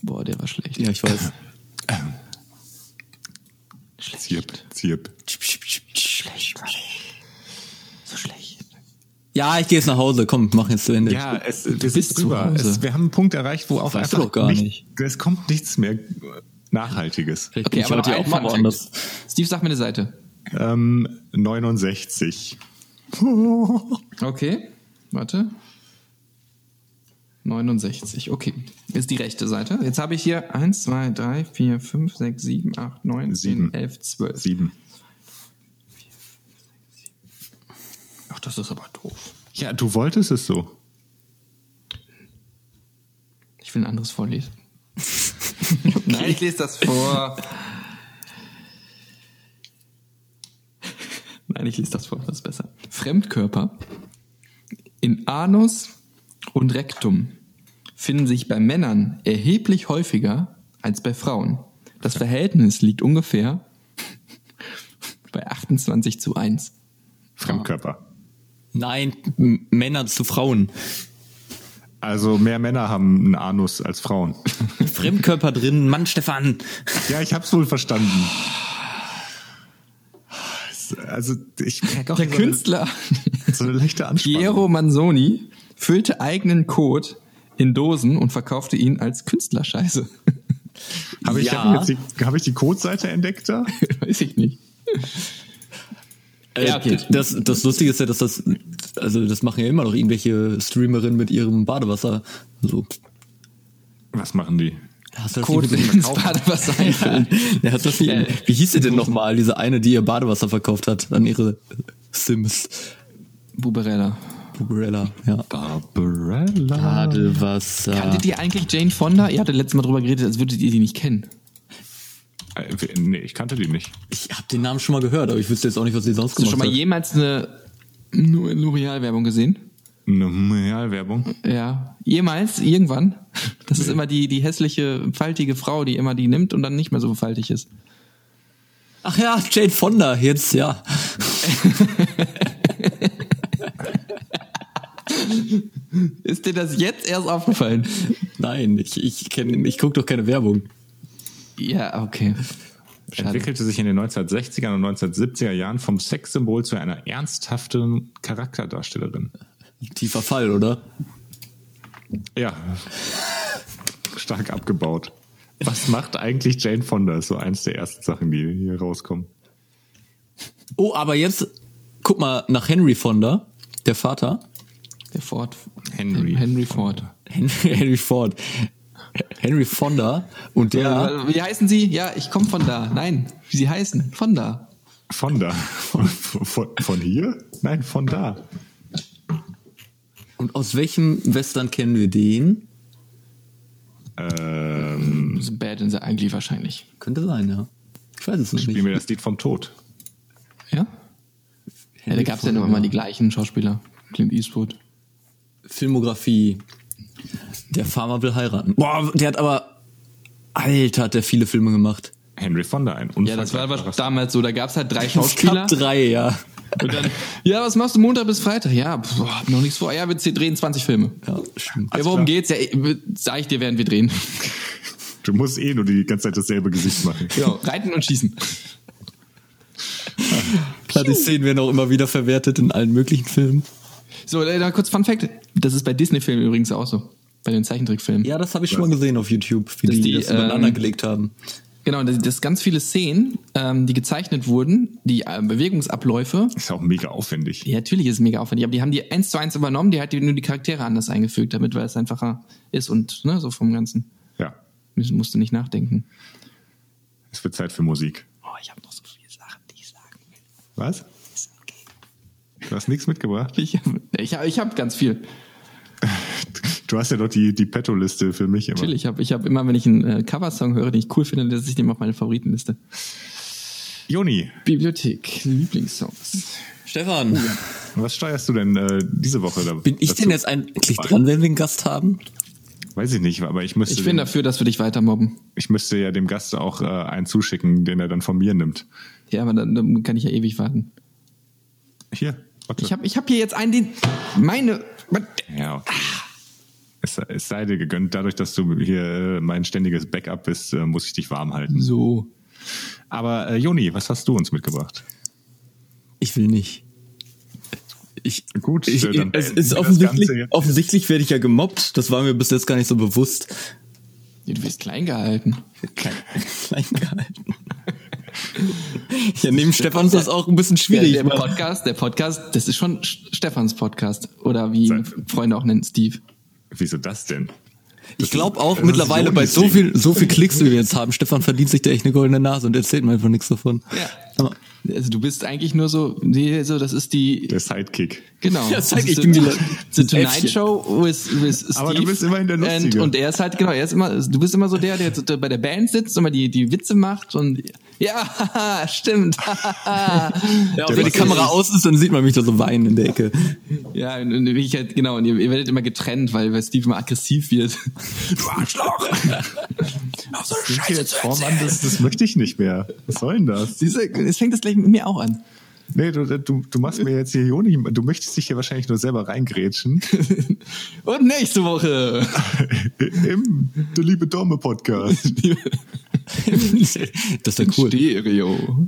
S3: Boah, der war schlecht.
S2: Ja, ich weiß.
S1: Zirp, zirp.
S3: So schlecht.
S2: Ja, ich gehe jetzt nach Hause. Komm, mach jetzt zu Ende.
S1: Ja, es, wir
S3: bist
S1: sind
S3: zu
S1: drüber.
S3: Hause.
S1: Es, wir haben einen Punkt erreicht, wo auch
S2: Weißt du
S1: einfach
S2: doch gar
S1: Es kommt nichts mehr Nachhaltiges.
S2: Vielleicht bin ich
S3: Okay, aber noch
S2: heute
S3: ein
S2: auch mal
S3: Fun
S2: woanders.
S3: Fact. Steve, sag mir eine Seite.
S1: Ähm, 69.
S3: Okay. Warte. 69, okay. Ist die rechte Seite. Jetzt habe ich hier 1, 2, 3, 4, 5, 6, 7, 8, 9, 10,
S1: Sieben.
S3: 11, 12.
S1: 7.
S3: Ach, das ist aber doof.
S1: Ja, du wolltest es so.
S3: Ich will ein anderes vorlesen. Nein, ich lese das vor. Nein, ich lese das vor, das ist besser. Fremdkörper in Anus und Rektum finden sich bei Männern erheblich häufiger als bei Frauen. Das Verhältnis liegt ungefähr bei 28 zu 1.
S1: Fremdkörper.
S2: Nein, M Männer zu Frauen.
S1: Also mehr Männer haben einen Anus als Frauen.
S2: Fremdkörper drin. Mann, Stefan.
S1: Ja, ich hab's wohl verstanden. Es- Also ich merke auch
S3: Der
S1: so eine-
S3: Künstler
S1: so eine leichte Anspannung.
S3: Piero Manzoni füllte eigenen Kot in Dosen und verkaufte ihn als Künstlerscheiße.
S1: Habe ich,
S2: Ja.
S1: hab ich, jetzt die- hab ich die Codeseite entdeckt da?
S3: Weiß ich nicht.
S2: Äh,
S3: Ja, okay.
S2: das, das Lustige ist ja, dass das, also das machen ja immer noch irgendwelche Streamerinnen mit ihrem Badewasser. So.
S1: Was machen die?
S2: Hast du das
S3: Kot
S2: nicht gesehen?
S3: ins Badewasser einfüllen.
S2: Ja, hat das nicht,
S3: Äh,
S2: wie hieß sie denn nochmal, diese eine, die ihr Badewasser verkauft hat an ihre Sims?
S3: Buberella.
S2: Bubrella, ja.
S1: Barbarella.
S2: Badewasser.
S3: Kanntet ihr eigentlich Jane Fonda? Ihr hattet letztes Mal drüber geredet, als würdet ihr die nicht kennen.
S1: Äh, Nee, ich kannte die nicht.
S2: Ich hab den Namen schon mal gehört, aber ich wüsste jetzt auch nicht, was sie sonst
S3: Hast du
S2: gemacht
S3: schon mal
S2: hat.
S3: jemals eine nur in L'Oreal-Werbung gesehen?
S1: Eine Werbung.
S3: Hm, Ja. Jemals? Irgendwann? Das ist immer die, die hässliche, faltige Frau, die immer die nimmt und dann nicht mehr so faltig ist.
S2: Ach ja, Jane Fonda, jetzt, ja.
S3: Ist dir das jetzt erst aufgefallen?
S2: Nein, ich, ich, kenn- ich gucke doch keine Werbung.
S3: Ja, okay. Schade.
S1: entwickelte sich in den 1960er und 1970er Jahren vom Sexsymbol zu einer ernsthaften Charakterdarstellerin.
S2: Tiefer Fall, oder?
S1: Ja. Stark abgebaut. Was macht eigentlich Jane Fonda? Ist so eins der ersten Sachen, die hier rauskommen.
S2: Oh, aber jetzt guck mal nach Henry Fonda, der Vater.
S3: Der Ford.
S1: Henry.
S3: Henry Ford.
S2: Henry, Henry Ford. Henry Fonda und der
S3: Äh, Wie heißen sie? Ja, ich komme von da. Nein, wie sie heißen? Von da.
S1: Fonda. Von, von, von hier? Nein, von da.
S2: und aus welchem Western kennen wir den?
S1: Ähm,
S3: Das ist Bad in the Ugly wahrscheinlich.
S2: Könnte sein, ja. Ich weiß es noch
S1: spielen
S2: nicht.
S1: wir das Lied vom Tod.
S3: Ja? Ja, da gab es ja immer mal die gleichen Schauspieler. Clint Eastwood.
S2: Filmografie. Der Farmer will heiraten. Boah, der hat aber Alter, hat der viele Filme gemacht.
S1: Henry Fonda, ein
S3: Ja, das war aber
S1: unvergleichbares-
S3: damals so. Da gab es halt drei
S2: Es
S3: Schauspieler.
S2: gab drei, ja.
S3: Und dann, ja, was machst du Montag bis Freitag? Ja, pf, hab noch nichts vor. Ja, wir drehen 20 Filme.
S2: Ja, stimmt.
S3: ja,
S1: klar.
S3: worum geht's? Ja, ich- sag ich dir, während wir drehen.
S1: Du musst eh nur die ganze Zeit dasselbe Gesicht machen.
S3: Genau. Reiten und schießen.
S2: Klar, die Szenen werden auch immer wieder verwertet in allen möglichen Filmen.
S3: So, äh, da kurz Fun Fact. Das ist bei Disney-Filmen übrigens auch so. Bei den Zeichentrickfilmen.
S2: Ja, das habe ich schon mal gesehen auf YouTube, wie die,
S3: die,
S2: das übereinander
S3: ähm,
S2: gelegt haben.
S3: Genau, das, das ganz viele Szenen, ähm, die gezeichnet wurden, die äh, Bewegungsabläufe.
S1: Ist auch mega aufwendig.
S3: Ja, natürlich ist es mega aufwendig, aber die haben die eins zu eins übernommen, die hat die nur die Charaktere anders eingefügt, damit weil es einfacher ist und ne, so vom Ganzen.
S1: Ja.
S3: Müssen- Musst du nicht nachdenken.
S1: Es wird Zeit für Musik.
S3: Oh, ich habe noch so viele Sachen, die ich sagen will.
S1: Was? Du hast nichts mitgebracht?
S3: Ich habe ich hab, ich hab ganz viel.
S1: Du hast ja doch die, die Petto-Liste für mich immer.
S3: Natürlich, ich habe ich hab immer, wenn ich einen äh, Coversong höre, den ich cool finde, setze ich den auf meine Favoritenliste.
S1: Joni,
S3: Bibliothek, Lieblingssongs.
S2: Stefan,
S1: was steuerst du denn äh, diese Woche da?
S2: bin ich
S1: dazu
S2: denn jetzt eigentlich
S1: bei?
S2: dran, wenn wir einen Gast haben?
S1: Weiß ich nicht, aber ich müsste,
S3: Ich bin
S1: dem,
S3: dafür, dass wir dich weiter mobben.
S1: ich müsste ja dem Gast auch äh, einen zuschicken, den er dann von mir nimmt.
S3: Ja, aber dann, dann kann ich ja ewig warten.
S1: Hier, warte.
S3: Ich habe ich hab hier jetzt einen, den. Meine.
S1: ja, okay. Es, es sei dir gegönnt, dadurch, dass du hier äh, mein ständiges Backup bist, äh, muss ich dich warm halten.
S3: So.
S1: Aber äh, Joni, was hast du uns mitgebracht?
S2: Ich will nicht. Ich,
S1: Gut,
S2: ich,
S1: äh, dann
S2: es
S1: beenden wir das
S2: ist offensichtlich,
S1: Ganze jetzt.
S2: offensichtlich werde ich ja gemobbt. Das war mir bis jetzt gar nicht so bewusst.
S3: Du wirst klein gehalten.
S2: Klein gehalten. Ja, neben Stefan ist das auch ein bisschen schwierig.
S3: Der, der
S2: weil-
S3: Podcast, der Podcast, das ist schon Sch- Stefans Podcast. Oder wie
S1: Sein-
S3: Freunde auch nennen, Steve.
S1: Wieso das denn?
S2: Ich glaube auch
S1: das ist
S2: mittlerweile bei
S1: Jonis
S2: so
S1: Ding.
S2: viel, so viel Klicks, wie wir jetzt haben, Stefan verdient sich da echt eine goldene Nase und erzählt mir einfach nichts davon.
S3: Ja.
S2: Aber-
S3: Also du bist eigentlich nur so, nee, so das ist die,
S1: Der Sidekick.
S3: genau.
S2: Ja, zeig, ich
S3: Das ist
S2: bin
S3: so-
S2: die Le-
S3: The
S2: das Äffchen.
S3: Tonight Show with, with Steve.
S1: Aber du bist immerhin der
S3: und,
S1: Lustige.
S3: und er ist halt, genau, er ist immer, du bist immer so der, der jetzt bei der Band sitzt, immer die, die Witze macht und, ja, haha, stimmt. ja,
S2: Und wenn die
S1: macht
S2: Kamera aus ist, dann sieht man mich da so weinen in der Ecke.
S3: Ja, und, und ich halt, genau, und ihr, ihr werdet immer getrennt, weil, weil Steve immer aggressiv wird. Du Arschloch! Auf so eine Scheiße zu
S1: Mann, das, das möchte ich nicht mehr. Was soll denn das?
S3: Siehste, es fängt das gleich mit mir auch an.
S1: Nee, du, du, du machst mir jetzt hier Joni, du möchtest dich hier wahrscheinlich nur selber reingrätschen.
S3: Und nächste Woche.
S1: Im Der liebe Dome Podcast.
S2: Das wäre cool.
S3: Stereo.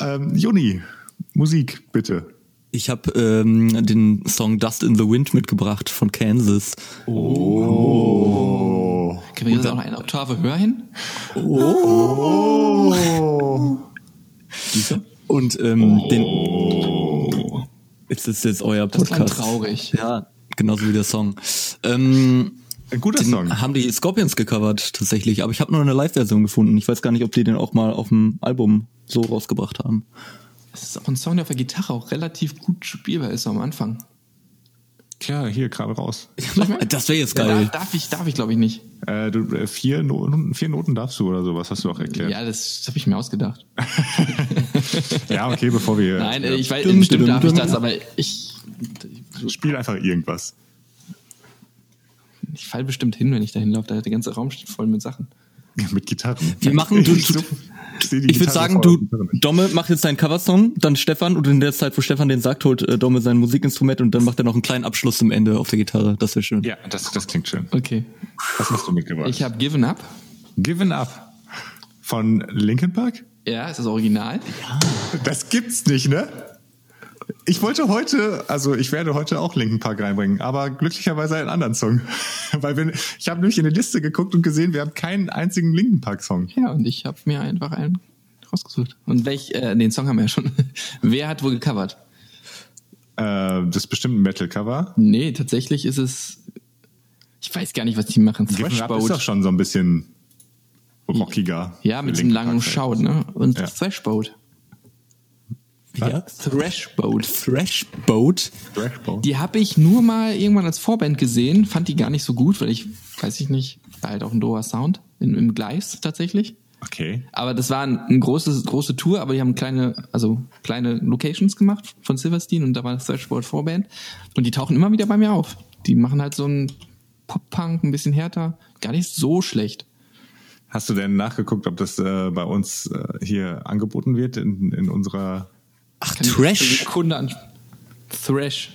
S1: ähm, Joni, Musik, bitte.
S2: Ich habe ähm, den Song Dust in the Wind mitgebracht von Kansas.
S3: Können wir jetzt auch noch eine Oktave höher hin?
S2: Und ähm, den. Jetzt ist jetzt euer
S3: Oh. klang
S2: Podcast.
S3: traurig.
S2: Ja, genauso wie der Song. Ähm,
S1: Ein guter
S2: den
S1: Song.
S2: haben die Scorpions gecovert tatsächlich, aber ich habe nur eine Live-Version gefunden. Ich weiß gar nicht, ob die den auch mal auf dem Album so rausgebracht haben.
S3: Das ist auch ein Song, der auf der Gitarre auch relativ gut spielbar ist am Anfang.
S1: Klar, hier, gerade raus.
S2: Das wäre jetzt
S3: Ja,
S2: geil.
S3: darf, darf ich, darf ich glaube ich nicht.
S1: Äh, du, äh, vier, Noten, vier Noten darfst du oder sowas, hast du auch erklärt.
S3: Ja, das habe ich mir ausgedacht.
S1: Ja, okay, bevor wir.
S3: Nein,
S1: ja.
S3: äh, ich weiß,
S2: Dum,
S3: stimmt,
S2: dum,
S3: darf ich
S2: dum.
S3: das, aber ich,
S1: Spiel einfach irgendwas.
S3: ich fall bestimmt hin, wenn ich da hinlaufe. Da der ganze Raum steht voll mit Sachen.
S1: mit Gitarren.
S2: Wir machen- du-
S1: Ich
S2: du-
S1: seh die
S2: Ich würde
S1: Gitarre
S2: sagen,
S1: vor
S2: du,
S1: der Gitarre.
S2: Domme macht jetzt deinen Coversong, dann Stefan und in der Zeit, wo Stefan den sagt, holt äh, Domme sein Musikinstrument und dann macht er noch einen kleinen Abschluss am Ende auf der Gitarre. Das wäre schön.
S1: Ja, das, das klingt schön.
S3: Okay.
S1: Was hast du mitgebracht?
S3: Ich habe Given Up.
S1: Given Up von Linkin Park?
S3: Ja, ist das Original.
S1: Das gibt's nicht, ne? Ich wollte heute, also ich werde heute auch Linkin Park reinbringen, aber glücklicherweise einen anderen Song. Weil wir, ich habe nämlich in die Liste geguckt und gesehen, wir haben keinen einzigen Linkin Park Song.
S3: Ja, und ich habe mir einfach einen rausgesucht. Und welch, äh, den Song haben wir ja schon. Wer hat wohl gecovert?
S1: Äh, das ist bestimmt ein Metal Cover.
S3: Nee, tatsächlich ist es. Ich weiß gar nicht, was die machen.
S1: Given Up ist doch
S3: Thrashboat.
S1: schon so ein bisschen rockiger.
S3: Ja, mit
S1: für
S3: diesem
S1: Linkin
S3: langen
S1: Park.
S3: Shout, ne? Und
S1: Ja.
S3: Thrashboat.
S2: Ja.
S3: Thrashboat.
S2: Thrashboat.
S1: Thrashboat.
S3: Die habe ich nur mal irgendwann als Vorband gesehen, fand die gar nicht so gut, weil ich, weiß ich nicht, war halt auch ein doher Sound in, im Gleis tatsächlich.
S1: Okay.
S3: Aber das war ein, ein großes, große Tour, aber die haben kleine, also kleine Locations gemacht von Silverstein und da war das Thrashboard Vorband und die tauchen immer wieder bei mir auf. Die machen halt so einen Pop-Punk, ein bisschen härter, gar nicht so schlecht.
S1: Hast du denn nachgeguckt, ob das äh, bei uns äh, hier angeboten wird in, in unserer
S2: Ach,
S3: Kann ich für
S2: Trash.
S3: Sekunde an. Thrash.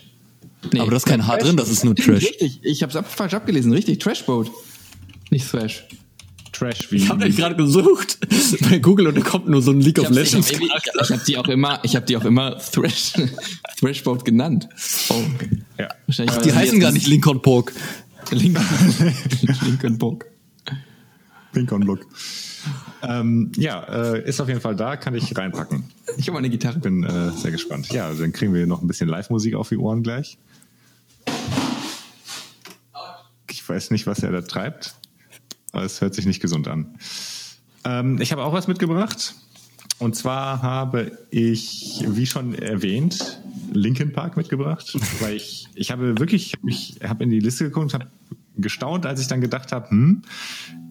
S3: Nee,
S2: Aber da ist kein H drin, das ist nur Trash.
S3: Richtig, ich hab's ab, falsch abgelesen, richtig, Thrashboat. Nicht Thrash.
S1: Trash wie
S2: Ich habe euch gerade gesucht bei Google und da kommt nur so ein League of
S3: Ich hab's-
S2: Legends.
S3: Ich habe hab, ich hab die auch immer, ich habe die auch immer Thrash, Thrashboat genannt. Oh.
S1: Ja.
S3: Wahrscheinlich war
S2: Die
S3: das
S2: heißen
S3: jetzt
S2: gar nicht Lincoln Park.
S3: Lincoln, Lincoln Bock.
S1: Pink on Look. Ähm, ja, äh, ist auf jeden Fall da, kann ich reinpacken.
S3: Ich habe mal eine Gitarre.
S1: Bin äh, sehr gespannt. Ja, dann kriegen wir noch ein bisschen Live-Musik auf die Ohren gleich. Ich weiß nicht, was er da treibt, aber es hört sich nicht gesund an. Ähm, ich habe auch was mitgebracht. Und zwar habe ich, wie schon erwähnt, Linkin Park mitgebracht, weil ich, ich habe wirklich, ich habe in die Liste geguckt und habe gestaunt, als ich dann gedacht habe, hm,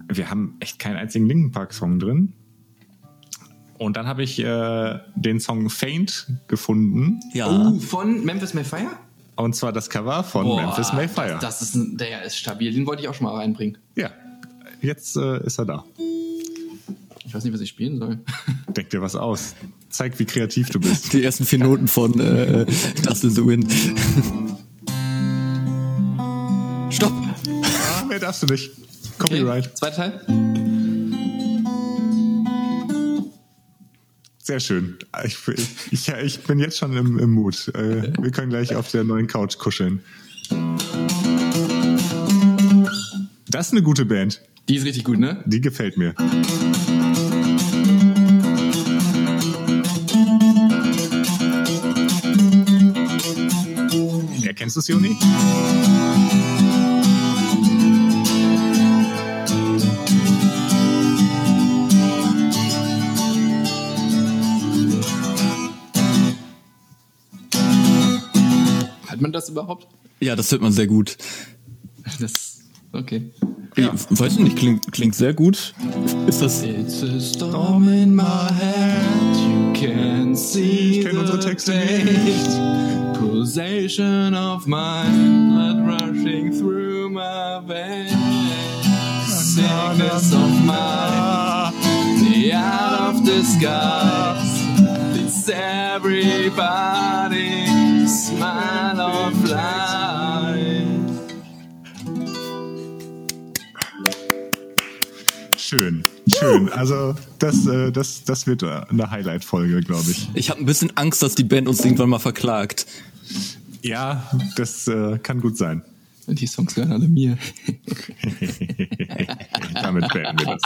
S1: wir haben echt keinen einzigen Linkin Park Song drin. Und dann habe ich äh, den Song Faint gefunden.
S2: Ja.
S3: Oh, von Memphis Mayfire?
S1: Und zwar das Cover von Memphis Mayfire.
S3: Das, das ist ein, der ist stabil, den wollte ich auch schon mal reinbringen.
S1: Ja, jetzt äh, ist er da.
S3: Ich weiß nicht, was ich spielen soll.
S1: Denk dir was aus. Zeig, wie kreativ du bist.
S2: Die ersten vier Noten von äh, Das is the Win. Stopp!
S1: ah, mehr darfst du nicht. Copyright.
S3: Okay, zweiter Teil?
S1: Sehr schön. Ich, ich, ich bin jetzt schon im, im Mut. Äh, wir können gleich auf der neuen Couch kuscheln. Das ist eine gute Band.
S3: Die ist richtig gut, ne?
S1: Die gefällt mir. Erkennst du es, Juni?
S3: Hat man das überhaupt?
S2: Ja, das hört man sehr gut.
S3: Das. Okay.
S1: Ja.
S2: Ich Weiß nicht, klingt, klingt sehr gut. Ist das.
S3: It's a storm in my head. You can see
S1: Ich kenn unsere
S3: the
S1: Texte
S3: date. Pulsation of my blood rushing through my veins. Sickness of mind, the out of disguise. It's everybody smile of life.
S1: Schön, schön. Also das, äh, das, das wird äh, eine Highlight-Folge, glaube ich.
S2: Ich habe ein bisschen Angst, dass die Band uns irgendwann mal verklagt.
S1: Ja, das äh, kann gut sein.
S3: Und die Songs gehören alle mir.
S1: Damit beenden wir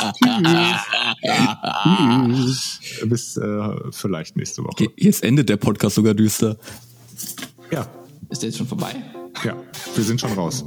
S1: das. Tschüss. Bis äh, vielleicht nächste Woche.
S2: Hier- Jetzt endet der Podcast sogar düster.
S1: Ja,
S3: Ist der jetzt schon vorbei?
S1: ja, wir sind schon raus.